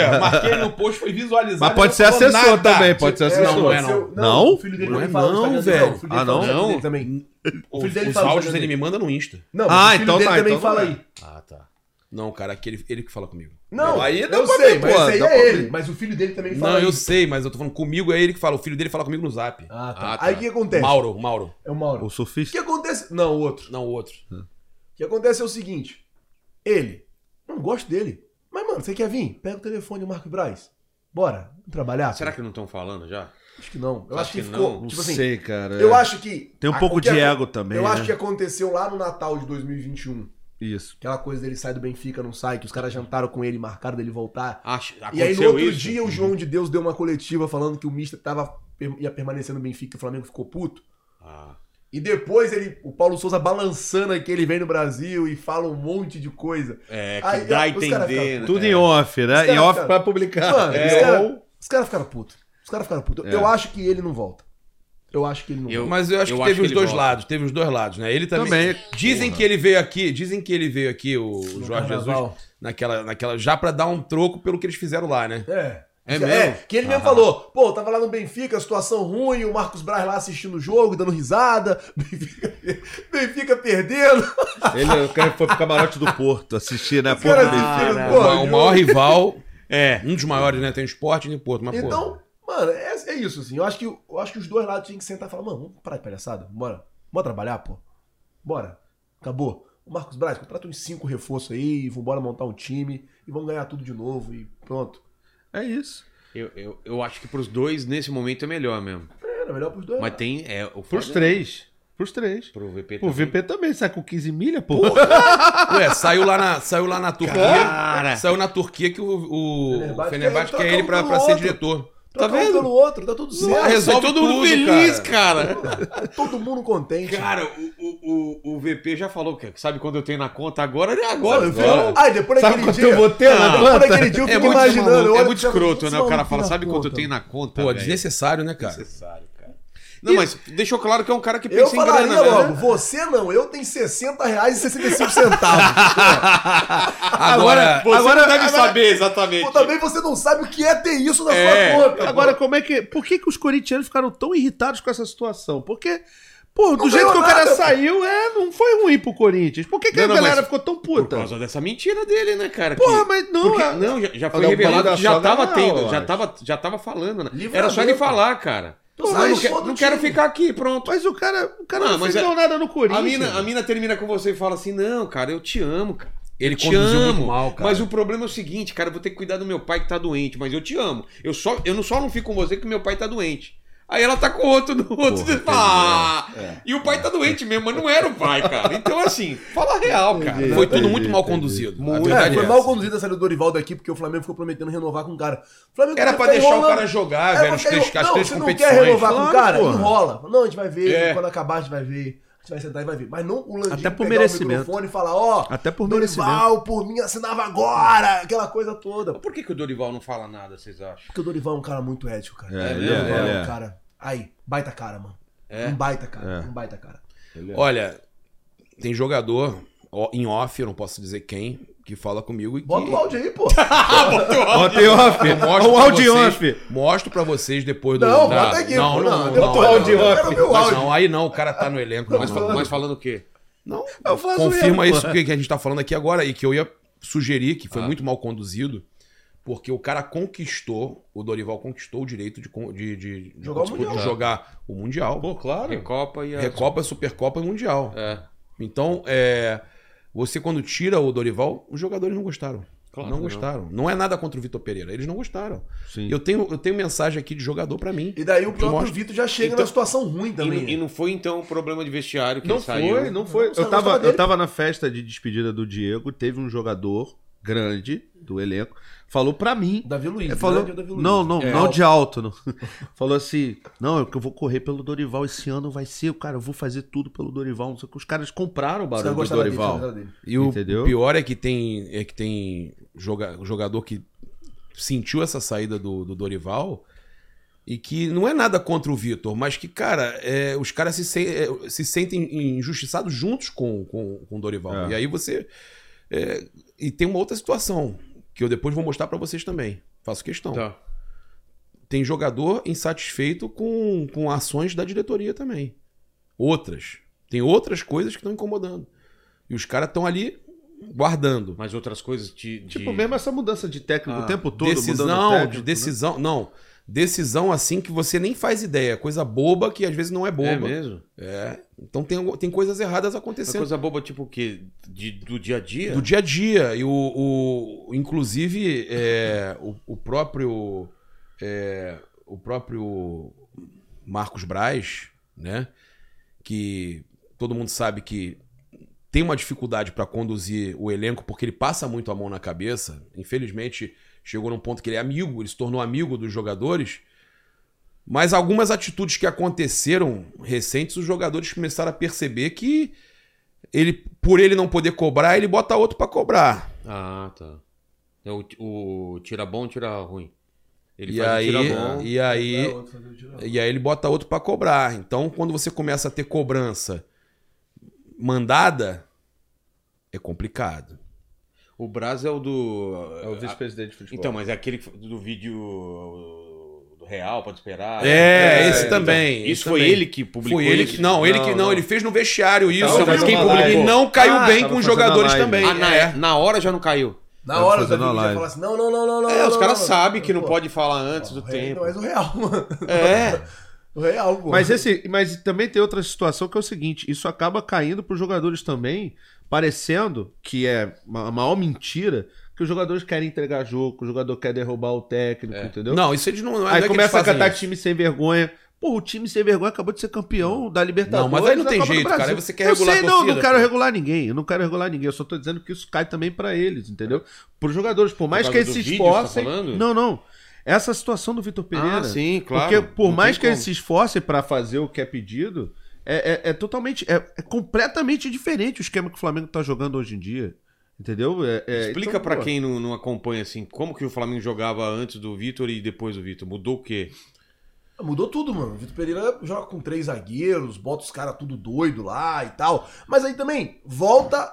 ó. Marquei ele no post, foi visualizado. Mas ele pode não ser falou assessor nada. também, pode ser É, assessor. não é, pode ser o- Não? O filho dele Não é também fala no não, Instagram dele, velho. o filho dele Ah, fala no não? Instagram dele Não. também. O filho dele Os fala no áudios Instagram ele me manda no Insta. Não, Ah, o filho então dele tá, também então fala é. tá. aí. né, Ah, tá. Não, cara, aquele, ele que fala comigo. Não, Aí dá eu pra sei, ver, mas pô, esse aí dá pra é ele. ver. Mas o filho dele também fala Não, eu isso. sei, mas eu tô falando comigo, é ele que fala. O filho dele fala comigo no zap. Ah, tá. Ah, tá. Aí o que acontece? Mauro, Mauro. É o Mauro. O O que surfista. acontece? Não, o outro. Não, o outro. O que acontece é o seguinte. Ele. Não gosto dele. Mas, mano, você quer vir? Pega o telefone, o Marco Braz. Bora. Vamos trabalhar? Será que não estão falando já? Acho que não. Eu Acho acho que que ficou. Não Tipo assim. sei, cara. Eu acho que. Tem um a- pouco o que de a- ego também, Eu né? acho que é aconteceu lá no Natal de 2021. Isso. Aquela coisa dele sai do Benfica, não sai, que os caras jantaram com ele, marcaram dele voltar. Acho, E aí no outro dia o João de Deus deu uma coletiva falando que o Mister tava, ia permanecer no Benfica e o Flamengo ficou puto. Ah, E depois ele, o Paulo Souza balançando aqui, ele vem no Brasil e fala um monte de coisa. é, que Aí, dá a os caras entender. ficam- né? Tudo É. em off, né? Em Cara, off cara. pra publicar. Mano, É. os, cara, os caras ficaram putos. Os caras ficaram putos. É. Eu acho que ele não volta. Eu acho que ele não Eu- volta. Mas eu acho eu que acho teve que os ele dois volta. lados, teve os dois lados, né? Ele também. Também. Dizem que ele veio aqui, dizem que ele veio aqui, o Jorge Jesus, carnaval. naquela, naquela. Já pra dar um troco pelo que eles fizeram lá, né? É. É É, mesmo? que ele mesmo falou, pô, eu tava lá no Benfica, situação ruim, o Marcos Braz lá assistindo o jogo, dando risada, Benfica, Benfica perdendo. Ele o cara foi pro camarote do Porto assistir, né? Porto caras Benfica. O assistindo, ma- o jogo. Tá maior rival. É. Um dos maiores, né? Tem o esporte e tem o Porto. Mas, pô, Então, Mano, é, é isso, assim. Eu acho, que, eu acho que os dois lados tinham que sentar e falar, mano, vamos parar de palhaçada? Bora. Bora trabalhar, pô. Bora. Acabou. O Marcos Braz, contrata uns cinco reforços aí, vambora montar um time e vamos ganhar tudo de novo e pronto. É isso. Eu, eu, eu acho que pros dois, nesse momento, é melhor mesmo. Era melhor pros dois. Mas tem. É, o Pros foda- três. Pros três. Pro VP O também. VP também sai com 15 milha, pô. Ué, saiu lá na, saiu lá na Turquia. Cara. Saiu na Turquia que o, o Fenerbahçe Fenerbahçe quer quer ele pra, trocar um pra pelo ser outro. diretor. Troca tá vendo? um pelo outro, tá tudo certo. Resolve todo mundo tudo, feliz, cara. Todo mundo contente. Cara, o, o, o, o VP já falou que sabe quando eu tenho na conta agora? Ele é agora. Olha, eu fico- Ai, depois Sabe daquele quanto dia. eu vou ter na depois conta? daquele dia eu É fico muito, imaginando. maluco, eu é olho muito e falo, escroto, esse né? O cara maluco fala, na sabe quanto eu conta? tenho na conta, Pô, velho? desnecessário, né, cara? Desnecessário, cara. Não, mas deixou claro que é um cara que Eu pensa em falaria grana, logo, né? você não, eu tenho 60 reais e 65 centavos. Agora, Você Agora- não deve agora- saber exatamente. Pô, também você não sabe o que é ter isso na É, sua conta. Agora, como é que. Por que, que os corintianos ficaram tão irritados com essa situação? Porque, pô, do Não jeito ganhou que o cara nada, pô. saiu, é, não foi ruim pro Corinthians. Por que, que Não, a não, galera mas- ficou tão Por puta? causa dessa mentira dele, né, cara? Que- Porra, mas não. Porque- é- não, já, já foi Olha, o revelado Paulo que da já Sogra tava não, tendo, eu já acho. tava, já tava falando, né? Livramento. Era só ele falar, cara. Tu Ah, sai não, que- fora do não quero time. ficar aqui, pronto. Mas o cara, o cara Ah, não mas fez é- nada no Corinthians. A mina, a mina termina com você e fala assim: Não, cara, eu te amo, cara. Ele Eu te conduziu amo, muito mal, cara. Mas o problema é o seguinte, cara, eu vou ter que cuidar do meu pai que tá doente, mas eu te amo. Eu só, eu não só não fico com você que meu pai tá doente. Aí ela tá com outro do outro. você é, fala, ah, e o pai tá doente mesmo, mas não era o pai, cara. Então, assim, fala a real, cara. foi tudo muito mal conduzido. A É, verdade foi é mal essa. conduzida a saída do Dorival daqui, porque o Flamengo ficou prometendo renovar com o cara. O Flamengo Era quer pra ficar deixar o enrolando. cara jogar, Era velho, pra os ficar três, enro- as não, três você competições. Não quer renovar com o Claro, cara? porra. Enrola. Não, a gente vai ver, É. quando acabar a gente vai ver. A gente vai sentar e vai ver. Mas não o Landinho Até por pegar merecimento. o microfone e falar, ó, Até por Dorival, por mim, assinava agora. Aquela coisa toda. Por que, que o Dorival não fala nada, vocês acham? Porque o Dorival é um cara muito ético, cara. É, o ele é, Dorival ele um é. cara... Aí, baita cara, mano. É? Um baita cara, É. um baita cara. Olha, tem jogador ó, em off, eu não posso dizer quem, que fala comigo e que... Bota o áudio aí, pô. Bota em off. Eu mostro Um pra áudio vocês- off. Mostro pra vocês depois do... Não, da- bota aqui, Não, pô. não, não. eu tô não, áudio, não, eu quero meu Mas áudio. não, aí não, o cara tá no elenco. Não, Mas, não, fal- mas falando o quê? não. Eu falo Confirma zoeira, isso porra. que, que a gente tá falando aqui agora e que eu ia sugerir, que Ah. foi muito mal conduzido, porque o cara conquistou, o Dorival conquistou o direito de, con- de, de- de Jogar o disputa- Mundial. de jogar o Mundial. claro. Recopa e a... Recopa, Supercopa e Mundial. É. Então, é, você quando tira o Dorival, os jogadores não gostaram. Claro não que não. gostaram. Não. é nada contra o Vitor Pereira. Eles não gostaram. né? Sim. Eu tenho, eu tenho mensagem aqui de jogador pra mim. E daí o Eu próprio mostro. Vitor já chega Então- na situação ruim E, também. né? não- e não foi, então, o problema de vestiário que Não ele saiu? foi, não foi. Você Eu tava, gostava eu dele? tava na festa de despedida do Diego, teve um jogador grande do elenco, falou pra mim. Davi Luiz. Ele falou, grande Davi Luiz. não, não, É. não de alto. Não. Falou assim: não, é que eu vou correr pelo Dorival esse ano, vai ser, cara, eu vou fazer tudo pelo Dorival. Não sei o que os caras compraram o Os caras barulho do gostaram dele, Dorival. gostaram dele. E o Entendeu? pior é que tem, é que tem joga- jogador que sentiu essa saída do, do Dorival e que não é nada contra o Vitor, mas que, cara, é, os caras se, sen- é, se sentem injustiçados juntos com, com, com o Dorival. É. E aí você. é, e tem uma outra situação que eu depois vou mostrar pra vocês também. Faço questão. Tá. Tem jogador insatisfeito com, com ações da diretoria também. Outras. Tem outras coisas que estão incomodando. E os caras estão ali guardando. Mas outras coisas de... de- Tipo, mesmo essa mudança de técnico Ah, o tempo todo, decisão, mudando técnico, né? decisão, não. Decisão assim que você nem faz ideia, coisa boba que às vezes não é boba. É mesmo? É. Então tem, algu- tem coisas erradas Uma acontecendo coisa boba, tipo o quê? De- do dia a dia? do dia a dia. E o, o- inclusive é, o, o próprio é, o próprio Marcos Braz, né, que todo mundo sabe que tem uma dificuldade para conduzir o elenco porque ele passa muito a mão na cabeça. Infelizmente chegou num ponto que ele é amigo, ele se tornou amigo dos jogadores. Mas algumas atitudes que aconteceram recentes, os jogadores começaram a perceber que ele, por ele não poder cobrar, ele bota outro pra cobrar. Ah, tá. É o, o tira bom, tira ruim. Ele e, faz aí, o tira bom. e É, aí, outro fazer o tiro. e aí ele bota outro pra cobrar. Então, quando você começa a ter cobrança mandada, é complicado. O Braz é o do. né? É o vice-presidente de futebol. Então, mas é aquele que- do vídeo do Real, pode esperar. É, esse então. também, Isso esse foi também. ele que publicou. Foi ele isso? que não, ele que não, ele fez no vestiário isso, mas quem e publicou? não caiu Ah, bem tava com os fazendo a jogadores live. também. Ah, na, é. na hora já não caiu. Na Pode hora, fazer os na amigos já live. falam assim, não, não, não, não, não. É, não, os não, caras não. sabem que não Pô, pode falar antes do o rei- tempo. Não, mas o real, mano. É. O real, pô. Mas, esse, mas também tem outra situação que é o seguinte: isso acaba caindo para os jogadores também, parecendo que é ma- a maior mentira que os jogadores querem entregar jogo, que o jogador quer derrubar o técnico, entendeu? É. Não, isso eles não. não é aí que começa a eles fazem catar isso. time sem vergonha. Pô, o time sem vergonha acabou de ser campeão da Libertadores. Não, mas aí não da tem Copa do jeito, cara. Brasil. Aí você quer eu regular sei, a não, eu não torcida, quero pô. regular ninguém. Eu não quero regular ninguém. Eu só tô dizendo que isso cai também pra eles, entendeu? Para os jogadores, por mais causa que do eles se vídeo que você tá esforcem. falando? não, não. Essa situação do Vitor Pereira. Ah, sim, claro. Porque por Não mais tem que ele como. se esforce pra fazer o que é pedido, é, é- é totalmente, é, é completamente diferente o esquema que o Flamengo tá jogando hoje em dia. Entendeu? É- é- Explica então, pra pô, quem não, não acompanha assim, como que o Flamengo jogava antes do Vitor e depois do Vitor? Mudou o quê? Mudou tudo, mano. O Vitor Pereira joga com três zagueiros, bota os caras tudo doido lá e tal. Mas aí também, volta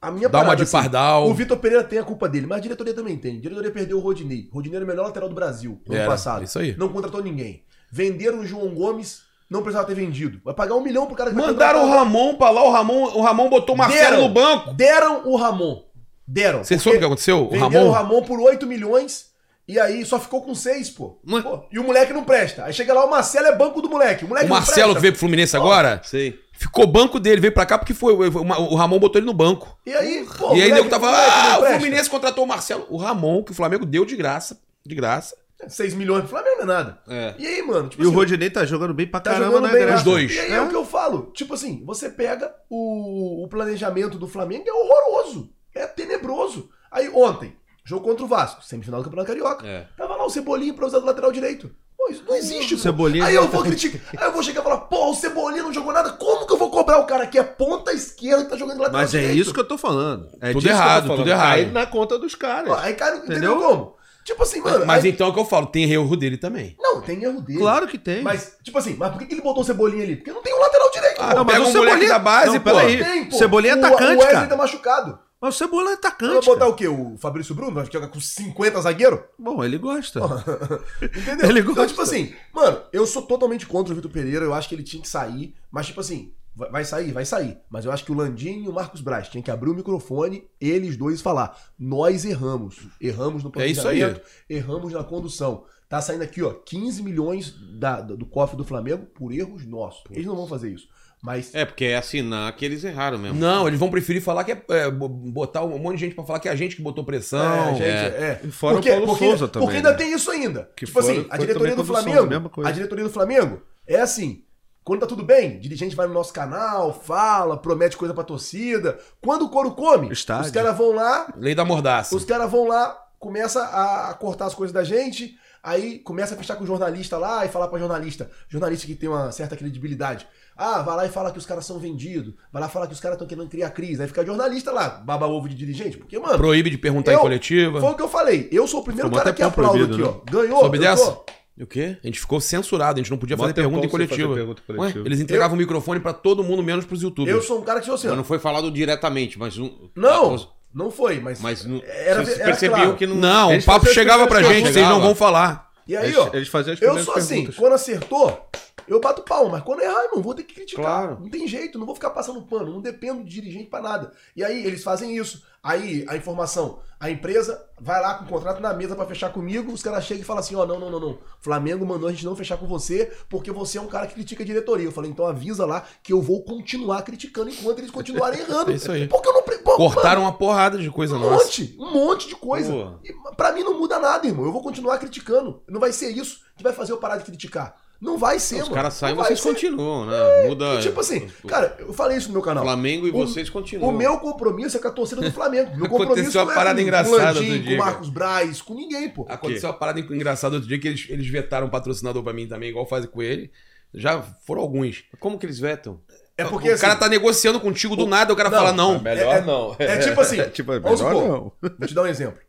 a minha Dá uma de assim. pardal. O Vitor Pereira tem a culpa dele, mas a diretoria também tem. A diretoria perdeu o Rodinei. Rodinei era o melhor lateral do Brasil no Era, ano passado. isso aí. Não contratou ninguém. Venderam o João Gomes, não precisava ter vendido. Vai pagar um milhão pro cara que vai Mandaram o contratar. Ramon pra lá, o Ramon, o Ramon botou o Marcelo Deram. no banco. Deram o Ramon. Deram. Você Porque soube o que aconteceu? O Ramon? venderam o Ramon por 8 milhões e aí só ficou com 6, pô. Mas- Pô, E o moleque não presta. Aí chega lá, o Marcelo é banco do moleque. O, moleque O Marcelo não que presta. veio pro Fluminense agora, Sei. ficou banco dele, veio pra cá porque foi, foi- o Ramon botou ele no banco. E aí, pô, e aí o o nego moleque- tava, moleque não ah, o presta. Fluminense contratou o Marcelo. O Ramon, que o Flamengo deu de graça, de graça. 6 milhões pro Flamengo não é nada. É. E aí, mano? Tipo E o assim, Rodinei tá jogando bem pra Tá caramba né, jogando na bem Grécia. lá. Os dois. E aí é, o que eu falo. Tipo assim, você pega o, o planejamento do Flamengo, é horroroso. É tenebroso. Aí ontem, jogo contra o Vasco, semifinal do Campeonato Carioca. É. Tava lá o Cebolinha improvisado lateral direito. Pô, isso não existe, pô. Cebolinha tá Aí não eu vou criticar. Aí eu vou chegar e falar, pô, o Cebolinha não jogou nada. Como que eu vou cobrar o cara que é ponta esquerda que tá jogando lateral Mas é direito? isso que eu tô falando. É disso que Tudo eu tô errado, falando. tudo errado. Cai na conta dos Pô, caras. Aí, cara, entendeu Entendeu? como? Tipo assim, mano. Mas aí- então é o que eu falo, tem erro dele também. Não, tem erro dele. Claro que tem. Mas, tipo assim, mas por que que ele botou o Cebolinha ali? Porque não tem um lateral direito, Ah, pô. não, mas o pega um moleque da base, Não, pô. peraí. Tem, pô. Cebolinha é O- atacante, O Wesley cara. tá machucado. Mas o Cebola é Vai atacante. botar cara. o quê? O Fabrício Bruno? Vai jogar com 50 zagueiro? Bom, ele gosta. Entendeu? Ele então, gosta. tipo assim, mano, eu sou totalmente contra o Vitor Pereira. Eu acho que ele tinha que sair. Mas, tipo assim, vai vai sair, vai sair. Mas eu acho que o Landim e o Marcos Braz tinham que abrir o microfone, eles dois falar. Nós erramos. Erramos no É isso aí. planejamento, erramos na condução. Tá saindo aqui, ó, 15 milhões da- do do cofre do Flamengo por erros nossos. Eles não vão fazer isso. Mas É, porque é assinar que eles erraram É. mesmo. Não, eles vão preferir falar que é, é, bo- botar um monte de gente pra falar que é a gente que botou pressão. É, gente, é. E fora porque, o Paulo porque, Souza também, Porque ainda né? tem isso ainda. Que tipo fora- assim, a foi diretoria também do com o Souza, Flamengo. mesma coisa. A diretoria do Flamengo é assim. Quando tá tudo bem, dirigente vai no nosso canal, fala, promete coisa pra torcida. Quando o couro come, Estádio. os caras vão lá, Lei da mordaça. os caras vão lá, começa a cortar as coisas da gente, aí começa a fechar com o jornalista lá e falar pra jornalista. Jornalista que tem uma certa credibilidade. Ah, vai lá e fala que os caras são vendidos. Vai lá falar que os caras estão querendo criar crise. Aí fica jornalista lá, baba ovo de dirigente. Porque, mano, Proíbe de perguntar Eu- tá em coletiva. foi o que eu falei. Eu sou o primeiro Tomou cara até que pau aplaudo aqui, proibido, ó. Ganhou. Soube eu dessa? tô- O quê? A gente ficou censurado, a gente não podia Bota é fazer um pergunta em pau sem fazer coletiva. pergunta Ué, coletiva. eles entregavam o microfone pra todo mundo, menos pros youtubers. Eu sou um cara que sou assim, ó. Mas não foi falado diretamente, mas um. Não, não foi, mas. Mas não, Era- vocês era percebiam claro. que não. Não, Eles o Um papo faziam as chegava pra primeiras gente, vocês perguntas. não vão falar. E aí, Eles, ó. eles faziam as Eu primeiras sou assim, perguntas. quando acertou, eu bato palma, mas quando errar, irmão, vou ter que criticar. Claro. Não tem jeito, não vou ficar passando pano, não dependo de dirigente pra nada. E aí eles fazem isso. Aí a informação, a empresa vai lá com o contrato na mesa pra fechar comigo, os caras chegam e falam assim: "Ó, não, não, não, não. Flamengo mandou a gente não fechar com você, porque você é um cara que critica a diretoria". Eu falei: "Então avisa lá que eu vou continuar criticando enquanto eles continuarem errando". É isso aí. Porque eu não pre- pô, mano, Cortaram uma porrada de coisa um nossa. monte, um monte de coisa. Boa. E pra mim não muda nada, irmão. Eu vou continuar criticando. Não vai ser isso que vai fazer eu parar de criticar. Não vai ser, Os mano. caras saem e Não vai vocês ser. continuam, né? Muda. E, Tipo assim, o- o cara, eu falei isso no meu canal. Flamengo e o- vocês continuam. O meu compromisso é com a torcida do Flamengo. Meu compromisso Aconteceu uma não é parada com o engraçada Landim, outro com dia, o Marcos Braz, com ninguém, pô. Aconteceu uma parada engraçada outro dia que eles, eles vetaram um patrocinador pra mim também, igual fazem com ele. Já foram alguns. Como que eles vetam? É porque o cara assim, tá negociando contigo do nada, o cara Não, fala não. melhor não. é tipo assim, É tipo, é vamos melhor supor, não. Vou te dar um exemplo.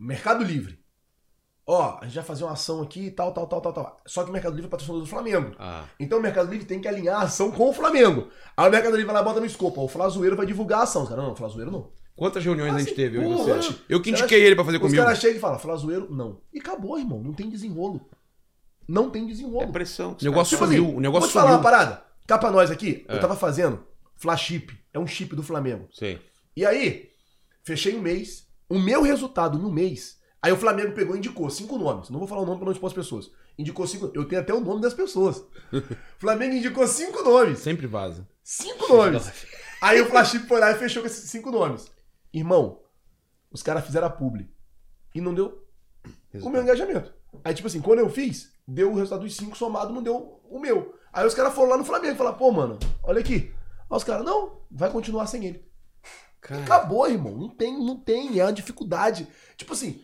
Mercado Livre. Ó, a gente vai fazer uma ação aqui e tal, tal, tal, tal, tal. Só que o Mercado Livre é patrocinador do Flamengo. Ah. Então o Mercado Livre tem que alinhar a ação com o Flamengo. Aí o Mercado Livre vai lá e bota no escopo. ó, O Flazoeiro vai divulgar a ação. Os caras, não, Flazoeiro não. Quantas reuniões a gente Assim, teve, eu e porra. você? Eu que Os indiquei caras- ele pra fazer Os comigo. caras chegam e falam, Flazoeiro não. E acabou, irmão. Não tem desenrolo. Não tem desenrolo. É pressão. O negócio Tipo sumiu, assim, o negócio vou te falar uma sumiu. parada. Cá pra nós aqui, eu tava É fazendo Flash Chip. É um chip do Flamengo. Sim. E aí, fechei um mês, o meu resultado no mês. Aí o Flamengo pegou e indicou cinco nomes. Não vou falar o nome pra não expor as pessoas. Indicou cinco. Eu tenho até o nome das pessoas. Flamengo indicou cinco nomes. Sempre vaza. Cinco nomes. Aí o Flash foi lá e fechou com esses cinco nomes. Irmão, os caras fizeram a publi. E não deu o meu engajamento. Aí, tipo assim, quando eu fiz, deu o resultado dos cinco somado, não deu o meu. Aí os caras foram lá no Flamengo e falaram, pô, mano, olha aqui. Aí os caras, não, vai continuar sem ele. Acabou, irmão. Não tem, não tem. É uma dificuldade. Tipo assim,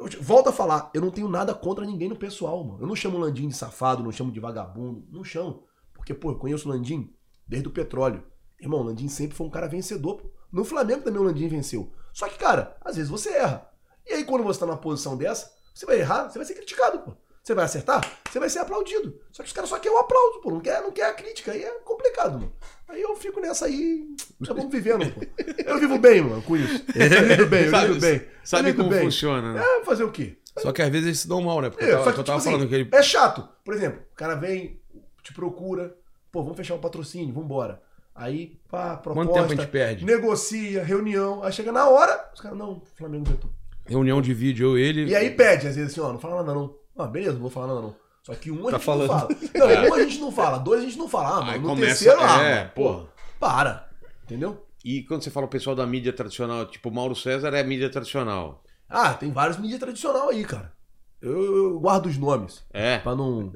eu te- volto a falar, eu não tenho nada contra ninguém no pessoal, mano. Eu não chamo o Landim de safado, não chamo de vagabundo, não chamo. Porque, pô, eu conheço o Landim desde o petróleo. Irmão, o Landim sempre foi um cara vencedor. pô. No Flamengo também o Landim venceu. Só que, cara, às vezes você erra. E aí, quando você tá numa posição dessa, você vai errar, você vai ser criticado, pô. Você vai acertar, você vai ser aplaudido. Só que os caras só querem o aplauso, pô. Não quer, não quer a crítica. Aí é complicado, mano. Aí eu fico nessa aí. Já vamos vivendo, pô. Eu vivo bem, mano, com isso. Eu vivo bem, eu Sabe- vivo bem. Sabe Eu lido como tá bem. funciona, né? É, fazer o quê? Só que às vezes eles se dão mal, né? Porque É, eu tava, só que, eu tava tipo falando assim, que ele. é chato. Por exemplo, o cara vem, te procura, pô, vamos fechar um patrocínio, vambora. Aí, pá, proposta, Quanto tempo a gente perde? negocia, reunião, aí chega na hora, os caras, não, Flamengo vetou. Reunião de vídeo, eu e ele. E aí pede, às vezes, assim, ó, não fala nada não. Ah, beleza, não vou falar nada não. Só que um a Tá gente falando. não fala. Não, um a gente não fala, dois a gente não fala. Ah, mano, Aí no começa- terceiro, ah, é, mano, pô, para. Entendeu? E quando você fala o pessoal da mídia tradicional, tipo Mauro César é a mídia tradicional. Ah, tem vários mídias tradicional aí, cara. Eu, eu guardo os nomes, É, pra não,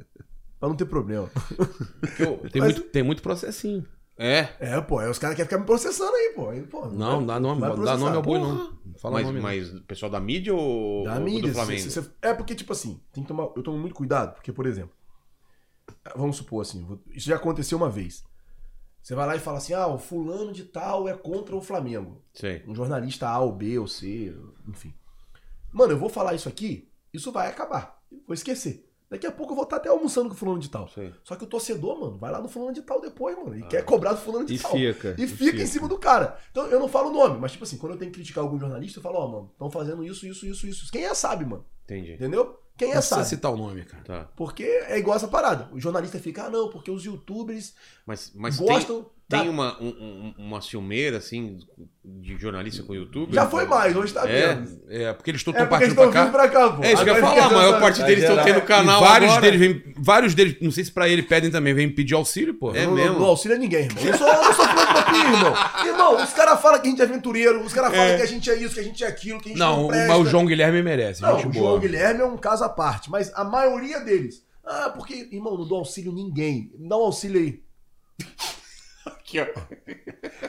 pra não ter problema. Tem, Mas- muito, tem muito assim. processinho. é. É, pô, aí os caras querem ficar me processando aí, pô. Aí, pô Não, dá nome, vai dá processar, nome ao boi, porra. não. Não Fala Mas, nome. não. mas o pessoal da mídia ou, Da ou mídia, do se- Flamengo? se- se- é porque, tipo assim, tem que tomar. Eu tomo muito cuidado, porque, por exemplo, vamos supor assim, vou- isso já aconteceu uma vez. Você vai lá e fala assim: ah, o fulano de tal é contra o Flamengo. Sei. Um jornalista A ou B ou C, enfim. Mano, eu vou falar isso aqui, isso vai acabar. Eu Vou esquecer. Daqui a pouco eu vou estar até almoçando com o fulano de tal. Sei. Só que o torcedor, mano, vai lá no fulano de tal depois, mano. E quer cobrar do fulano de Ah. E tal. fica. É E fica em cima do cara. Então eu não falo o nome, mas tipo assim, quando eu tenho que criticar algum jornalista, eu falo, ó, mano, estão fazendo isso, isso, isso, isso. Quem é sabe, mano. Entendi. Entendeu? Quem Não é precisa sabe. citar o nome, cara. Tá. Porque é igual essa parada. O jornalista fica, ah, não, porque os youtubers Mas, mas tem, gostam. da- tem uma, um- um- uma ciumeira, assim, de jornalista com o YouTube? Já foi mais, hoje tá É? menos. É, porque eles estão É porque eles partindo estão pra cá. vindo pra cá, pô. É isso que eu ia Agora falar, a eles maior tão- parte deles estão É, tendo canal E vários agora. deles vêm, vários deles, não sei se pra ele pedem também, vêm pedir auxílio, pô. É não, não- mesmo. Não auxilia ninguém, irmão. Eu sou, eu sou filho do papinho, irmão. Irmão, os caras falam que a gente é aventureiro, os caras falam que a gente é isso, que a gente é aquilo, que a gente não, Não, o- presta. mas o João Guilherme merece, Não, gente o boa. João Guilherme é um caso à parte, mas a maioria deles. Ah, porque, irmão, não dou auxílio a ninguém. Me Dá um auxílio aí. Aqui, ó.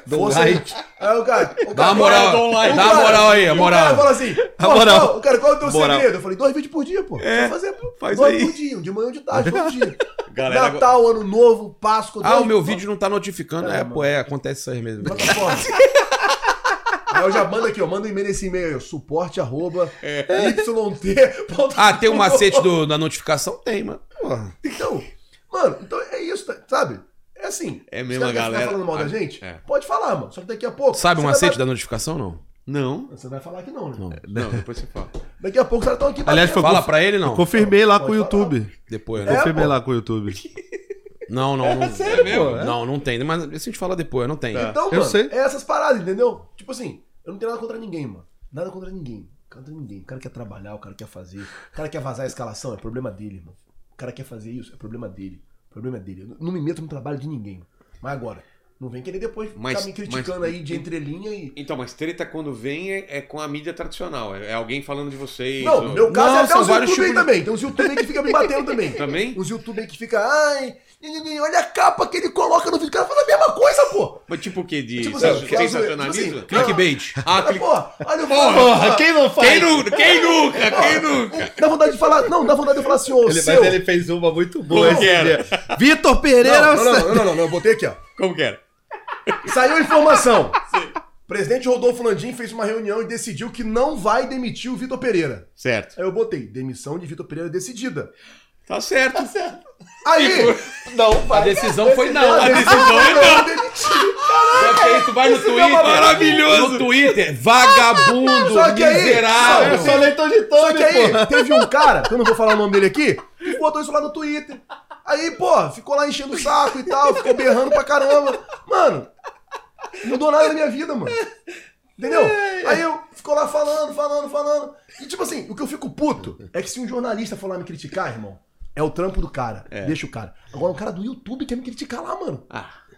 Força aí. Aí o cara. O cara Dá uma moral, o cara- dá uma moral aí, a O cara moral. fala assim: A "Pô, moral. Qual, cara, qual é o teu Moral. segredo? Eu falei: dois vídeos por dia, pô. É, fazer, pô. faz dois aí. é por dia, um de manhã, um de tarde, todo dia. Galera, agora- Natal, Ano Novo, Páscoa. Ah, dois- o meu vídeo não tá notificando. É, É, pô, é, acontece isso aí mesmo. Manda fora. Aí eu já mando aqui, ó. Manda um e-mail nesse e-mail aí, ó, suporte arroba yt. É. Ah, tem o macete do- da notificação? Tem, mano. Porra. Então, mano, então é isso, tá- sabe? É assim. É os mesmo, a caras querem ficar galera- falando mal a- da gente? é. Pode falar, mano. Só que daqui a pouco. Sabe o você macete vai... da notificação, não? Não. Você vai falar que não, né? Não. Não, depois você fala. Daqui a pouco os caras estão aqui Aliás, foi- Fala pra ele, não. Confirmei lá Pode com o falar. YouTube. Depois, né? É, Confirmei pô. lá com o YouTube. Não, não, não. sério, É pô, mesmo? Não, não tem. Mas isso a gente fala depois, não tem. Então, Eu mano, sei. é essas paradas, entendeu? Tipo assim, eu não tenho nada contra ninguém, mano. Nada contra ninguém. Contra ninguém. O cara quer trabalhar, o cara quer fazer. O cara quer vazar a escalação, é problema dele, irmão. O cara quer fazer isso, é problema dele. O problema é dele. Eu não me meto no trabalho de ninguém. Mas agora, não vem querer depois Mas- ficar me criticando mas- aí de entrelinha e. Então, mas treta quando vem é, é com a mídia tradicional. É, é alguém falando de vocês. Não, ou- no meu caso Não, é até são os vários YouTube aí tipos de- também. Tem uns YouTube aí que fica me batendo também. Também? Os YouTube aí que fica, ai, nê, nê, nê, olha a capa que ele coloca no vídeo. O cara fala a mesma coisa, pô. Mas tipo o quê? De Tipo assim, sens- sensacionalismo? tipo assim, Clickbait. Ah, Olha, cli- pô, olha o Porra, quem não Quem, nu- quem nunca? Quem nunca? Dá vontade de falar, não, dá vontade de falar assim, ô, Ele, mas seu... ele fez uma muito boa. Como esse que era? dia. Vitor Pereira. Não, não, não, não, não, não, não, eu botei aqui, ó. Como que era? Saiu a informação. Presidente Rodolfo Landim fez uma reunião e decidiu que não vai demitir o Vitor Pereira. Certo. Aí eu botei, demissão de Vitor Pereira decidida. Tá certo. Tá certo. Aí, A decisão foi não. a A decisão decisão é não demitir. é tu vai no Twitter. maravilhoso. No Twitter. Vagabundo, Só que aí- miserável. só- Só leitor de Só todo, que aí, teve um cara, que eu não vou falar o nome dele aqui, que botou isso lá no Twitter. Aí, pô, ficou lá enchendo o saco e tal, ficou berrando pra caramba. Mano, mudou nada na minha vida, mano. Entendeu? Aí eu fico lá falando, falando, falando. E tipo assim, o que eu fico puto é que se um jornalista for lá me criticar, irmão, é o trampo do cara. Deixa o cara. Agora o cara do YouTube quer me criticar lá, mano.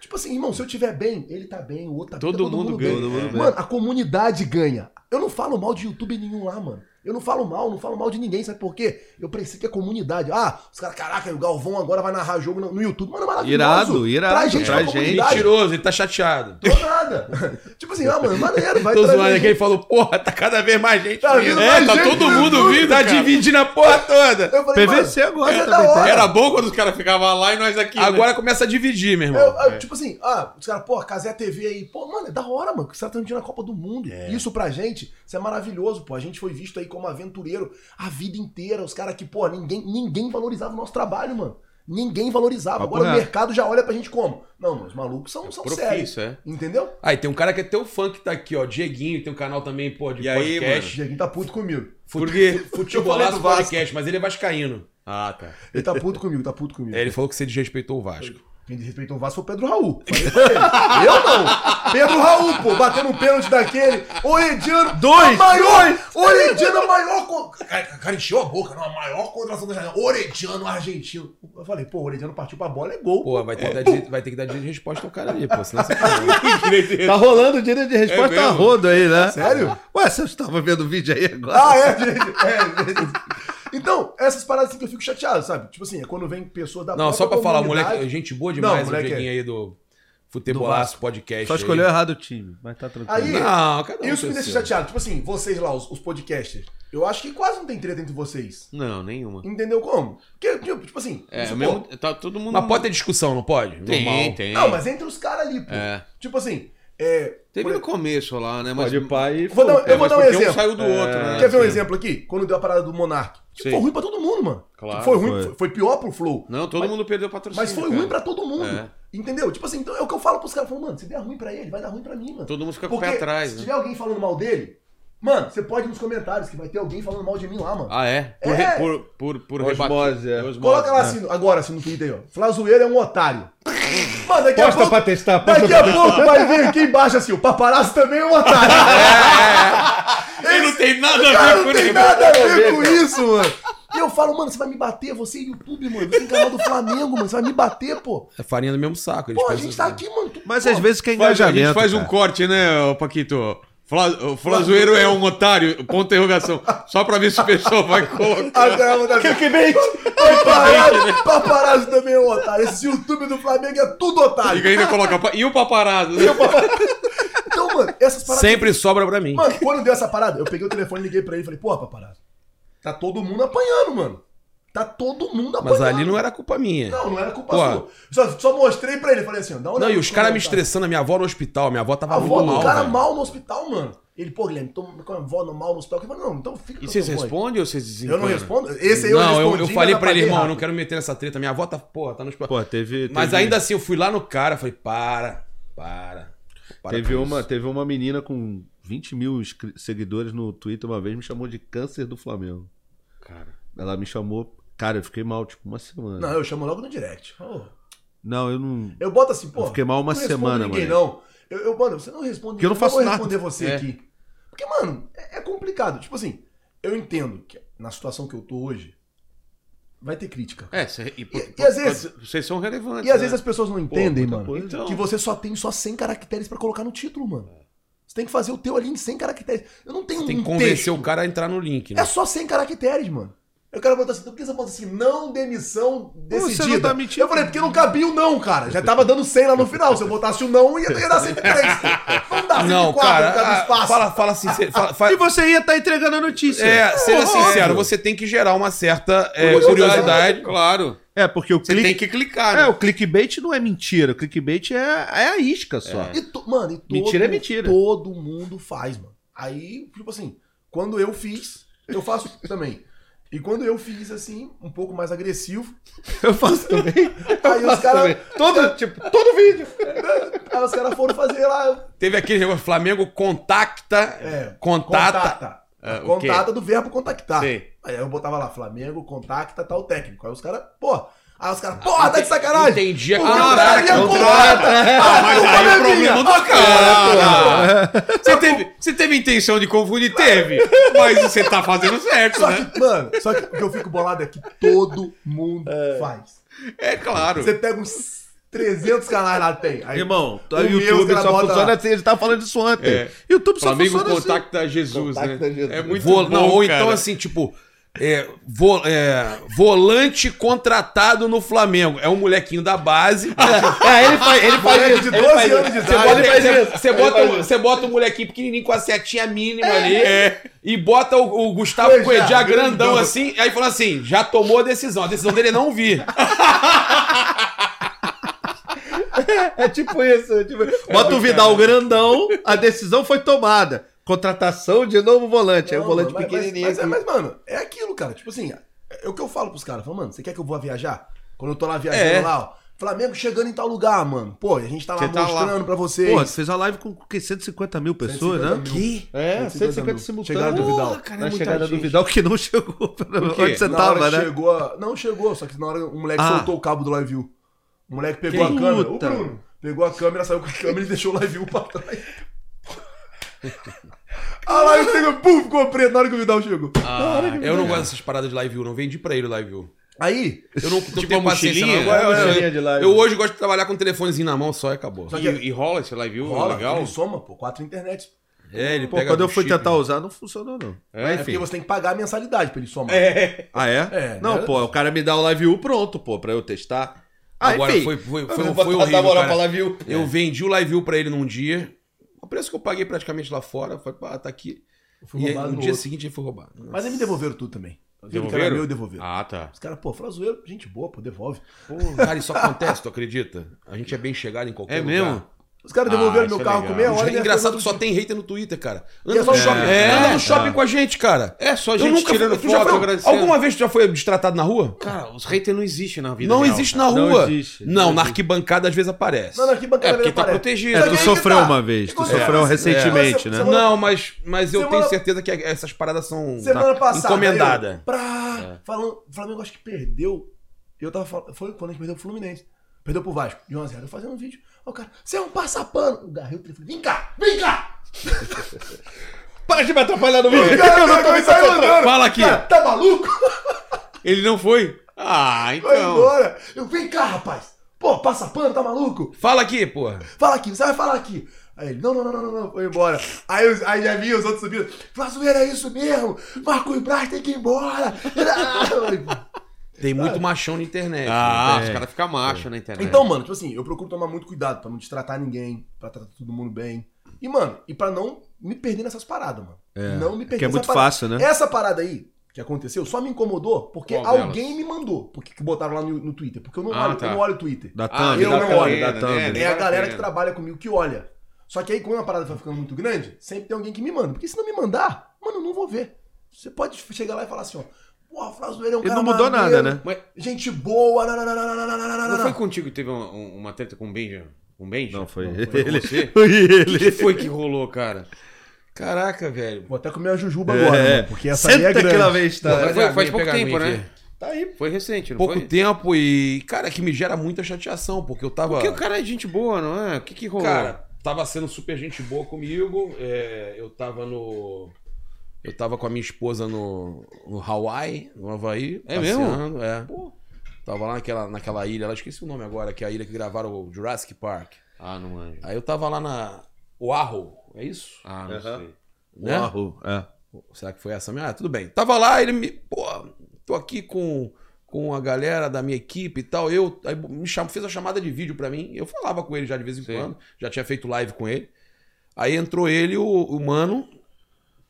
Tipo assim, irmão, se eu tiver bem, ele tá bem, o outro tá Todo bem. É. mundo ganha, todo mundo Mano, a comunidade ganha. Eu não falo mal de YouTube nenhum lá, mano. Eu não falo mal, não falo mal de ninguém, sabe por quê? Eu preciso que a comunidade. Ah, os caras, caraca, o Galvão agora vai narrar jogo no no YouTube. Mano, é maravilhoso. Irado, irado, Traz gente pra traz gente. comunidade. Mentiroso, ele tá chateado. Tô nada. tipo assim, ah, mano, maneiro, vai Tô trazer zoando aqui, gente. ele falou, porra, tá cada vez mais gente. Tá vindo mais é, tá gente todo no mundo YouTube, vindo, tá cara. dividindo a porra toda. Eu falei, PVC mano, agora isso é também tá? da hora. Era bom quando os caras ficavam lá e nós aqui. né? Agora Agora começa a dividir, meu irmão. é." Eu- eu, Tipo assim, ah, os caras, pô, Casé TV aí. Pô, mano, é da hora, mano, que os caras estão na Copa do Mundo. É. Isso pra gente, isso é maravilhoso, pô. A gente foi visto aí como aventureiro a vida inteira. Os caras que, pô, ninguém, ninguém valorizava o nosso trabalho, mano. Ninguém valorizava. Papo Agora o reto. mercado já olha pra gente como? Não, mano, os malucos são, são sérios. Profício, é. Entendeu? Aí tem um cara que é teu fã que tá aqui, ó. Dieguinho, tem um canal também, pô, de E aí, O podcast. Dieguinho tá puto comigo. Porque Eu falei futebolaço do Vasco. podcast, mas ele é vascaíno. Ah, tá. Ele tá puto comigo, tá puto comigo. É, ele falou que você desrespeitou o Vasco. Quem desrespeitou o Vasco foi o Pedro Raul. Falei pra ele. Eu não. Pedro Raul, pô, batendo um pênalti daquele. O Ediano. Dois! Maior, o Ediano é a maior. con- Cara, cara encheu a boca, não, a maior contração da janela. Orediano argentino. Eu falei, pô, o Orediano partiu pra bola, é gol. Pô, vai ter, que dar direito- vai ter que dar direito de resposta ao cara ali, pô. Senão você Tá rolando direito de resposta É a mesmo? rodo aí, né? Sério? Ué, você estava vendo o vídeo aí agora? Ah, é, gente. é, gente. Então, essas paradas assim que eu fico chateado, sabe? Tipo assim, é quando vem pessoa da Não, só pra própria falar, comunidade. moleque, gente boa demais, Não, o moleque Dieguinho é. aí do Futebolaço Podcast. Só aí. escolheu errado o time, mas tá tranquilo. Tá. Aí, Não, cada um Isso tem me o deixa seu. chateado. Tipo assim, vocês lá, os, os podcasters, eu acho que quase não tem treta entre vocês. Não, nenhuma. Entendeu como? Porque, tipo tipo assim, É, vamos supor, mesmo, tá todo mundo... Mas pode ter discussão, não pode? Tem, Normal. tem. Não, mas entre os caras ali, pô. É. Tipo assim, é, Teve por- no começo lá, né? Mas... Pode pai e Vou dar- É, eu vou mas dar um porque exemplo. um saiu do outro, né? Quer ver um Sim. exemplo aqui? Quando deu a parada do Monark. Que Sim. foi ruim pra todo mundo, mano. Tipo, Claro, foi ruim, foi. foi. foi pior pro Flow. Não, todo Mas- mundo perdeu patrocínio. Mas foi cara. ruim pra todo mundo. É. Entendeu? Tipo assim, então é o que eu falo pros caras. eu falo, Mano, se der ruim pra ele, vai dar ruim pra mim, mano. Todo mundo fica com o Porque pé atrás, se né? tiver alguém falando mal dele, mano, você pode ir nos comentários que vai ter alguém falando mal de mim lá, mano. Ah, é? Por, É. re- por, por, por Osmose, rebate- é. osmose, Coloca lá né? assim, agora assim no Twitter aí, ó. Flazoeiro é um otário. Mano, daqui a Posta pouco. pra testar, posta Daqui pra a pouco vai vir aqui embaixo assim, o paparazzo também é um otário. Ele não tem nada a Cara, ver tá não com tem ele. nada a ver com isso, mano. E eu falo, mano, você vai me bater, você é YouTube, mano. Você tem canal do Flamengo, mano. Você vai me bater, pô. É farinha do mesmo saco. eles Pô, a pensam gente tá assim. aqui, mano. tu- Mas pô, às vezes quer Faz, a gente engajamento. faz um cara. corte, né, ô Paquito? Fla- O Flazoeiro é um otário, ponto interrogação. Só pra ver se o pessoal vai colocar. Ah, Agora eu vou dar- né? Paparazzo, paparazzo também é um otário. Esse YouTube do Flamengo é tudo E otário. ainda coloca. pa- E o paparazzo? né? Então, mano, essas paradas. Sempre sobra pra mim. Mano, quando deu essa parada, eu peguei o telefone, liguei pra ele e falei, pô, paparazzo, tá todo mundo apanhando, mano. Tá todo mundo apanhando. Mas ali não era culpa minha. Não, não era culpa Pô. sua. Só, só mostrei pra ele, falei assim, ó, dá uma Não, olhada e os no caras me comentário. estressando, a minha avó no hospital, minha avó tava A avó muito do mal. cara velho. mal no hospital, mano. Ele, pô, Guilherme, tô com a avó no mal no hospital. Eu falei, não, então fica E com vocês seu boy. respondem ou vocês Eu desencanam? não respondo? Esse aí eu não, eu, respondi. eu falei tá mas pra ele, apaguei irmão, eu não rápido. quero me meter nessa treta. Minha avó tá, porra, tá no hospital. Pô, teve. Mas teve- ainda assim, eu fui lá no cara, falei, para, para. para Teve com uma, isso. teve uma menina com 20 mil inscri- seguidores no Twitter uma vez, me chamou de câncer do Flamengo. Cara. Ela me chamou. Cara, eu fiquei mal, tipo, uma semana. Não, eu chamo logo no direct. Ô, Não, eu não. Eu boto assim, pô. Eu fiquei mal uma não respondo semana, ninguém, mano. não. Eu, eu, mano, você não responde Porque eu não faço vou nada. responder você É. aqui. Porque, mano, é, é complicado. Tipo assim, eu entendo que na situação que eu tô hoje, vai ter crítica. É, cê- e, por- E- e por- às vezes- Vocês são relevantes. é. E às vezes né? as pessoas não entendem, muita mano, coisa. Então. que você só tem só 100 caracteres pra colocar no título, mano. Você tem que fazer o teu ali em 100 caracteres. Eu não tenho Tem que um convencer texto. o cara a entrar no link, né? É só 100 caracteres, mano. Eu quero botar assim, então por que você botou assim, não demissão decidida? você não tá mentindo. Eu falei, porque não cabia o não, cara. Já tava dando 100 lá no final. Se eu botasse o não, ia, ia dar 103. Não dá 104 Não, por causa do cara, ah, espaço. fala, fala sincero. Fala, E fala- você ia estar entregando a notícia. é, seja sincero, você tem que gerar uma certa é, curiosidade. Curiosidade. Claro. É, porque o Você clique. tem que clicar, né? É, o clickbait não é mentira. O clickbait é, é a isca só. E to- Mano, e todo, Mentira é mentira. todo mundo faz, mano. Aí, tipo assim, quando eu fiz, eu faço também. E quando eu fiz, assim, um pouco mais agressivo, Eu faço também. aí os caras Todo, tipo, todo vídeo. aí os cara foram fazer lá, Teve aquele negócio, Flamengo contacta, É, contata. Contata. Ah, o quê? contata do verbo contactar. Sei. Aí eu botava lá, Flamengo, contacta tal técnico. Aí os caras, pô, Aí os caras, porra, tá de sacanagem. Entendi é a Pô, contrata, tá, minha contrata. porra. Ah, mas culpa não aí é o problema minha. tá do cara. Você teve, você teve intenção de confundir? Teve. Mas você tá fazendo certo, Só né? que, mano, só que o que eu fico bolado é que todo mundo faz. É claro. Você tá- pega uns 300 canais lá, tem. Aí, Irmão, O meu, os cara bota lá. assim. A gente tava falando disso ontem. É. YouTube assim. Flamengo tá contacta Jesus, Contacta né? tá Jesus. É muito Vo- bom, não, ou cara. então assim, tipo, é, vo- é, volante contratado no Flamengo. É um molequinho da base. É, ele faz, ele faz Moleque isso. de ele 12 faz anos isso. de Você idade. bota, ele faz você- isso. você Ele bota faz o- isso. É. você bota o molequinho pequenininho com a setinha mínima ali e bota o, o Gustavo Coediá, Coediá grandão, grandão. assim, aí fala assim, já tomou a decisão. A decisão dele é não vir. É tipo isso. é tipo- Bota o Vidal grandão, a decisão foi tomada. Contratação de novo volante. é o Não, volante mano, mas- pequenininho. Mas, mas, aqui. mas, mano, é aquilo, cara. Tipo assim, é o que eu falo pros caras. Falo, mano, você quer que eu vá viajar? Quando eu tô lá viajando É. lá, ó. Flamengo chegando em tal lugar, mano. Pô, a gente tá lá Você tá lá. mostrando pra vocês. Porra, você fez a live com o quê? 150 mil pessoas, né? Que? É, 150 Chegada do simultâneos. Vidal. Na chegada do Vidal, que não chegou pra quê? onde você Na tava, hora né? chegou a- Não, chegou, só que na hora um moleque Ah. soltou o cabo do live view. O moleque pegou Que a câmera. luta. O Bruno pegou a câmera, saiu com a câmera e deixou o live view pra trás. a live chegou, pum, ficou preto na hora que o Vidal chegou. eu não gosto dessas paradas de live view, não vendi pra ele o live view. Aí, Eu não, não Tipo tenho uma paciência. Não. mochilinha? Eu, eu- É, uma eu- mochilinha de live. eu hoje gosto de trabalhar com o telefonezinho na mão só e acabou. Só que- E, e rola esse live view, rola, legal? ele soma, pô, quatro internets. É, ele Pô, pega quando eu do fui chip. tentar usar, não funcionou, não. É, porque você tem que pagar a mensalidade pra ele somar. Ah, é? É, não, né? pô, o cara me dá o live U pronto, pô, pra eu testar. Ah, Agora enfim. foi, foi, Eu foi, vou foi botar horrível, da moral cara. pra live view. Eu vendi o live view pra ele num dia. O preço que eu paguei praticamente lá fora, eu falei, pá, tá aqui. Eu fui E aí, roubado no no dia outro. seguinte ele foi roubado. Mas aí me devolveram tudo também. Devolveram? Cara Devolveram? meu e devolveram. Ah, tá. Os caras, pô, fala zoeiro, gente boa, pô, devolve. Cara, isso acontece, tu acredita? A gente é bem chegado em qualquer É lugar. mesmo? Os caras Ah, devolveram isso meu é carro legal. com meia Olha, hora. Gente, e é minha engraçado que coisa só tem hater no Twitter, cara. E Anda é no só o shopping, shopping. anda É, no shopping tá. com a gente, cara. É só Eu gente nunca tirando fui, tu já foto, foi- agradecendo. Alguma vez tu já foi destratado na rua? Cara, os haters não existem na vida Não real, existe cara. na rua. Não, existe, na arquibancada às vezes aparece. Não, não, aqui bancada É, porque tá aparece. protegido. Só É, que tu aí que sofreu tá. uma vez, tu Quando eu sofreu falo assim, recentemente, você- né? você- Não, mas, mas eu Semana- tenho certeza que essas paradas são Semana tá, passada. encomendada. eu, Pra, falando, o Flamengo acho que perdeu. Eu tava falando. Foi quando a gente perdeu pro Fluminense. Perdeu pro Vasco. De 1x0. Eu fazendo um vídeo. Ó, o cara, você é um passapano. Eu garrei o telefone. Vem cá, vem cá! Para de me atrapalhar no vídeo. Cara, eu tô andando. Fala aqui. Cara, tá maluco? Ele não foi? Ah, Vai então. embora. Eu, vem cá, rapaz. Pô, passapano, tá maluco? Fala aqui, porra. Fala aqui, você vai falar aqui. Aí ele, não, não, não, não, não, não, foi embora. Aí, os- aí já vinha os outros subindo. Fala, zoeira, é isso mesmo. Marco Braz tem que ir embora. Eu falei, "Pô, Tem muito machão na internet. Ah, é. né? os caras ficam macho na internet. Então, mano, tipo assim, eu procuro tomar muito cuidado pra não destratar ninguém, pra tratar todo mundo bem. E, mano, e pra não me perder nessas paradas, mano. não me perder Que é nessa muito parada. fácil, né? Essa parada aí que aconteceu só me incomodou porque Qual alguém me mandou. Porque que botaram lá no, no Twitter. Porque eu não, Ah, olho, tá. eu não olho o Twitter. Da Ah, thumb, eu da não thumb, olho, da né? thumb. É a vale a galera pena. que trabalha comigo que olha. Só que aí, quando a parada vai ficando muito grande, sempre tem alguém que me manda. Porque se não me mandar, mano, eu não vou ver. Você pode chegar lá e falar assim, ó. Porra, Frazoeiro é um Ele cara não mudou nada, né? Mas Gente boa, nananana. não foi contigo que teve uma, um- uma treta com o Benja? Com o Benja? Não, foi com ele. você? Foi O que ele. foi que rolou, cara? Caraca, velho. Vou até comer a jujuba É. agora, mano, porque essa aí é Senta que grande. lá Tá, vem está. Pô, Mas foi, faz aguinha, pouco pega tempo, aguinha né? Tá aí. Foi recente, não Pouco foi? tempo e, cara, que me gera muita chateação, porque eu tava. Porque o cara é gente boa, não é? O que que rolou? Cara, tava sendo super gente boa comigo. é, eu tava no. Eu tava com a minha esposa no, no Hawaii, no Havaí. É mesmo? passeando, É. Tava lá naquela, naquela ilha, lá, esqueci o nome agora, que é a ilha que gravaram o Jurassic Park. Ah, não manjo. Aí eu tava lá na. Oahu, é isso? Ah, não Aham. sei. Né? Uau, é. Será que foi essa mesmo? Ah, tudo bem. Tava lá, ele me. Pô, tô aqui com, com a galera da minha equipe e tal. Eu aí me cham, fez a chamada de vídeo pra mim. Eu falava com ele já de vez em Sim. quando. Já tinha feito live com ele. Aí entrou ele, o, o mano,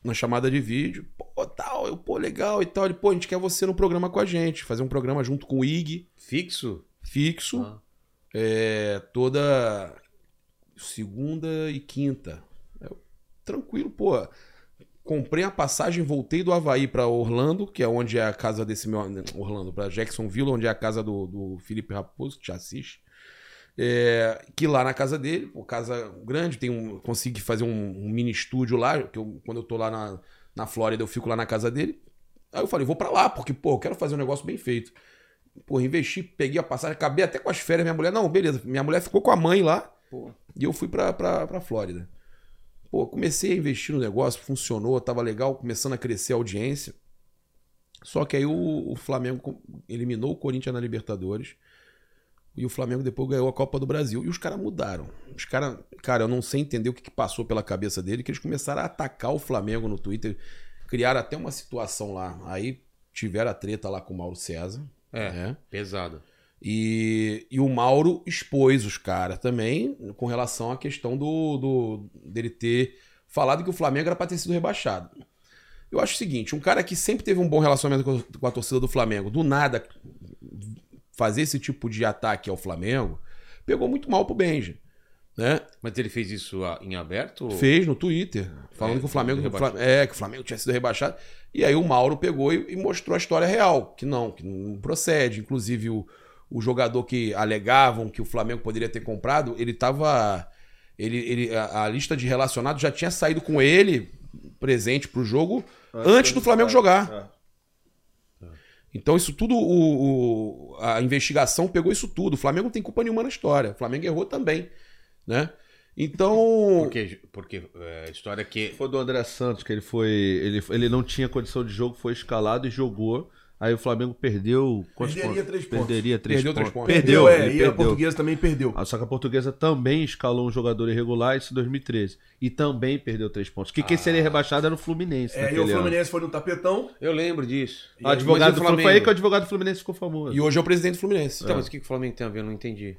na chamada de vídeo. Pô, tal, eu, pô, legal e tal. Ele, pô, a gente quer você no programa com a gente. Fazer um programa junto com o Ig, Fixo? fixo. Ah. É, toda segunda e quinta. Eu, tranquilo, pô. Comprei a passagem, voltei do Havaí pra Orlando, que é onde é a casa desse meu. Orlando, pra Jacksonville, onde é a casa do, do Felipe Raposo, que te assiste. É, que lá na casa dele, pô, casa grande, tem um, consegui fazer um, um mini estúdio lá, que eu- quando eu tô lá na, na Flórida, eu fico lá na casa dele. Aí eu falei, vou pra lá, porque, pô, eu quero fazer um negócio bem feito. Porra, investi, peguei a passagem, acabei até com as férias. Minha mulher, não, beleza. Minha mulher ficou com a mãe lá. E eu fui pra, pra, pra Flórida. Pô, comecei a investir no negócio, funcionou, tava legal, começando a crescer a audiência. Só que aí o, o Flamengo com- eliminou o Corinthians na Libertadores. E o Flamengo depois ganhou a Copa do Brasil. E os caras mudaram. Os caras, cara, eu não sei entender o que, que passou pela cabeça dele, que eles começaram a atacar o Flamengo no Twitter. Criaram até uma situação lá. Aí tiveram a treta lá com o Mauro César. É. né? Pesado. E, e o Mauro expôs os caras também com relação à questão do, do dele ter falado que o Flamengo era para ter sido rebaixado. Eu acho o seguinte, um cara que sempre teve um bom relacionamento com a, com a torcida do Flamengo, do nada fazer esse tipo de ataque ao Flamengo, pegou muito mal pro Benja, né? Mas ele fez isso ah, em aberto? ou- Fez no Twitter, falando É, que o Flamengo, sido rebaixado. é, que o Flamengo tinha sido rebaixado. E aí o Mauro pegou e, e mostrou a história real, que não, que não procede. Inclusive, o, o jogador que alegavam que o Flamengo poderia ter comprado, ele tava. Ele, ele, a, a lista de relacionados já tinha saído com ele presente pro jogo antes, do Flamengo é. jogar. Ah. Então, isso tudo, o, o- a investigação pegou isso tudo. O Flamengo não tem culpa nenhuma na história. O Flamengo errou também, né? Então. Porque, porque é, a história que. Foi do André Santos que ele foi. Ele, ele não tinha condição de jogo, foi escalado e jogou. Aí o Flamengo perdeu. quantos Perderia três pontos. Perderia três Perdeu três pontos. pontos. Perdeu, é, ele e a perdeu. portuguesa também perdeu. Ah, Só que a portuguesa também escalou um jogador irregular, isso em 2013. E também perdeu três pontos. Que quem seria rebaixado era o Fluminense. Ah. É, e naquele o ano. Fluminense foi no tapetão. Eu lembro disso. O Mas advogado e do o Fluminense. Flamengo? Foi aí que o advogado do Fluminense ficou famoso. E hoje é o presidente do Fluminense. Então, mas o que que o Flamengo tem a ver? Eu não entendi.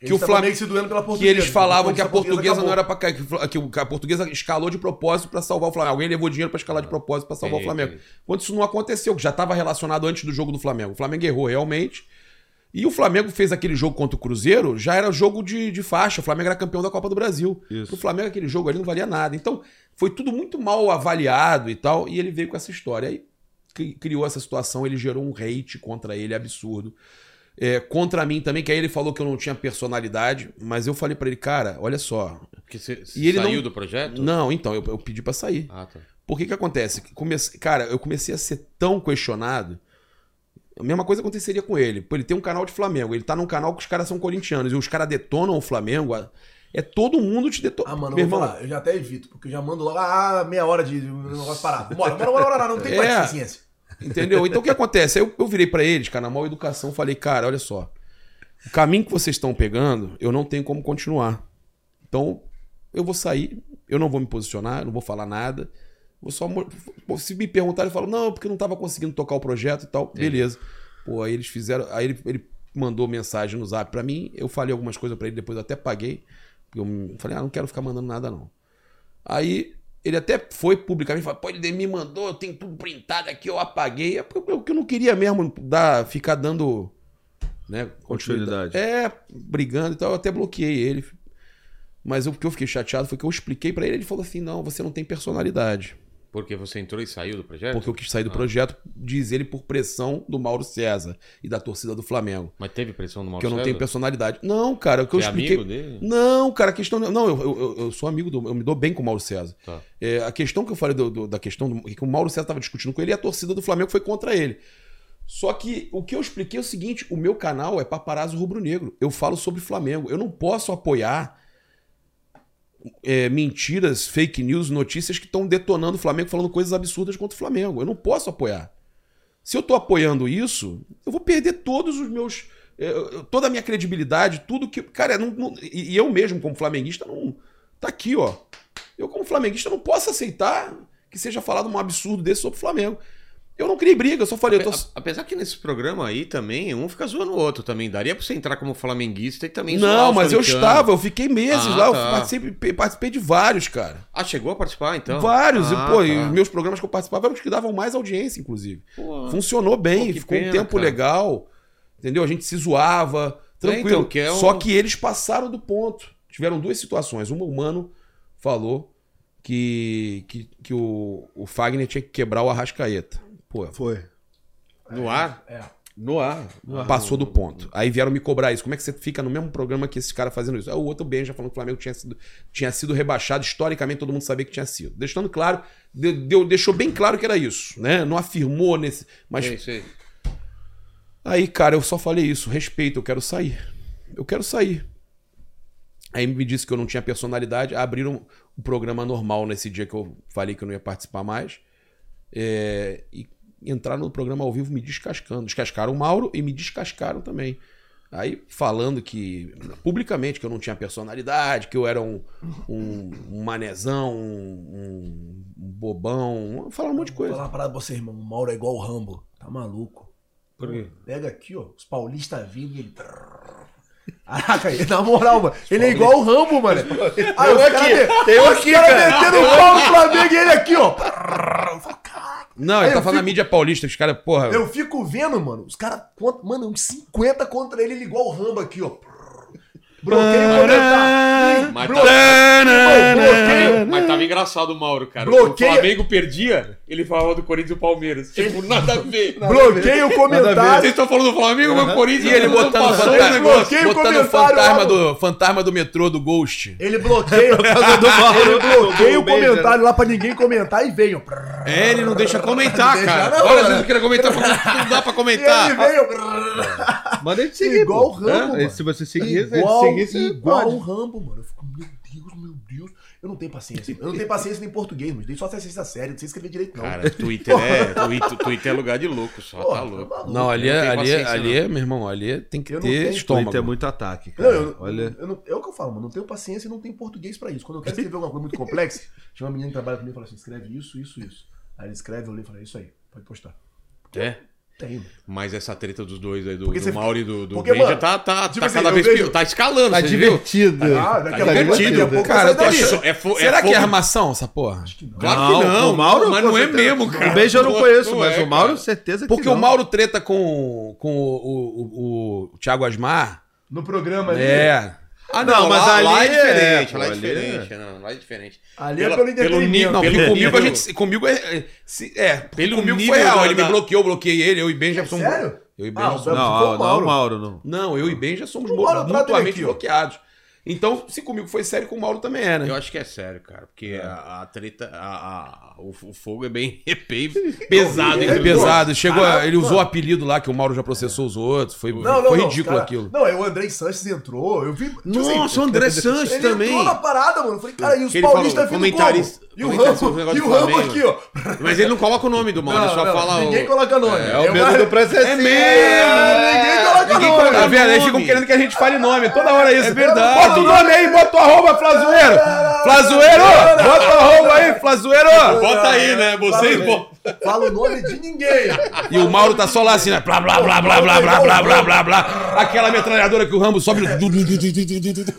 Eles Que o estavam Flamengo- meio se doendo pela portuguesa. que eles falavam que a portuguesa acabou. não era pra cair, que o Fla- que o- que a portuguesa escalou de propósito pra salvar o Flamengo. Alguém levou dinheiro pra escalar de propósito pra salvar o Entendi, Flamengo. Quando isso não aconteceu, que já estava relacionado antes do jogo do Flamengo. O Flamengo errou realmente. E o Flamengo fez aquele jogo contra o Cruzeiro, já era jogo de, de faixa. O Flamengo era campeão da Copa do Brasil. Isso. O Flamengo, aquele jogo ali não valia nada. Então, foi tudo muito mal avaliado e tal. E ele veio com essa história. Aí cri- criou essa situação, ele gerou um hate contra ele absurdo. É, contra mim também, que aí ele falou que eu não tinha personalidade, mas eu falei pra ele, cara, olha só. Porque você E ele saiu não- do projeto? Não, então, eu, eu pedi pra sair. Ah, tá. Por que que acontece? Comece... Cara, eu comecei a ser tão questionado. A mesma coisa aconteceria com ele. Pô, ele tem um canal de Flamengo. Ele tá num canal que os caras são corintianos. E os caras detonam o Flamengo. a- É todo mundo te detonando. Ah, mano, eu vou falar, eu já até evito, porque eu já mando logo, ah, meia hora de negócio parado. Bora, bora, bora, bora, não tem É. mais paciência. Entendeu? Então o que acontece? Aí eu, eu virei pra eles, cara, na mal educação, falei, cara, olha só. O caminho que vocês estão pegando, eu não tenho como continuar. Então, eu vou sair, eu não vou me posicionar, eu não vou falar nada. Vou só. mo- Se me perguntarem, eu falo, não, porque eu não tava conseguindo tocar o projeto e tal. Beleza. Pô, aí eles fizeram. Aí ele, ele mandou mensagem no zap pra mim, eu falei algumas coisas pra ele, depois eu até paguei. Eu falei, ah, não quero ficar mandando nada, não. Aí ele até foi publicamente falar, pô, ele me mandou, eu tenho tudo printado aqui, eu apaguei. É porque eu, que eu não queria mesmo dar, ficar dando né, Continuidade. É, brigando e tal, eu até bloqueei ele. Mas o que eu fiquei chateado foi que eu expliquei pra ele, ele falou assim, não, você não tem personalidade. Porque você entrou e saiu do projeto? Porque eu quis Ah. sair do projeto, diz ele, por pressão do Mauro César e da torcida do Flamengo. Mas teve pressão no Mauro Que eu não tenho César? personalidade. Não, cara, o que eu Você é expliquei. amigo dele? Não, cara, a questão. Não, eu, eu- eu- eu sou amigo do. Eu me dou bem com o Mauro César. Tá. É, a questão que eu falei do- do- da questão do, que o Mauro César estava discutindo com ele e a torcida do Flamengo foi contra ele. Só que o que eu expliquei é o seguinte: o meu canal é Paparazzo Rubro Negro. Eu falo sobre Flamengo. Eu não posso apoiar é, mentiras, fake news, notícias que estão detonando o Flamengo, falando coisas absurdas contra o Flamengo. Eu não posso apoiar. Se eu tô apoiando isso, eu vou perder todos os meus. eh, eu- toda a minha credibilidade, tudo que. Cara, não- não- e e eu mesmo, como flamenguista, não. Tá aqui, ó. Eu, como flamenguista, não posso aceitar que seja falado um absurdo desse sobre o Flamengo. Eu não criei briga, eu só falei. Eu tô... Ape- Apesar que nesse programa aí também, um fica zoando o outro também. Daria pra você entrar como flamenguista e também zoar Não, os mas eu corintianos. estava, eu fiquei meses Ah, lá, eu tá. participei, participei de vários, cara. Ah, chegou a participar então? Ah, vários. e, pô, tá. e os meus programas que eu participava eram os que davam mais audiência, inclusive. Pô, Funcionou bem, Pô, que ficou pena, um tempo cara. legal, entendeu? A gente se zoava, tranquilo. então, que é um- Só que eles passaram do ponto. Tiveram duas situações. Uma, o Mano falou que, que, que o, o Fagner tinha que quebrar o Arrascaeta. Pô, Foi. No ar? É. No ar. Ah, passou do ponto. Aí vieram me cobrar isso. Como é que você fica no mesmo programa que esses caras fazendo isso? Aí o outro bem já falando que o Flamengo tinha sido, tinha sido rebaixado, historicamente todo mundo sabia que tinha sido. Deixando claro, de- deu- deixou bem claro que era isso, né? Não afirmou nesse. Mas É isso aí. Aí, cara, eu só falei isso, respeito, eu quero sair. Eu quero sair. Aí me disse que eu não tinha personalidade, abriram um programa normal nesse dia que eu falei que eu não ia participar mais. É, e entraram no programa ao vivo me descascando. Descascaram o Mauro e me descascaram também. Aí falando que, publicamente, que eu não tinha personalidade, que eu era um, um, um manezão, um, um bobão, falaram um monte de Vou falar coisa. uma parada pra você, irmão. O Mauro é igual o Rambo. Tá maluco. Por quê? Pega aqui, ó. Os paulistas vindo e ele. Caraca, ele- na moral, mano. Ele é igual o Rambo, mano. Aí um os caras me- os caras metendo o pau no Flamengo e ele aqui, ó. Não, Aí ele tá eu falando na fico- mídia paulista, os caras, porra. Eu fico vendo, mano. Os caras. contra- Mano, uns 50 contra ele, ele igual o Rambo aqui, ó. Bloqueio comentário. Mas Bloqueio. Bloqueio. Mas tava engraçado o Mauro, cara. Bloqueia. O Flamengo perdia, ele falava do Corinthians e do Palmeiras. Tipo, nada a ver. Bloqueio o comentário. Vocês estão falando do Flamengo, meu Corinthians. E ele não botando o passou o fantasma, negócio. Bloqueia o botando o comentário fantasma lá, do, fantasma do metrô, do Ghost. Ele bloqueia. ele um bloqueia o né? comentário lá pra ninguém comentar e veio. É, ele não deixa comentar, Não cara. deixa não, Várias né? vezes eu queria comentar, mas não dá pra E ele comentar. veio. Manda ele seguir. Igual pô. o Rambo, Hã? mano. Se você seguir, Igual, se ele seguir, você igual é pode. o Rambo, mano. Eu fico, meu Deus, meu Deus. Eu não tenho paciência. Eu não tenho paciência nem em português, mas dei só até sexta série. Não sei escrever direito, não. Cara, Twitter é, Twitter, Twitter é lugar de louco só, Porra, tá tá louco. maluco. Não, ali, é- tenho ali, é- paciência, ali, é, meu irmão, ali é- tem que Eu não ter tenho. estômago. Twitter é muito ataque, Não, cara. eu, Olha. eu não- é o que eu falo, mano. Não tenho paciência e não tenho português pra isso. Quando eu quero escrever alguma coisa muito complexa, tinha uma menina que trabalha comigo e fala assim: escreve isso, isso, isso. Aí ele escreve, eu leio e falo: é isso aí, pode postar. É. Tem, mano. Mas essa treta dos dois aí, do, Porque do você- Mauro e do, do porque, Benja, mano, tá, tá, tipo tá assim, cada eu vez vejo- pior. Tá escalando, Tá você viu? divertido. é Ah, daqui a Tá pouco- divertido. daqui a pouco Cara, sai eu tô dali. achando- É fo- é Será que é fogo- armação essa porra? Acho que não. Claro que Não, não. o Mauro, mas com não é certeza. mesmo, cara. O Um beijo eu não Pô, conheço, não mas é, o Mauro, cara. certeza que Porque não. o Mauro treta com, com o, o, o- o Thiago Asmar. No programa ali. É. Ah, Não, mas lá, lá é ali é, diferente, pô, lá é ali diferente, não, lá é diferente. Ali é Pela- pelo pelo entretenimento. Não, Pelo porque comigo nível- a gente. Comigo é. é, se- é, Pelo comigo nível foi real. da- Ele me da- bloqueou, eu bloqueei ele. Eu e Ben já um É somos. sério? Eu e Ben Ah, já o somos. Bel- Não, Ficou não, não, Mauro. o Mauro, não. Não, eu e Ben já somos O Mauro trata mutuamente daqui, ó. bloqueados. Então, se comigo foi sério, com o Mauro também é, né? Eu acho que é sério, cara, porque a, a treta, a, a- o, o fogo é bem é bem pesado. Ele é hein? pesado, chegou, a- Caraca, ele usou o mano. apelido lá que o Mauro já processou os outros, foi, Não, não, foi não, ridículo cara, aquilo. Não, aí o Andrei Sanches entrou, eu vi. tipo assim, Nossa, o André Sanches ele também. entrou na parada, mano. Eu falei, cara, e os Ele falou, paulistas vindo comentarista- como? E o comentarista sobre o Rambo, negócio e do o Rambo Flamengo. aqui, ó. Mas ele não coloca o nome do Mauro, ele só Não, não, fala Ninguém o... coloca ah, nome. É o medo do processo. assim. É mesmo! né? Ninguém coloca É, Ninguém nome. coloca Tá vendo? Eles nome. ficam querendo que a gente fale nome. Toda hora é isso. É verdade. Bota o nome aí, bota o arroba, Flazoeiro. Flazoeiro! Bota o arroba aí, Flazoeiro. Bota aí, né? Vocês... Fala, Fala o nome de ninguém. E o Mauro tá só lá assim, né? Blá, blá, blá, blá, blá, blá, blá, blá, blá, blá. Aquela metralhadora que o Rambo sobe.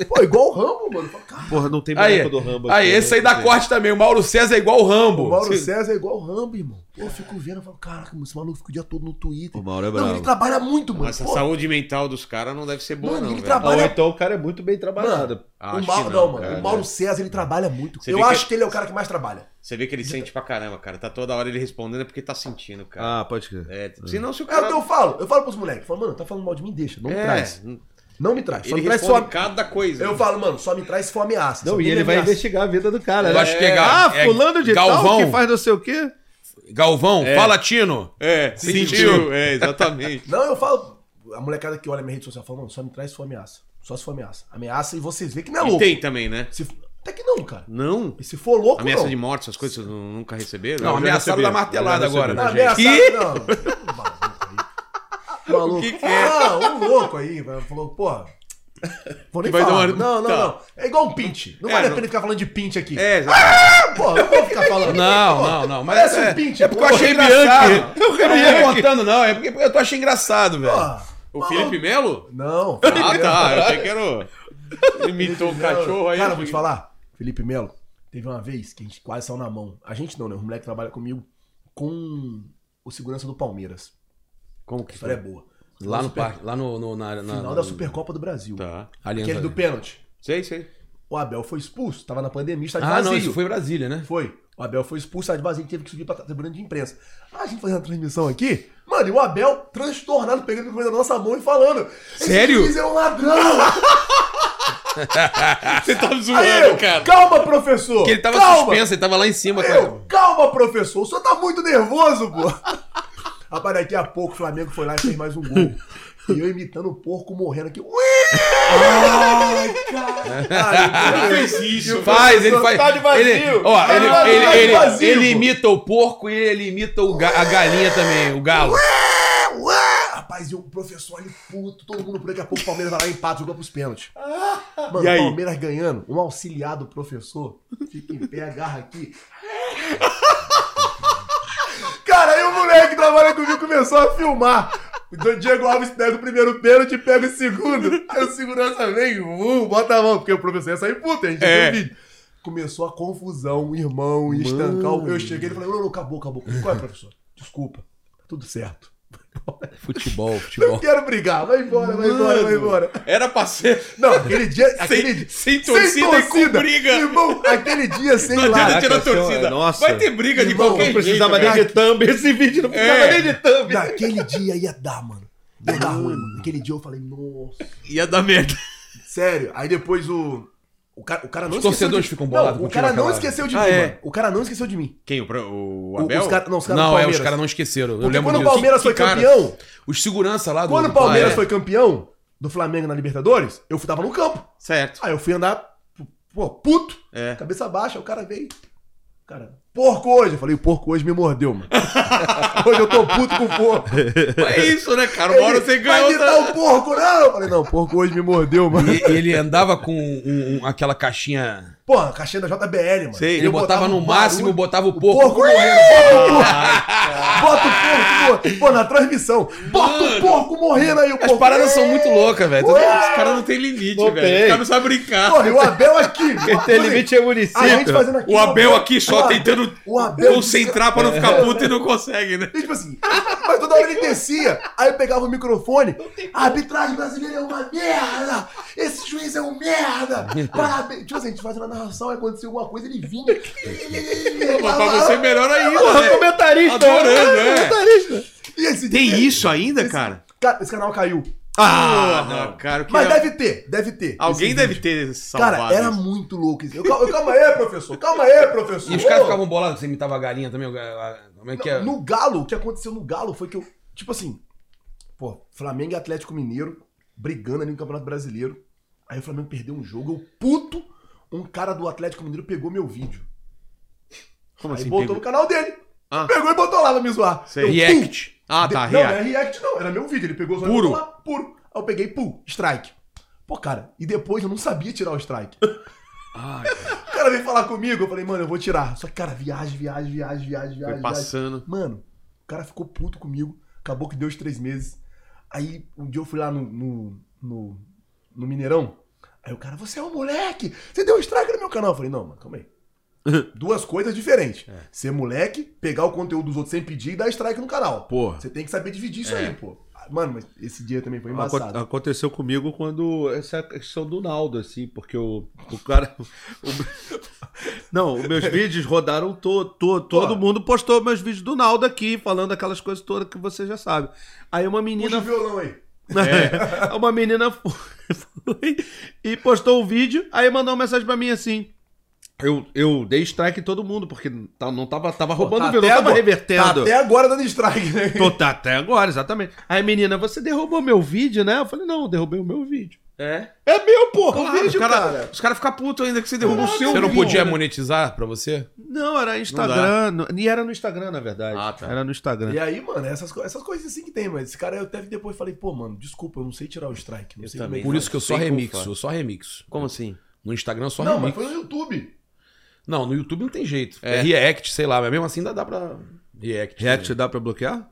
Pô, igual o Rambo, mano. Fala, cara, Porra, não tem Aí, boneco do Rambo. aí aqui, esse aí né? dá corte também. O Mauro César é igual o Rambo. O Mauro César é igual o Rambo, irmão. Pô, eu fico vendo, eu falo, caraca, mano, esse maluco fica o dia todo no Twitter. O Mauro é Não, bravo. ele trabalha muito, mano. Nossa, a Pô, saúde mental dos caras não deve ser boa, Mano, não, ele velho. Ah, trabalha- Ou então o cara é muito bem trabalhado. o Acho Mauro, que não, mano. cara. O Mauro César, ele trabalha muito. né? Você eu vê que- acho que ele é o cara que mais trabalha. Você vê que ele sente pra caramba, cara. Tá toda hora ele respondendo é porque tá sentindo, cara. Ah, pode crer. É, senão se o É o cara... que eu falo. Eu falo pros moleques. Eu falo, mano, tá falando mal de mim, deixa. Não me É, traz. Não me traz. Só ele me traz responde se for am- cada coisa. Eu falo, mano, só me traz se for ameaça. Não, Se e ele me vai ameaça. investigar a vida do cara. Eu né? acho que é ga- Ah, é fulano de Galvão. tal que faz não sei o quê. Galvão, fala, Tino. É, Sentiu. sentiu. É, exatamente. Não, eu falo. A molecada que olha minha rede social fala, mano, só me traz se for ameaça. Só se for ameaça. Ameaça e vocês veem que não E é louco. tem também, né? Se- Até que não, cara. Não. E se for louco, Ameaça não. de morte, essas coisas vocês nu- nunca receberam? Não, Eu já ameaçaram recebi. da martelada Eu já agora. recebi, Não, gente. ameaça. Que? Não. Um Maluco. aí. é? Ah, um louco aí. velho, Falou, porra. Vou nem Que vai falar. dar uma- Não, não, Tá. não. É igual um pinte. Não É, vale a não- pena ficar falando de pinte aqui. É, exatamente. Porra, não vou ficar falando. Não, Pô, não, não. Mas Parece é, um pinte. é porque eu pô. achei engraçado. Eu não tô contando, não. É porque eu tô achei engraçado, velho. Porra. O Felipe Melo? Não. Ah, tá. Eu achei que era o... Imitou o Não, cachorro aí. Cara, vou te falar. Felipe Melo, teve uma vez que a gente quase saiu na mão. A gente não, né? O moleque trabalha comigo com o segurança do Palmeiras. Como que A história é boa. Lá no parque, lá no, no- na, na, Final na- da Supercopa do Brasil. Tá. Aliança. Aquele do pênalti. Sei, sei. O Abel foi expulso, tava na pandemia, está de Ah, vazio. não, isso foi Brasília, né? Foi. O Abel foi expulso, a de vazio teve que subir pra tribuna de imprensa. Ah, a gente fazendo a transmissão aqui, mano, e o Abel transtornado, pegando o microfone da nossa mão e falando. Sério? Esse juiz é um ladrão! Você tá Aí eu, zoando, cara. calma, professor! Porque ele tava calma. suspenso, ele tava lá em cima. Eu, calma, professor, o senhor tá muito nervoso, pô. Rapaz, daqui a pouco o Flamengo foi lá e fez mais um gol. E eu imitando o porco morrendo aqui. Ué! Ai, cara! Ele fez isso. Faz, ele faz. Tá de vazio. Ele, ó, Tá ele, de vazio, ele- tá de ele- vazio, ele pô. imita o porco e ele imita o ga- a galinha também, o galo. Ué, ué! Rapaz, e o professor ali puto, todo mundo por daqui a pouco o Palmeiras vai lá e empata, jogou pros pênaltis. Mano, E aí? Palmeiras ganhando, um auxiliar do professor fica em pé, agarra aqui. Cara, aí o moleque que trabalha comigo começou a filmar. O Diego Alves pega o primeiro pênalti e pega o segundo. Aí o segurança vem, uh, bota a mão, porque o professor ia sair puto, a gente É. viu o vídeo. Começou a confusão, o irmão, ia estancar. o- Eu cheguei e falei, não, não, acabou, acabou. Qual é, professor? Desculpa, tá tudo certo. Futebol, Não futebol. quero brigar, vai embora, vai embora, vai embora. Era pra ser Não, aquele dia. Aquele dia. sem torcida e com briga. Irmão, aquele dia sem Não adianta lá. tirar a Caraca, torcida. nossa. Vai ter briga de Irmão, qualquer não jeito. Precisava velho. nem de thumb. Esse vídeo não precisava É. nem de thumb. Naquele dia ia dar, mano. Ia dar ruim, mano. Naquele dia eu falei, nossa. Ia dar merda. Sério. Aí depois o. O cara, o cara não Os torcedores esqueceu de- ficam bolados Não, o contigo cara não naquela hora. esqueceu de Ah, mim, é. mano. O cara não esqueceu de mim. Quem? O, pro- o O- Abel? Os cara, não, os caras do Não, é, Palmeiras. os caras não esqueceram. Eu Porque lembro quando o disso. Palmeiras Que foi cara- campeão, Os segurança lá do. quando o Palmeiras Ah, é. foi campeão do Flamengo na Libertadores, eu fui- tava no campo. Certo. Aí eu fui andar, pô, puto, É. cabeça baixa, o cara veio. Cara, porco hoje. Eu falei, o porco hoje me mordeu, mano. hoje eu tô puto com o porco. É isso, né, cara? Uma hora você ganha Vai me outra. dar o porco, não! Eu falei, não, o porco hoje me mordeu, mano. tá? E- ele andava com um- um- aquela caixinha. Porra, caixinha da JBL, mano. Sei, Ele, Eu botava no um máximo, barulho, botava o Porco, é, porco. morrendo, bota o porco, bota o porco, pô, pô, na transmissão, bota o porco morrendo aí, o porco. é. As paradas são muito loucas, velho. Os caras não têm limite, Não velho. tem. Os caras não sabem brincar. Porra, e o Abel aqui. Quem tem limite é A gente município. fazendo aqui. O Abel aqui o só Abel- tentando o Abel- é concentrar pra não ficar puto e não consegue, né? E tipo assim, mas toda hora ele descia, aí eu pegava o microfone, a arbitragem brasileira é uma merda! Esse juiz é um merda! Parabéns! Tipo assim, a gente fazia uma narração, aí acontecia alguma coisa, ele vinha. Tá Mas pra você, melhor ainda, Porra, né? comentarista. Adorando, né? é. Comentarista. E esse Tem dia- isso ainda, cara? Cara, esse canal caiu. Ah, não, cara. eu Mas queria- deve ter, deve ter. Alguém esse deve vídeo. ter salvado. Cara, era isso. muito louco isso. Eu, cal- eu- calma aí, professor. Calma aí, professor. E os caras Ô, ficavam bolados, você imitava a galinha também. o ga- a- Como é que é? No Galo, o que aconteceu no Galo foi que eu. Tipo assim, pô, Flamengo e Atlético Mineiro brigando ali no Campeonato Brasileiro. Aí o Flamengo perdeu um jogo, eu puto, um cara do Atlético Mineiro pegou meu vídeo. Como aí assim? pegou? botou no canal dele. Ah. Pegou e botou lá pra me zoar. Sei. Eu, React. pum. Ah, tá, De- Não, não react. é react, não. Era meu vídeo. Ele pegou e Puro. botou lá, puro. Aí eu peguei, pum, strike. Pô, cara, e depois eu não sabia tirar o strike. Ah, O cara veio falar comigo, eu falei, mano, eu vou tirar. Só que, cara, viagem, viagem, viagem, viagem, viagem. Foi viagem. passando. Mano, o cara ficou puto comigo. Acabou que deu os três meses. Aí um dia eu fui lá no, no, no, no Mineirão. Aí o cara, você é um moleque! Você deu um strike no meu canal. Eu falei, não, mano, calma aí. Duas coisas diferentes. É. Ser moleque, pegar o conteúdo dos outros sem pedir e dar strike no canal. Porra. Você tem que saber dividir É. isso aí, pô. Ah, Mano, mas esse dia também foi Aconte- Ah. embaçado. Aconteceu comigo quando. Essa é a questão do Naldo, assim, porque o, o cara. o- não, os meus vídeos rodaram to, to- todo mundo postou meus vídeos do Naldo aqui, falando aquelas coisas todas que você já sabe. Aí uma Puxa o menina. É, violão aí. uma menina foi e postou o vídeo, aí mandou uma mensagem pra mim assim. Eu, eu dei strike em todo mundo, porque tá- não tava, tava roubando o Tá vídeo, até não tava agora- revertendo. Tá até agora dando strike, né? Tô, tá até agora, exatamente. Aí, menina, você derrubou meu vídeo, né? Eu falei, não, eu derrubei o meu vídeo. É? É meu, porra, Claro, os caras cara ficam putos ainda que você derrubou o seu. Você vídeo, não um. podia né? monetizar pra você? Não, era Instagram. no- E era no Instagram, na verdade. Ah, tá. Era no Instagram. E aí, mano, essas, co- essas coisas assim que tem, mas esse cara eu até depois falei, pô, mano, desculpa, eu não sei tirar o strike. Não Eu sei também como Por é isso que eu só Sem remixo, culpa. eu só remixo. Como assim? No Instagram eu só faz. Não, mas remixo. foi no YouTube. Não, no YouTube não tem jeito. É. É. React, sei lá, mas mesmo assim ainda dá pra. React. React né? dá pra bloquear?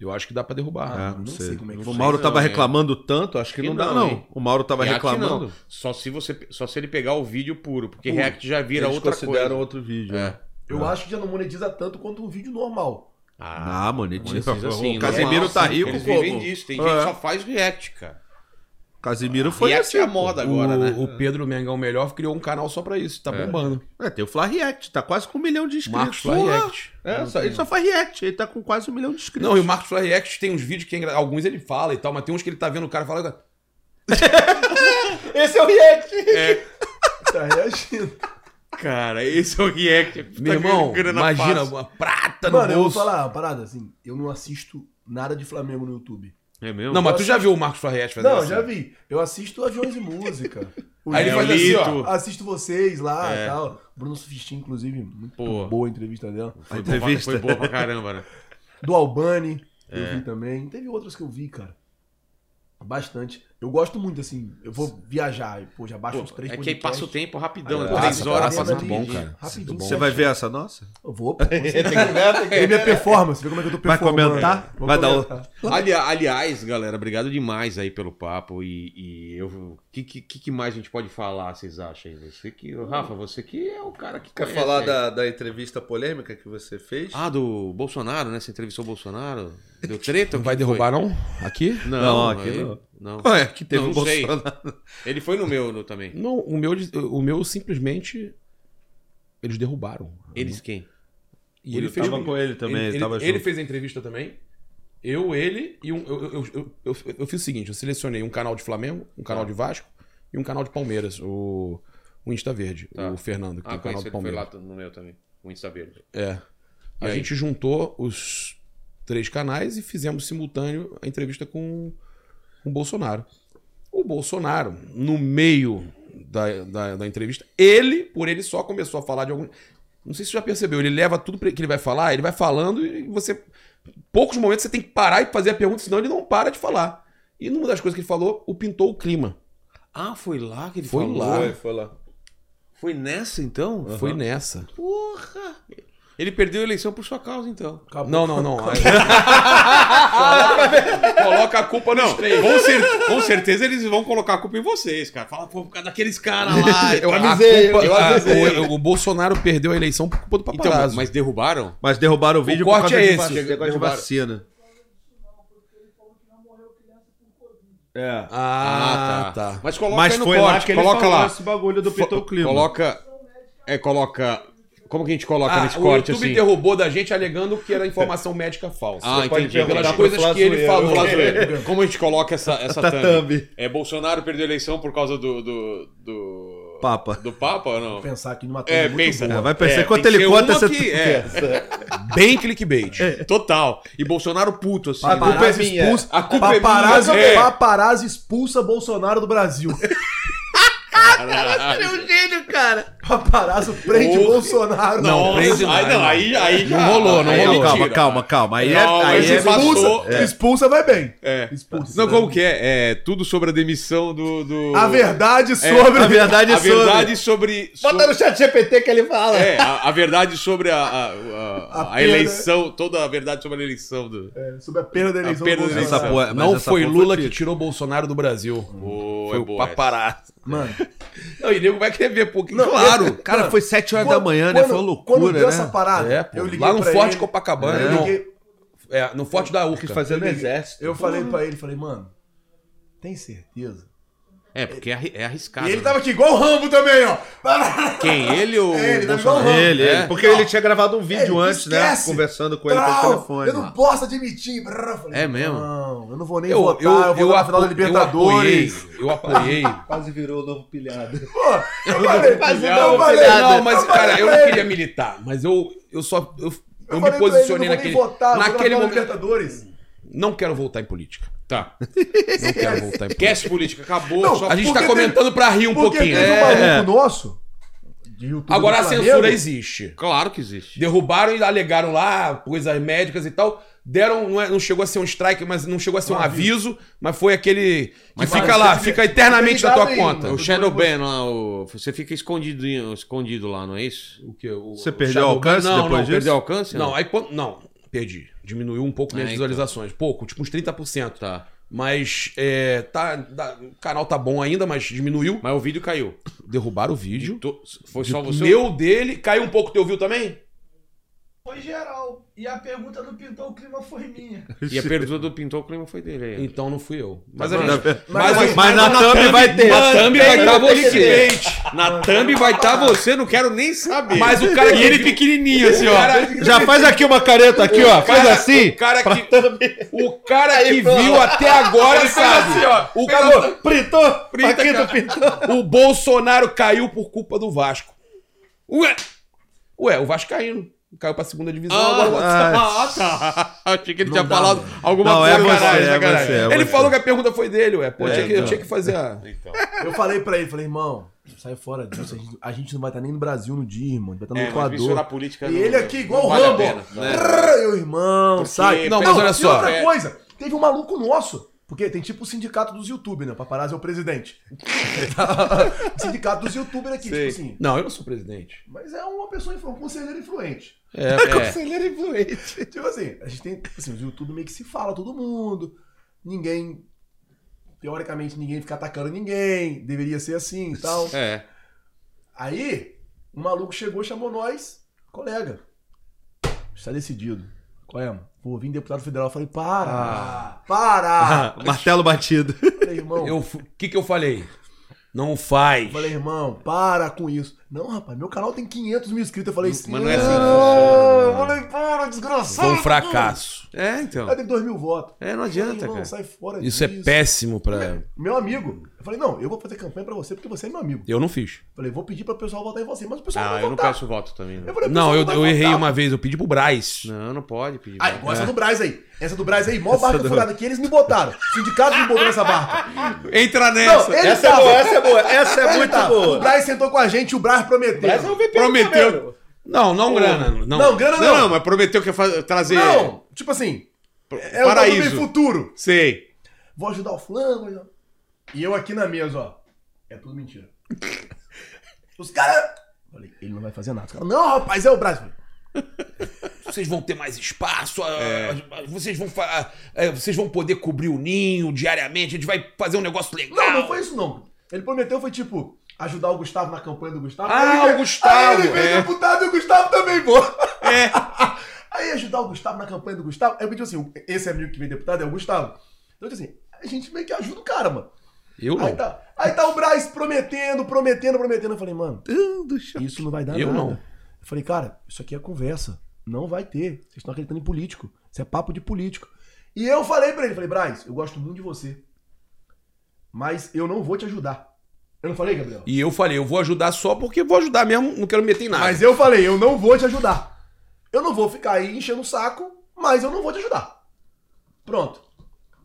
Eu acho que dá pra derrubar. Ah, não sei. como é que O Mauro Não, tava hein? reclamando tanto, acho que, Que não dá, não, não. hein? O Mauro tava React reclamando. não. Só se, você, só se ele pegar o vídeo puro, porque Puro. React já vira Eles outra consideram coisa. É. outro vídeo. né? Eu acho que já não monetiza tanto quanto um vídeo normal. Ah, Ah, monetiza. monetiza sim, o Casemiro normal, tá sim. rico, assim, Eles pô. vivem disso. Tem É. gente que só faz React, cara. Casemiro foi assim, react é a pô. moda agora, o, né? o Pedro Mengão Melhor criou um canal só pra isso, tá bombando. É, tem o Fla React, tá quase com um milhão de inscritos. Marcos Fla Porra. React. É, só- ele só faz React, ele tá com quase um milhão de inscritos. Não, e o Marcos Fla React tem uns vídeos que é engra- alguns ele fala e tal, mas tem uns que ele tá vendo o cara falando. Esse é o React! Tá reagindo. Cara, esse é o react. Puta Meu irmão, que grana imagina fácil. uma prata Tá no Mano, eu vou bolso. falar uma parada assim. Eu não assisto nada de Flamengo no YouTube. É mesmo? Não, mas tu já viu o Marcos Farriete fazer Não, assim? já vi. Eu assisto Aviões e Música. O Aí ele Lito, faz assim, ó. Assisto vocês lá e tal. Bruno Sufistinha, inclusive, muito Pô. boa a entrevista dela. Foi, boa pra- foi boa pra caramba, né? Do Albani, eu vi também. Teve outras que eu vi, cara. Bastante. Eu gosto muito, assim. Eu vou viajar, e, pô, já baixo Pô, uns três é que aí podcasts. Ah, passa o tempo rapidão, Aí, né? pô, três passa, horas passa passa muito bom, bom, cara. Rapidinho. Você vai ver essa nossa? Eu vou, pô. Ver minha performance, ver como é que eu tô Vai performando. comentar? Vou Vai dar comentar. Ali- aliás, galera, obrigado demais aí pelo papo. E, e eu. O que, que, que mais a gente pode falar, vocês acham? aí? Você que. Rafa, você que é o cara que. Quer conhece falar aí. da, da entrevista polêmica que você fez? Ah, do Bolsonaro, né? Você entrevistou o Bolsonaro? Deu treta? Tu não Então vai derrubar, não? Aqui? Não, Não, aqui aí- não. não. Ué, que teve Não, o não sei. Bolsonaro. Ele foi no meu no, também. Não, o meu, o meu simplesmente. Eles derrubaram. Eles quem? E ele Eu fez. tava com ele também, Ele, ele, ele- tava junto. ele fez a entrevista também. Eu, ele e um. Eu, eu, eu, eu, eu fiz o seguinte: eu selecionei um canal de Flamengo, um canal Tá. de Vasco e um canal de Palmeiras, o, o Insta Verde, Tá. o Fernando, que Ah, tem o canal conheci, do ele foi lá Palmeiras. no meu também. O Insta Verde. É. E A aí? gente juntou os três canais e fizemos simultâneo a entrevista com com o Bolsonaro. O Bolsonaro, no meio da, da, da entrevista, ele, por ele só, começou a falar de algum. Não sei se você já percebeu, ele leva tudo pra- que ele vai falar, ele vai falando e você. Poucos momentos você tem que parar e fazer a pergunta, senão ele não para de falar. E numa das coisas que ele falou, o pintou o clima. Ah, foi lá que ele Foi falou? lá. Foi, foi lá. Foi nessa então? Foi nessa. Porra! Ele perdeu a eleição por sua causa, então. Não, não, É, não. Aí- Coloca- Coloca a culpa nos três. Com, cer- com certeza eles vão colocar a culpa em vocês, cara. Fala, pô, por causa daqueles caras lá. Eu avisei, eu avisei. O, o Bolsonaro perdeu a eleição por culpa do Então, paparazzo. mas derrubaram? Mas derrubaram o vídeo corte é de esse. vac- negócio de Derrubaram. vacina. É. Ah, tá. Mas coloca Mas aí no foi lá corte, que ele coloca falou lá. esse bagulho do Fo- Pitou o Clima. Coloca. É, coloca. Como que a gente coloca Ah, nesse o corte YouTube assim? derrubou da gente alegando que era informação médica falsa. Ah, pode entendi. perguntar Pelas pro coisas que ele Flazoeiro. falou. Como a gente coloca essa, essa Tá thumb? thumb. É Bolsonaro perdeu a eleição por causa do. do. do, Papa. do Papa ou não? Pensar aqui numa É, coisa muito pensa. boa. É, vai É, pensar enquanto tem que ele ser conta uma essa. que- é. Bem clickbait. Total. E Bolsonaro puto, assim. A culpa é Paparazzi minha. expulsa, A culpa é minha, paparazzi, é. paparazzi expulsa Bolsonaro do Brasil. Ah, Caralho. é um gênio, cara. Paparazzo prende Ô, Bolsonaro. Não, prende aí, nada. não, aí, aí já- Não rolou, não aí é rolou. Calma, calma, mentira. calma, calma. Aí Não, é. Aí mas é isso passou. expulsa, É. expulsa vai bem. É. Expulsa. Não, como que é? É tudo sobre a demissão do. do... A verdade sobre a verdade É, é A sobre. verdade sobre. Bota no chat GPT que ele fala. É, a, a verdade sobre a, a, a- A a perda. eleição, toda a verdade sobre a eleição do. É, sobre a perda da eleição. A perda do da Bolsonaro. Essa porra- mas Não essa foi porra Lula que pica. tirou Bolsonaro do Brasil. Boa, foi é o boa paparazzo. Mano, Não, e nego vai querer ver, porque. Claro, cara, Mano, foi 7 horas da manhã, né? quando- Foi uma Quando loucura, deu essa né? parada, É, pô, Ah, eu liguei lá no pra Forte ele, Copacabana. Eu, não. liguei, É, no Forte da Urca. Fazendo exército. eu falei pra ele, falei, mano, tem certeza? É, porque é, arri- é Tá arriscado. E ele né? tava aqui igual o Rambo também, ó. Quem? Ele ou. É, ele tava igual o Bolsonaro? Rambo. Ele, É? ele. Porque ele tinha gravado um vídeo Ele, antes, né? esquece. Conversando com ele pelo Trau, telefone. Eu não posso admitir. Brrr, eu falei, É mesmo? Não, eu não vou nem Eu, votar. eu, Eu, vou eu, na final apo- da eu apoiei. Libertadores. Eu apoiei. Quase virou o novo pilhado. Pô, eu falei, Quase eu não, falei, filhada. Não, mas, cara, eu não ele. queria militar, mas eu, eu só. Eu, eu me falei pra ele, posicionei eu não vou naquele. nem votar, eu vou na naquele final da momento. Um Libertadores. Não quero voltar em política. Tá. Não quero voltar em política. Esquece política, acabou. Não, só... A gente tá Porque comentando pra rir um Porque pouquinho. teve É. um maluco nosso. de YouTube Agora a do Flamengo, censura é existe. Claro que existe. Derrubaram e alegaram lá coisas médicas e tal. Deram, não, é- não chegou a ser um strike, mas não chegou a ser um aviso, mas foi aquele que fica mas lá, você fica eternamente na ligado tua aí, conta. O Shadow Ban lá, o- você fica escondido, escondido lá, não é isso? O quê? O- Você o perdeu Shadow alcance Ban? não, depois não, disso? Perdeu alcance? né? Não, aí quando. Não, perdi. Diminuiu um pouco minhas Ah, então. visualizações. Pouco, tipo uns 30%. Tá. Mas é, tá, dá- o canal tá bom ainda, mas diminuiu. é- Mas o vídeo caiu. Derrubaram o vídeo. Tipo, To- Foi só você. Meu dele, caiu um pouco teu view também? Foi geral. E a pergunta do Pintou o Clima foi minha. E a pergunta do pintor, o clima foi dele é. aí. Então não fui eu. Mas a Mas, gente. mas, assim, mas- na thumb vai ter. Na thumb vai tá estar Tem que ter. você. Na thumb vai estar você, não quero nem saber. Mas o cara E que- ele pequenininho, assim, ó. Já faz aqui uma careta aqui, ó. Faz cara- assim. O cara que, o cara que viu até agora sabe. o, cara, Printou. Printa, assim, Aqui tu cara. o Bolsonaro caiu por culpa do Vasco. Ué! Ué, o Vascaíno. Caiu pra segunda divisão, agora o Ah, tá. Achei que ele tinha falado alguma Não, é coisa. você, caralho, é sacanagem. você, é Ele você. falou que a pergunta foi dele, ué. Pô, É, tinha que, eu então. tinha que fazer a. Eu falei pra ele, falei, irmão, sai fora disso. A gente, a gente não vai estar nem no Brasil no dia, irmão. A gente vai estar no É, Tá mas misturar Equador. política E não- ele aqui, igual não o vale a Rambo. pena, né? Brrr, Eu, irmão, Porque- sai. Não, mas olha e só, outra é- coisa, teve um maluco nosso. Porque tem tipo o sindicato dos youtubers, né? O paparazzi é o presidente. o sindicato dos youtubers aqui, Sei. tipo assim. Não, eu não sou presidente. Mas é uma pessoa, influ- um conselheiro influente. É, Conselheiro influente. Tipo assim, a gente tem. Assim, os YouTube meio que se fala, todo mundo. Ninguém. Teoricamente, ninguém fica atacando ninguém. Deveria ser assim e tal. É. Aí, um maluco chegou, chamou nós, colega. Está decidido. Qual é, mano? Vou vir deputado federal. Eu falei, Ah. para! Para! Martelo batido. Eu falei, irmão. Eu, Eu... o que que eu falei? Não faz. Falei, irmão, para com isso. Não, rapaz, meu canal tem 500 mil inscritos. Eu falei, Mas sim. não é assim que né? Eu falei, para, desgraçado. Foi um fracasso. É, Ela então. tem 2 mil votos. É, não Eu falei, adianta, irmão, cara. sai fora Isso é disso. péssimo pra. Meu amigo. Eu falei, não, eu vou fazer campanha pra você porque você é meu amigo. Eu não fiz. Eu falei, vou pedir pra o pessoal votar em você. Mas o pessoal Ah, eu vai não votar. peço voto também. Não, falei, o Não, pessoal eu, vai eu errei votar. uma vez. Eu pedi pro Braz. não, não pode pedir. Ah, voto. É, igual É. essa do Braz aí. Essa do Braz aí, mó barca furada que eles me botaram. O sindicato me botou nessa barca. Entra nessa. Não, ele Essa é tava- boa, essa é boa, essa ele é muito tava. O boa. Braz sentou com a gente e o Braz prometeu. Prometeu. Não, não grana. Não. Não, grana Não, não. não, Não, mas prometeu que ia fa- trazer. tipo assim, pro- é o paraíso. bagulho futuro. Sei. Vou ajudar o fulano. vou ajudar- E eu aqui na mesa, ó. É tudo mentira. Os caras... Falei, ele não vai fazer nada. Os caras, não, rapaz, é o Braz. Falei, Vocês vão ter mais espaço. a- É. a- a- Vocês, vão fa- é, vocês vão poder cobrir o ninho diariamente. A gente vai fazer um negócio legal. Não, não foi isso não. Ele prometeu, foi tipo, ajudar o Gustavo na campanha do Gustavo. Ah, Aí ele- o Gustavo, Aí ele veio é. deputado e o Gustavo também vou. É. Aí ajudar o Gustavo na campanha do Gustavo. Aí eu pedi assim, esse amigo que veio deputado é o Gustavo. Então eu disse assim, a gente meio que ajuda o cara, mano. Eu Aí não. tá, aí tá o Braz prometendo, prometendo, prometendo. Eu falei, mano, isso não vai dar Eu nada. não. Eu falei, cara, isso aqui é conversa. Não vai ter. Vocês estão acreditando em político. Isso é papo de político. E eu falei pra ele, falei, Braz, eu gosto muito de você. Mas eu não vou te ajudar. Eu não falei, Gabriel? E eu falei, eu vou ajudar só porque vou ajudar mesmo. Não quero me meter em nada. Mas eu falei, eu não vou te ajudar. Eu não vou ficar aí enchendo o saco, mas eu não vou te ajudar. Pronto.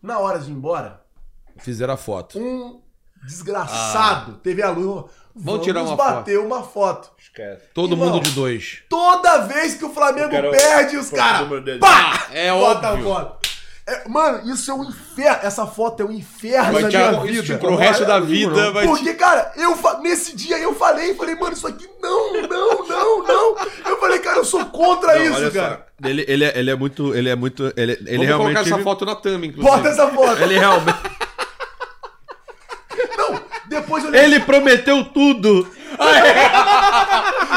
Na hora de ir embora, Fizeram a foto. um desgraçado teve a lua. Ah. Vamos tirar uma bater uma foto. Todo Irmão. mundo de dois. Toda vez que o Flamengo perde, os caras. Pá! É Bota a óbvio. foto. É, mano, isso é um inferno. Essa foto é um inferno Vai na te minha isso te- vida. é um pro resto da vida vai te. Porque, cara, eu fa- nesse dia eu falei, falei, mano, isso aqui não, não, não, não. Eu falei, cara, eu sou contra Não, olha isso, só. cara. Ele, ele, é- ele é muito. Ele é muito. Ele, ele Vamos realmente. colocar essa foto na thumb, inclusive. Bota essa foto. Ele realmente. Não, depois eu ele prometeu tudo!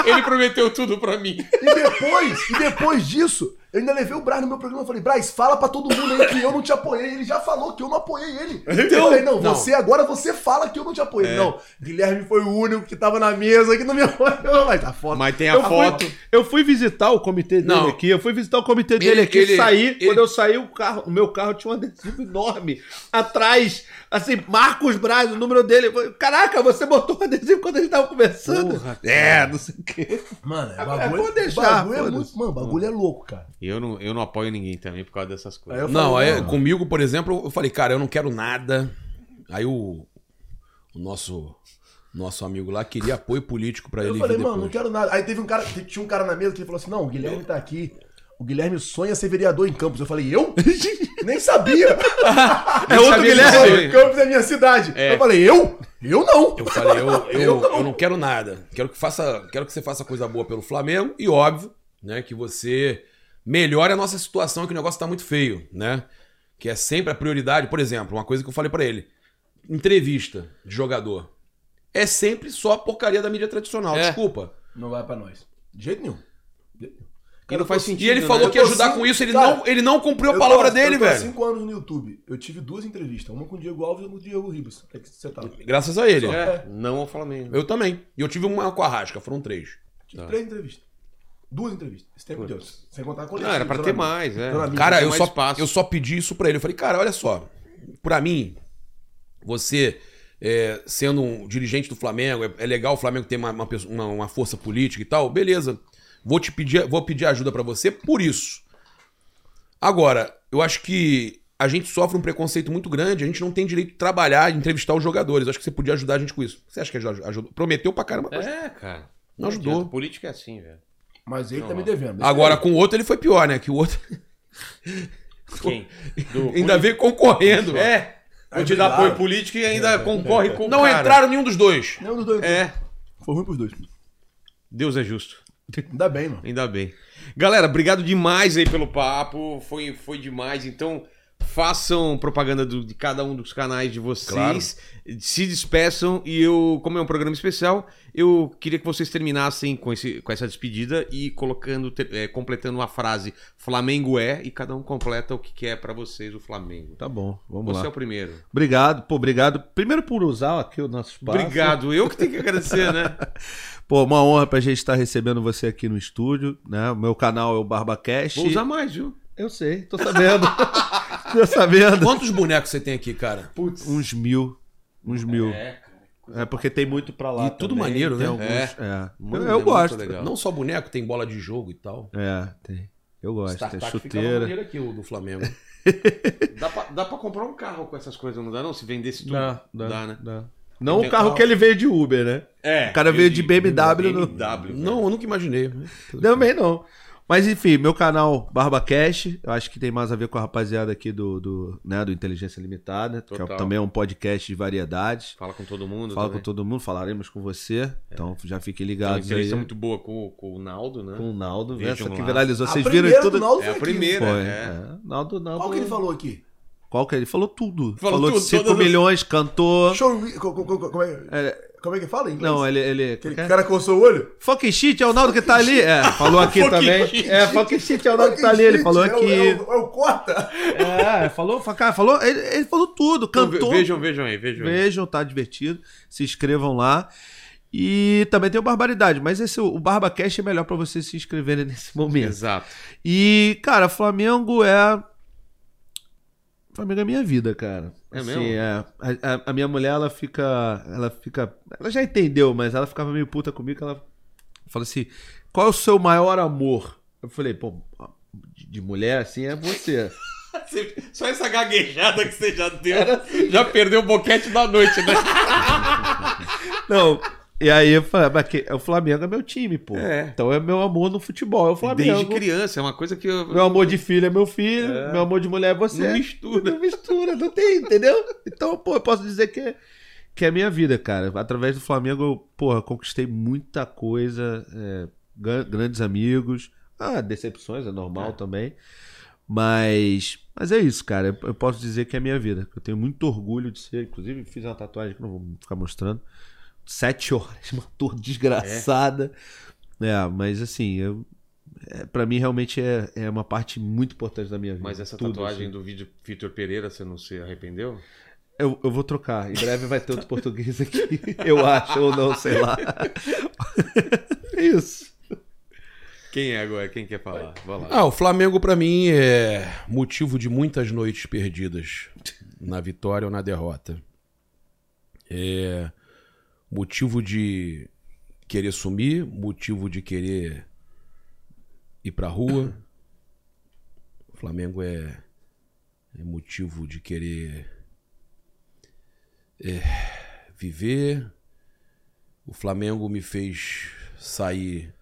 Ele prometeu tudo pra mim. E depois, e depois disso, eu ainda levei o Braz no meu programa e falei, Braz, fala pra todo mundo aí que eu não te apoiei. Ele já falou que eu não apoiei ele. eu falei, não, Então, não. É. você agora você fala que eu não te apoiei. Não, Guilherme foi o único que tava na mesa que não me apoiou. Mas tá a foto. Mas tem a foto. Eu fui visitar o comitê dele Não. aqui, eu fui visitar o comitê dele Ele- aqui, ele- saí, ele- quando eu saí o carro, o meu carro tinha um adesivo enorme atrás, assim, Marcos Braz, o número dele, eu falei, caraca, você botou o adesivo quando a gente tava conversando? é, não sei o quê. Mano, é É, bagulho. vou deixar, bagulho é foda-se. muito, mano, bagulho é louco, cara. E Eu não, eu não apoio ninguém também por causa dessas coisas. Aí eu Não, falei, é, comigo, por exemplo, eu falei, cara, eu não quero nada. Aí o, o nosso nosso amigo lá queria apoio político pra Eu ele falei, vir mano, não depois. quero nada. Aí teve um cara, tinha um cara na mesa que ele falou assim: não, o Guilherme tá aqui. O Guilherme sonha ser vereador em Campos. Eu falei, eu? Nem sabia. É outro sabia Guilherme! disso. Não, Campos é minha cidade. Eu falei, eu? Eu não. assim. Eu falei, eu, eu, eu não quero nada. Quero que faça, quero que você faça coisa boa pelo Flamengo e óbvio, né, que você melhore a nossa situação, que o negócio tá muito feio, né? Que é sempre a prioridade, por exemplo, uma coisa que eu falei pra ele, entrevista de jogador. É sempre só a porcaria da mídia tradicional, É. desculpa. Não vai pra nós. De jeito nenhum. E não faz sentido. E ele né? falou que ia tô ajudar assim, com isso, ele, cara, não, ele não cumpriu a palavra dele, eu tô assim. há velho. cinco anos no YouTube. Eu tive duas entrevistas. Uma com o Diego Alves e uma com o Diego Ribas. É que você tá. Tive Graças a ele. É, não ao Flamengo. Eu também. E eu tive uma com a Rasca, foram três. três entrevistas. Duas entrevistas. Esse tempo deu. Sem contar com Não, Ah, era pra ter mais, é. Dona Mídia, Cara, tem eu mais só, espaço. eu só pedi isso pra ele. Eu falei, cara, olha só. Pra mim, você é, sendo um dirigente do Flamengo, é, é legal o Flamengo ter uma, uma pessoa- uma- uma força política e tal, beleza. Vou te pedir, vou pedir ajuda pra você por isso. Agora, eu acho que a gente sofre um preconceito muito grande, a gente não tem direito de trabalhar, de entrevistar os jogadores. Acho que você podia ajudar a gente com isso. Você acha que ajudou? ajudou? Prometeu pra caramba, mas É, cara. não ajudou. Adianta, Política é assim, velho. Mas ele tá me devendo. Agora, com o outro ele foi pior, né? Que o outro Quem? Do ainda veio concorrendo. É. Vou te dar apoio político e é- ainda concorre com o Não cara. entraram nenhum dos dois. Nenhum dos dois. É. Foi ruim pros dois. Deus é justo. Ainda bem, mano. Ainda bem. Galera, obrigado demais aí pelo papo. Foi, foi demais. Então, façam propaganda do- de cada um dos canais de vocês. Se despeçam. E eu, como é um programa especial, eu queria que vocês terminassem com, esse, com essa despedida e colocando, ter- eh, completando uma frase Flamengo é, e cada um completa o que que é pra vocês o Flamengo. Tá bom, vamos Você é lá. o primeiro. Obrigado, pô, obrigado. Primeiro por usar aqui o nosso espaço. Obrigado. Eu que tenho que agradecer, né? Pô, uma honra pra gente estar recebendo você aqui no estúdio, né? O meu canal é o BarbaCast. Vou usar mais, viu? Eu sei, tô sabendo. tô sabendo. Quantos bonecos você tem aqui, cara? Uns mil. Uns mil. É, porque tem muito pra lá. E tudo também, maneiro, né? tem alguns- É. é. Muito, eu, é eu muito gosto. legal. Não só boneco, tem bola de jogo e tal. É, tem. Eu gosto. Tem é Startup fica chuteira. maneiro aqui, o do Flamengo. Dá pra, dá pra comprar um carro com essas coisas, não dá não? Se vendesse tudo. Dá, dá, Dá, né? dá. Não Tem o carro carro. que ele veio de Uber, né? É. O cara veio de BMW no- BMW. não, eu nunca imaginei. Também não. Mas enfim, meu canal BarbaCast, eu acho que tem mais a ver com a rapaziada aqui do, do, né, do Inteligência Limitada, que Total. é, também é um podcast de variedades. Fala com todo mundo. Fala também. com todo mundo, falaremos com você. Então já fiquem Tem uma ligados aí entrevista muito boa com, o- com o Naldo, né? com o Naldo, né? Vejam Essa que lá. viralizou. Vocês viram primeira tudo. do Naldo É foi a aqui. primeira. é. Foi. é. Naldo, Naldo. Qual que ele falou aqui? Qual que ele falou? Tudo. Falou Falou, tudo, de 5 todas as- milhões, cantou. Show. co- co- co- Como é, como é que fala em inglês? Não, ele. ele Aquele qualquer- cara coçou o olho? é? Fucking shit, é o Naldo que tá ali. É, falou aqui Fucking também. shit. É, fucking shit, é o Naldo que tá ali. Ele falou É o- É aqui. o, é o Cota? É, falou, cara, falou. Ele, ele falou tudo, Então, cantou. ve- Vejam, vejam aí, vejam. aí. Vejam, tá divertido. Se inscrevam lá. E também tem o Barbaridade, mas esse o BarbaCast é melhor pra vocês se inscreverem nesse momento. Exato. E, cara, Flamengo é. Flamengo é minha vida, cara. É Assim, mesmo? é. A, a- a minha mulher, ela fica. Ela fica. Ela já entendeu, mas ela ficava meio puta comigo. que Ela fala assim: qual é o seu maior amor? Eu falei, pô, de de mulher assim é você. Só essa gaguejada que você já deu. Já perdeu o boquete da noite, né? Não. E aí eu falei, mas que- o Flamengo é meu time, pô. É. Então é meu amor no futebol, é o Flamengo. Desde criança, é uma coisa que eu. Meu amor de filho é meu filho, É. meu amor de mulher é você. Não mistura. Não mistura, não tem, entendeu? Então, pô, eu posso dizer que é, que é a minha vida, cara. Através do Flamengo, eu, porra, conquistei muita coisa, é, gan- grandes amigos. Ah, decepções é normal também. Mas, mas é isso, cara. Eu, eu posso dizer que é a minha vida. Eu tenho muito orgulho de ser. Inclusive, fiz uma tatuagem que eu não vou ficar mostrando. Sete horas, uma dor desgraçada. É, mas assim, eu, é, para mim realmente é, é uma parte muito importante da minha vida. Mas essa Tudo, tatuagem assim. do vídeo Vitor Pereira, você não se arrependeu? Eu, eu vou trocar. Em breve vai ter outro português aqui. Eu acho, ou não, sei lá. É isso. Quem é agora? Quem quer falar? Vai lá. Ah, o Flamengo pra mim é motivo de muitas noites perdidas na vitória ou na derrota. É motivo de querer sumir, motivo de querer ir pra rua. O Flamengo é, é motivo de querer é, viver. O Flamengo me fez sair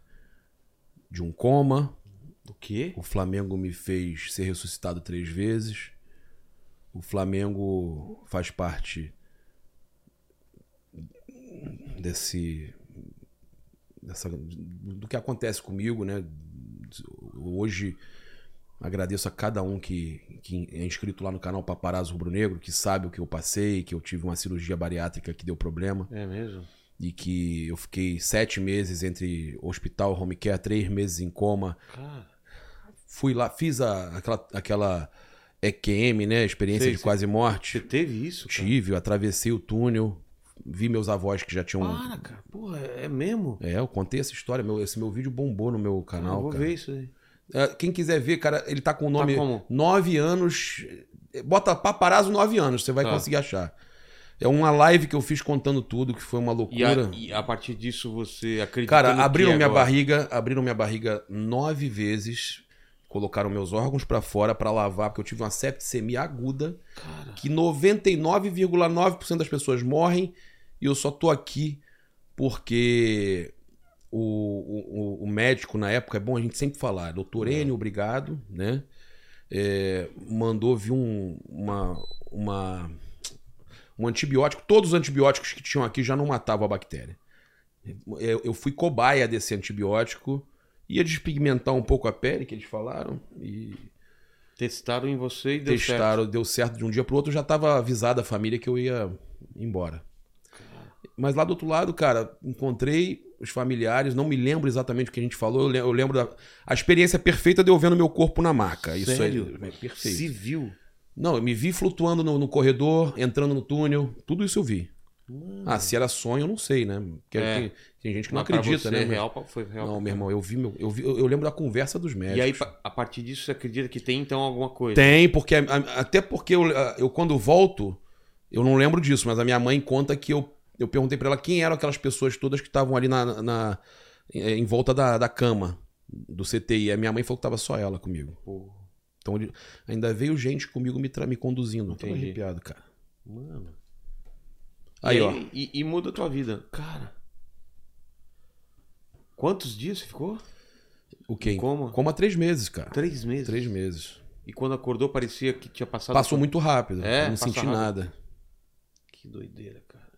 de um coma. O quê? O Flamengo me fez ser ressuscitado três vezes. O Flamengo faz parte desse dessa- do que acontece comigo, né? Hoje agradeço a cada um que, que é inscrito lá no canal Paparazzo Rubro Negro, que sabe o que eu passei, que eu tive uma cirurgia bariátrica que deu problema É mesmo? e que eu fiquei sete meses entre hospital, home care, três meses em coma. Fui lá, fiz a- aquela, aquela EQM, né? Experiência Sei, de sei. quase Você morte. teve isso? cara? Tive, eu atravessei o túnel, vi meus avós que já tinham. Para, cara. Porra, é mesmo? É, eu contei essa história. meu- esse meu vídeo bombou no meu Ah, eu canal. vou cara. ver isso aí. É, Quem quiser ver, cara, ele tá com o nome como? nove anos. Bota paparazzo nove anos, você vai Tá. conseguir achar. É uma live que eu fiz contando tudo, que foi uma E a, loucura. e a partir disso você acredita no Cara, que abriram minha agora? barriga, abriram minha barriga nove vezes, colocaram meus órgãos pra fora pra lavar, porque eu tive uma septicemia aguda, que 99,9% das pessoas morrem e eu só tô aqui porque o, o- o- o médico na época, é bom a gente sempre falar, doutor É. N, obrigado, né? É, mandou vir um, uma, uma- um antibiótico, todos os antibióticos que tinham aqui já não matavam a bactéria eu, eu fui cobaia desse antibiótico. Ia despigmentar um pouco a pele, que eles falaram. E Testaram em você e deu certo. testaram, deu certo de um dia pro outro. Eu já tava avisada a família que eu ia embora. Mas lá do outro lado, cara, encontrei os familiares. Não me lembro exatamente o que a gente falou. Eu le- eu lembro da a experiência perfeita de eu vendo meu corpo na maca. Isso aí Sério? é perfeito. Se viu. Não, eu me vi flutuando no, no corredor, entrando no túnel, tudo isso eu vi. Ah, se era sonho, eu não sei, né? Porque É. tem, tem gente que não Mas pra acredita, você, é né? Mas- Real, pra- foi real. Não, meu irmão, eu vi, meu, eu, vi- eu- eu lembro da conversa dos médicos. E aí, pa- a partir disso, você acredita que tem então alguma coisa? É, tipo, Tem, porque a- a- até porque eu, a- eu quando volto, eu não lembro disso, mas a minha mãe conta que eu, eu perguntei pra ela quem eram aquelas pessoas todas que estavam ali na, na- eh, em volta da, da cama do CTI. E a minha mãe falou que tava só ela comigo. Então ele- ainda veio gente comigo me, tra- me conduzindo. Eu Tava Entendi. arrepiado, cara. Mano. Aí, e ó. E, e muda a tua vida. Cara. Quantos dias você ficou? O quê? Coma? Como há três meses, cara. Três meses. Três meses. E quando acordou, parecia que tinha passado. Passou muito rápido. Tá É, eu não passa senti rápido. nada. Que doideira, cara.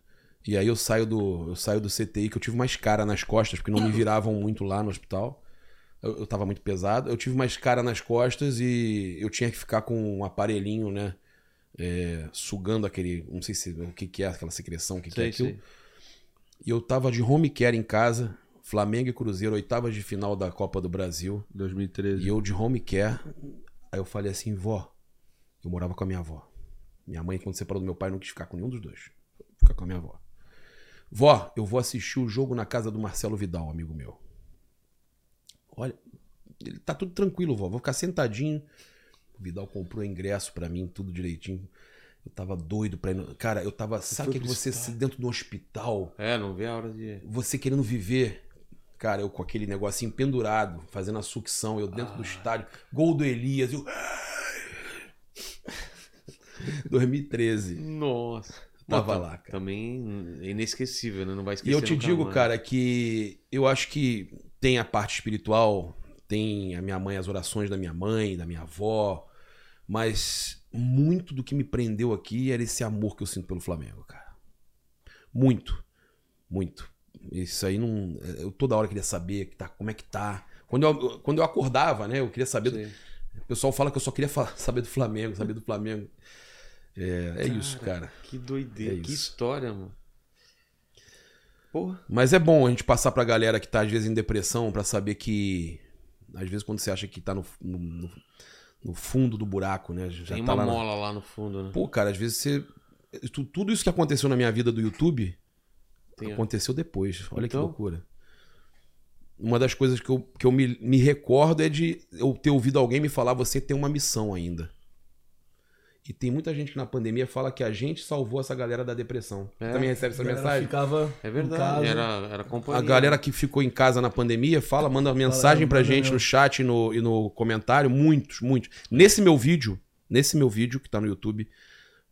E aí eu saio do eu saio do CTI que eu tive mais cara nas costas, porque não me viravam muito lá no hospital. Eu, eu tava muito pesado. Eu tive mais cara nas costas e eu tinha que ficar com um aparelhinho, né? é, sugando aquele, não sei se o que que é aquela secreção, o que, que é Sei, aquilo. sei. E eu tava de home care em casa, Flamengo e Cruzeiro, oitavas de final da Copa do Brasil. 2013. E eu de home care. Aí eu falei assim, vó. Eu morava com a minha avó. Minha mãe, quando separou do meu pai, não quis ficar com nenhum dos dois. Vou Ficar com a minha avó. Vó, eu vou assistir o jogo na casa do Marcelo Vidal, amigo meu. Olha, ele tá tudo tranquilo, vó. Vou ficar sentadinho. O Vidal comprou ingresso pra mim, tudo direitinho. Eu tava doido pra ir. no- Cara, eu tava. Sabe o que é que você se dentro de um hospital? É, não vê a hora de. você querendo viver, cara, eu com aquele negocinho pendurado, fazendo a sucção, eu dentro do estádio, gol do Elias, eu. 2013. Nossa. Tava Pô, lá, cara. Também é inesquecível, né? Não vai E esquecer. eu te nunca digo, mais. cara, que eu acho que tem a parte espiritual, tem a minha mãe, as orações da minha mãe, da minha avó, mas muito do que me prendeu aqui era esse amor que eu sinto pelo Flamengo, cara. Muito, muito. Isso aí não. Eu toda hora queria saber que tá, como é que tá. Quando eu, quando eu acordava, né? Eu queria saber. do- Sei. o pessoal fala que eu só queria fa- saber do Flamengo, saber do Flamengo. É, é isso, cara. Que doideira. É que isso. história, mano. Porra. Mas é bom a gente passar pra galera que tá às vezes em depressão pra saber que às vezes quando você acha que tá no, no- no- no fundo do buraco, né? Já tem tá uma lá na- mola lá no fundo, né? Pô, cara, às vezes você tu- tudo isso que aconteceu na minha vida do YouTube Tem- é. aconteceu depois. Olha Então? que loucura. Uma das coisas que eu, que eu me, me recordo é de eu ter ouvido alguém me falar você tem uma missão ainda. E tem muita gente que na pandemia fala que a gente salvou essa galera da depressão. É. Você também recebe essa A galera mensagem? ficava É em verdade. casa. Era, era um A companhia. né? galera que ficou em casa na pandemia, fala, manda mensagem pra manda gente mesmo. no chat e no, e no comentário. Muitos, muitos. Nesse meu vídeo, nesse meu vídeo que tá no YouTube,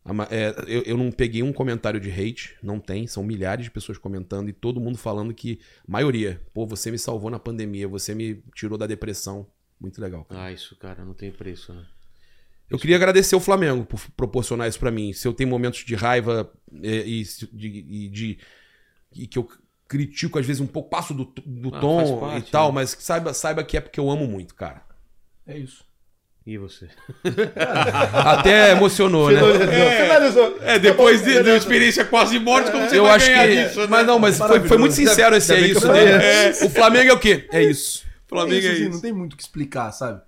a ma- é, eu, eu não peguei um comentário de hate, não tem. São milhares de pessoas comentando e todo mundo falando que, maioria, pô, você me salvou na pandemia, você me tirou da depressão. Muito legal. cara. Ah, isso, cara, não tem preço, né? Eu queria agradecer o Flamengo por proporcionar isso pra mim. Se eu tenho momentos de raiva é, e, se- de, e de- e que eu critico às vezes um pouco, passo do, do Ah, faz tom parte, e tal, né? mas saiba, saiba que é porque eu amo muito, cara. É isso. E você? Até emocionou, né? É, Finalizou. É, depois de, de uma experiência quase morte, como você Eu vai acho ganhar que. é, disso, né? Mas não, mas foi, foi muito sincero esse é bem que isso eu falei. dele. É. O Flamengo é o quê? É isso. É isso, assim, Não tem muito o que explicar, sabe?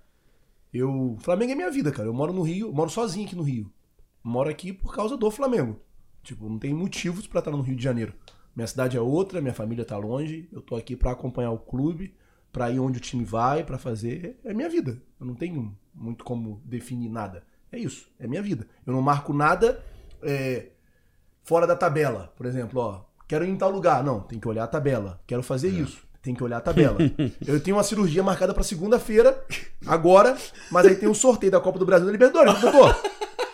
Eu. Flamengo é minha vida, cara. Eu moro no Rio, eu moro sozinho aqui no Rio. Moro aqui por causa do Flamengo. Tipo, não tem motivos pra estar no Rio de Janeiro. Minha cidade é outra, minha família tá longe. Eu tô aqui pra acompanhar o clube, pra ir onde o time vai, pra fazer. É minha vida. Eu não tenho muito como definir nada. É isso, é minha vida. Eu não marco nada é, fora da tabela, por exemplo, ó, quero ir em tal lugar, não, tem que olhar a tabela. Quero fazer É. isso, tem que olhar a tabela. eu tenho uma cirurgia marcada pra segunda-feira, agora, mas aí tem um sorteio da Copa do Brasil e da Libertadores, doutor.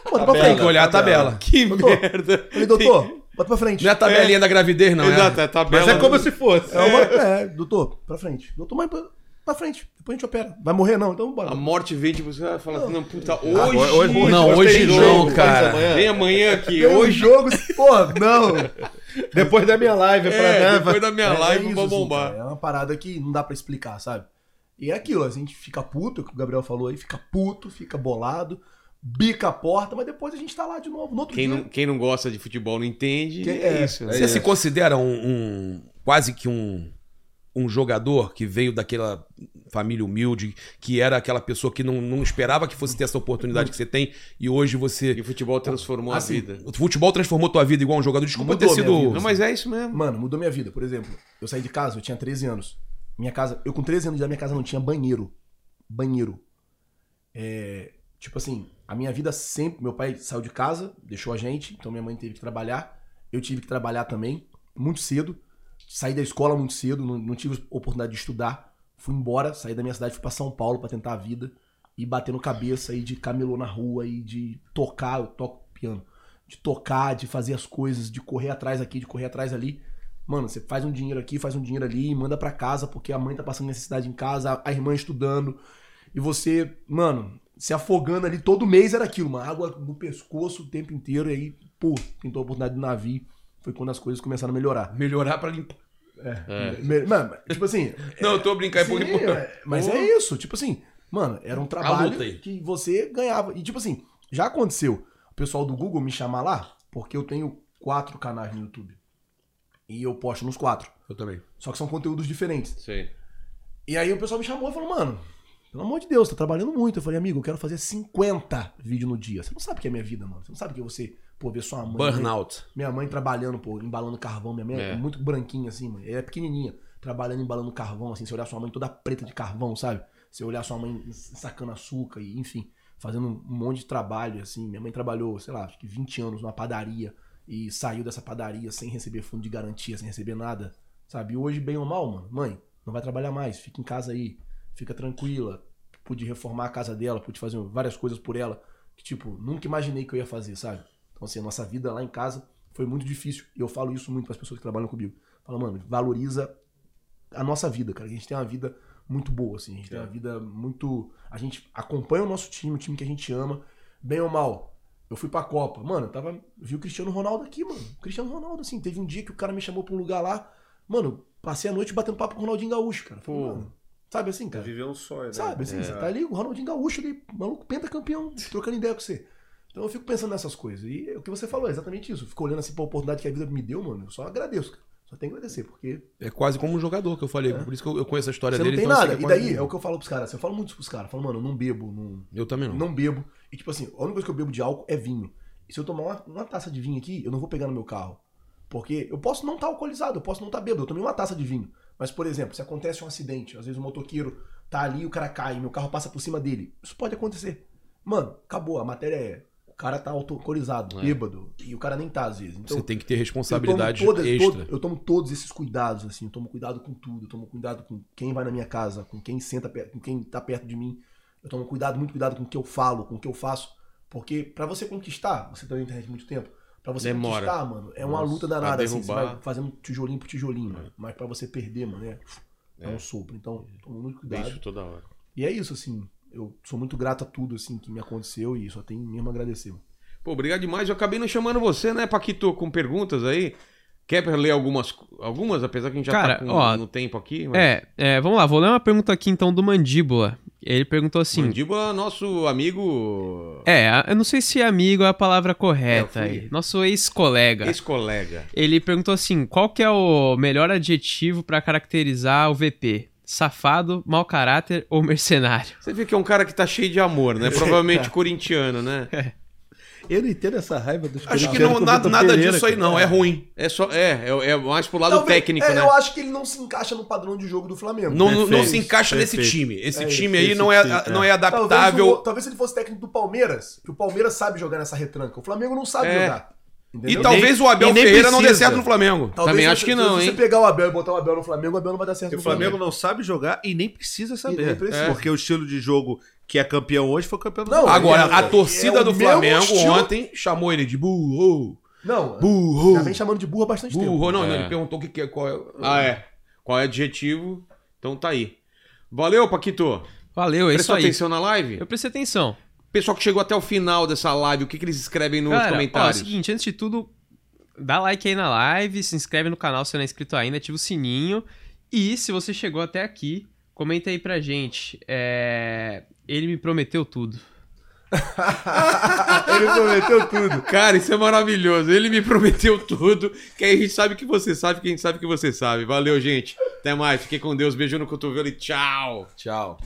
Bota pra Tem que frente. olhar a tabela. Que Doutor, merda. Falei, doutor, bota pra frente. Não é a tabelinha da gravidez, não. Exato, é é a tabela. Mas é como do- se fosse. É, uma- é, doutor, pra frente. Doutor, mas pra, pra frente. Depois a gente opera. Vai morrer, não, então bora. A morte vem de você vai falar, assim, não, puta, hoje. Agora- hoje- Não, tem hoje jogo, não, hoje cara. amanhã. Vem amanhã aqui, Tem um hoje. jogo, porra, não. Depois da minha live, pra É, né, depois da minha live isso, eu vou assim, bombar. cara, é uma parada que não dá pra explicar, sabe? E é aquilo, a gente fica puto, que o Gabriel falou aí, fica puto, fica bolado, bica a porta, mas depois a gente tá lá de novo. No outro Quem dia, não, quem não gosta de futebol não entende. Quem- é é. isso. né? Você se considera um, um- quase que um um jogador que veio daquela família humilde, que era aquela pessoa que não, não esperava que fosse ter essa oportunidade que você tem e hoje E você Assim, o futebol transformou Ah, a vida. o futebol transformou tua vida igual um jogador. Desculpa Mudou ter minha sido vida. Não, mas é isso mesmo. Mano, mudou minha vida. Por exemplo, eu saí de casa, eu tinha 13 anos. Minha casa, eu com 13 anos já minha casa não tinha banheiro. Banheiro. É, tipo assim, a minha vida sempre, meu pai saiu de casa, deixou a gente, então minha mãe teve que trabalhar. Eu tive que trabalhar também, muito cedo. Saí da escola muito cedo, não, não tive oportunidade de estudar. Fui embora, saí da minha cidade, fui pra São Paulo pra tentar a vida. E batendo cabeça, e de camelô na rua, e de tocar, eu toco piano. De tocar, de fazer as coisas, de correr atrás aqui, de correr atrás ali. Mano, você faz um dinheiro aqui, faz um dinheiro ali, manda pra casa, porque a mãe tá passando necessidade em casa, a- a irmã estudando. E você, mano, se afogando ali todo mês era aquilo, uma água no pescoço o tempo inteiro. E aí, pô, pintou a oportunidade do navio. Foi quando as coisas começaram a melhorar. melhorar pra limpar. Me- Mano, tipo assim. Não, eu tô brincando é sim, porque pô, é, mas é isso, tipo assim, mano, era um trabalho Tá luta aí. que você ganhava. E tipo assim, já aconteceu o pessoal do Google me chamar lá, porque eu tenho quatro canais no YouTube. E eu posto nos quatro. eu também. Só que são conteúdos diferentes. Sei. E aí o pessoal me chamou e falou, mano, pelo amor de Deus, tá trabalhando muito. Eu falei, amigo, eu quero fazer 50 vídeos no dia. Você não sabe o que é minha vida, mano. Você não sabe o que é você, pô, ver sua mãe. Burnout. Minha mãe trabalhando, pô, embalando carvão. Minha mãe é, É. muito branquinha, assim, mano. Ela é pequenininha. Trabalhando, embalando carvão, assim. Você olhar sua mãe toda preta de carvão, sabe? Você olhar sua mãe sacando açúcar e, enfim, fazendo um monte de trabalho, assim. Minha mãe trabalhou, sei lá, acho que 20 anos numa padaria e saiu dessa padaria sem receber fundo de garantia, sem receber nada, sabe? E hoje, bem ou mal, mano, mãe, não vai trabalhar mais. Fica em casa aí. Fica tranquila. Pude reformar a casa dela, pude fazer várias coisas por ela. Que, tipo, nunca imaginei que eu ia fazer, sabe? Então, assim, a nossa vida lá em casa foi muito difícil. E eu falo isso muito para as pessoas que trabalham comigo. Falo, mano, valoriza a nossa vida, cara. A gente tem uma vida muito boa, assim. A gente tem uma vida muito. A gente acompanha o nosso time, o time que a gente ama, bem ou mal. Eu fui pra Copa. Mano, eu tava. eu Vi o Cristiano Ronaldo aqui, mano. O Cristiano Ronaldo, assim. Teve um dia que o cara me chamou pra um lugar lá. Mano, passei a noite batendo papo com o Ronaldinho Gaúcho, cara. Falei, mano, sabe assim, cara? Viver um sonho, né? Sabe, assim, você tá ali, o Ronaldinho Gaúcho ali, maluco pentacampeão, trocando ideia com você. Então eu fico pensando nessas coisas. E o que você falou é exatamente isso. Eu Fico olhando assim pra oportunidade que a vida me deu, mano. Eu só agradeço, cara. Só tenho que agradecer, porque É quase como um jogador que eu falei. Por isso que eu, eu conheço a história você não dele. tem então eu nada. sei que E quase- daí é o que eu falo pros caras. assim, Eu falo muito isso pros caras. Eu falo, mano, eu não bebo, não, Eu também não. não bebo. E tipo assim, a única coisa que eu bebo de álcool é vinho. E se eu tomar uma, uma taça de vinho aqui, eu não vou pegar no meu carro. Porque eu posso não estar alcoolizado, eu posso não estar bêbado, eu tomei uma taça de vinho. Mas, por exemplo, se acontece um acidente, às vezes o motoqueiro tá ali, o cara cai, meu carro passa por cima dele. Isso pode acontecer. Mano, acabou, a matéria é. O cara tá auto- alcoolizado, bêbado. E o cara nem tá, às vezes. Então, É. Você tem que ter eu tomo responsabilidade todas- extra. todo- eu tomo todos esses cuidados, assim. Eu tomo cuidado com tudo. Eu tomo cuidado com quem vai na minha casa, com quem senta perto, com quem tá perto de mim. Eu tomo cuidado, muito cuidado com o que eu falo, com o que eu faço. Porque pra você conquistar, você tá na internet há muito tempo. Pra você Demora. conquistar, mano, é uma Nossa, luta danada. pra Assim, você derrubar. vai fazendo tijolinho por tijolinho, mano. Mas pra você perder, mano, é, é um sopro. Então, tomo muito cuidado. Beijo toda hora. E é isso, assim. Eu sou muito grato a tudo, assim, que me aconteceu e só tenho mesmo a agradecer. mano. Pô, obrigado demais. Eu acabei não chamando você, né, Paquito, com perguntas aí. Quer ler algumas, algumas apesar que a gente já Cara, tá com, ó, no tempo aqui? mas- É, é, vamos lá, vou ler uma pergunta aqui então do Mandíbula. Ele perguntou assim: Mandíbula, é nosso amigo. É, a- eu não sei se amigo é a palavra É, correta eu fui. aí. Nosso ex-colega. Ex-colega. Ele perguntou assim: qual que é o melhor adjetivo pra caracterizar o VP? Safado, mau caráter ou mercenário? Você vê que é um cara que tá cheio de amor, né? Provavelmente corintiano, né? Eu não entendo essa raiva dos Acho que corintianos não, com nada, Vitor nada Pereira, disso aí cara. não. É ruim. É só é, é, é mais pro lado Talvez- técnico, é, né? Eu acho que ele não se encaixa no padrão de jogo do Flamengo. Né? Não, não- não Perfeito, se encaixa nesse perfeito. time. Esse É isso, time aí esse não é, time, é. não é Talvez, adaptável. o- talvez se ele fosse técnico do Palmeiras, que o Palmeiras sabe jogar nessa retranca. O Flamengo não sabe É. jogar. E Entendeu? talvez o Abel e nem Ferreira não dê precisa. certo no Flamengo. Também se- acho que se- não, se hein? você pegar o Abel e botar o Abel no Flamengo, o Abel não vai dar certo O Flamengo não sabe jogar e nem precisa saber. nem precisa. Porque o estilo de jogo que é campeão hoje foi campeão do Não, Agora, É, a torcida é o do meu Flamengo estilo. ontem chamou ele de burro. Não, Burro. já vem chamando de burro há bastante tempo. Burro, não, É. ele perguntou o que, que é, qual é. Ah, é. Qual é o adjetivo? Então tá aí. Valeu, Paquito. Valeu, é isso Prestou aí. atenção na live? Eu prestei atenção. Pessoal que chegou até o final dessa live, o que, que eles escrevem nos Cara, ó, é o comentários? seguinte, antes de tudo, dá like aí na live, se inscreve no canal se não é inscrito ainda, ativa o sininho. E se você chegou até aqui, comenta aí pra gente. É, Ele me prometeu tudo. Ele prometeu tudo. Cara, isso é maravilhoso. Ele me prometeu tudo. Que aí a gente sabe que você sabe, que a gente sabe que você sabe. Valeu, gente. Até mais. Fiquei com Deus. Beijo no cotovelo e tchau. Tchau.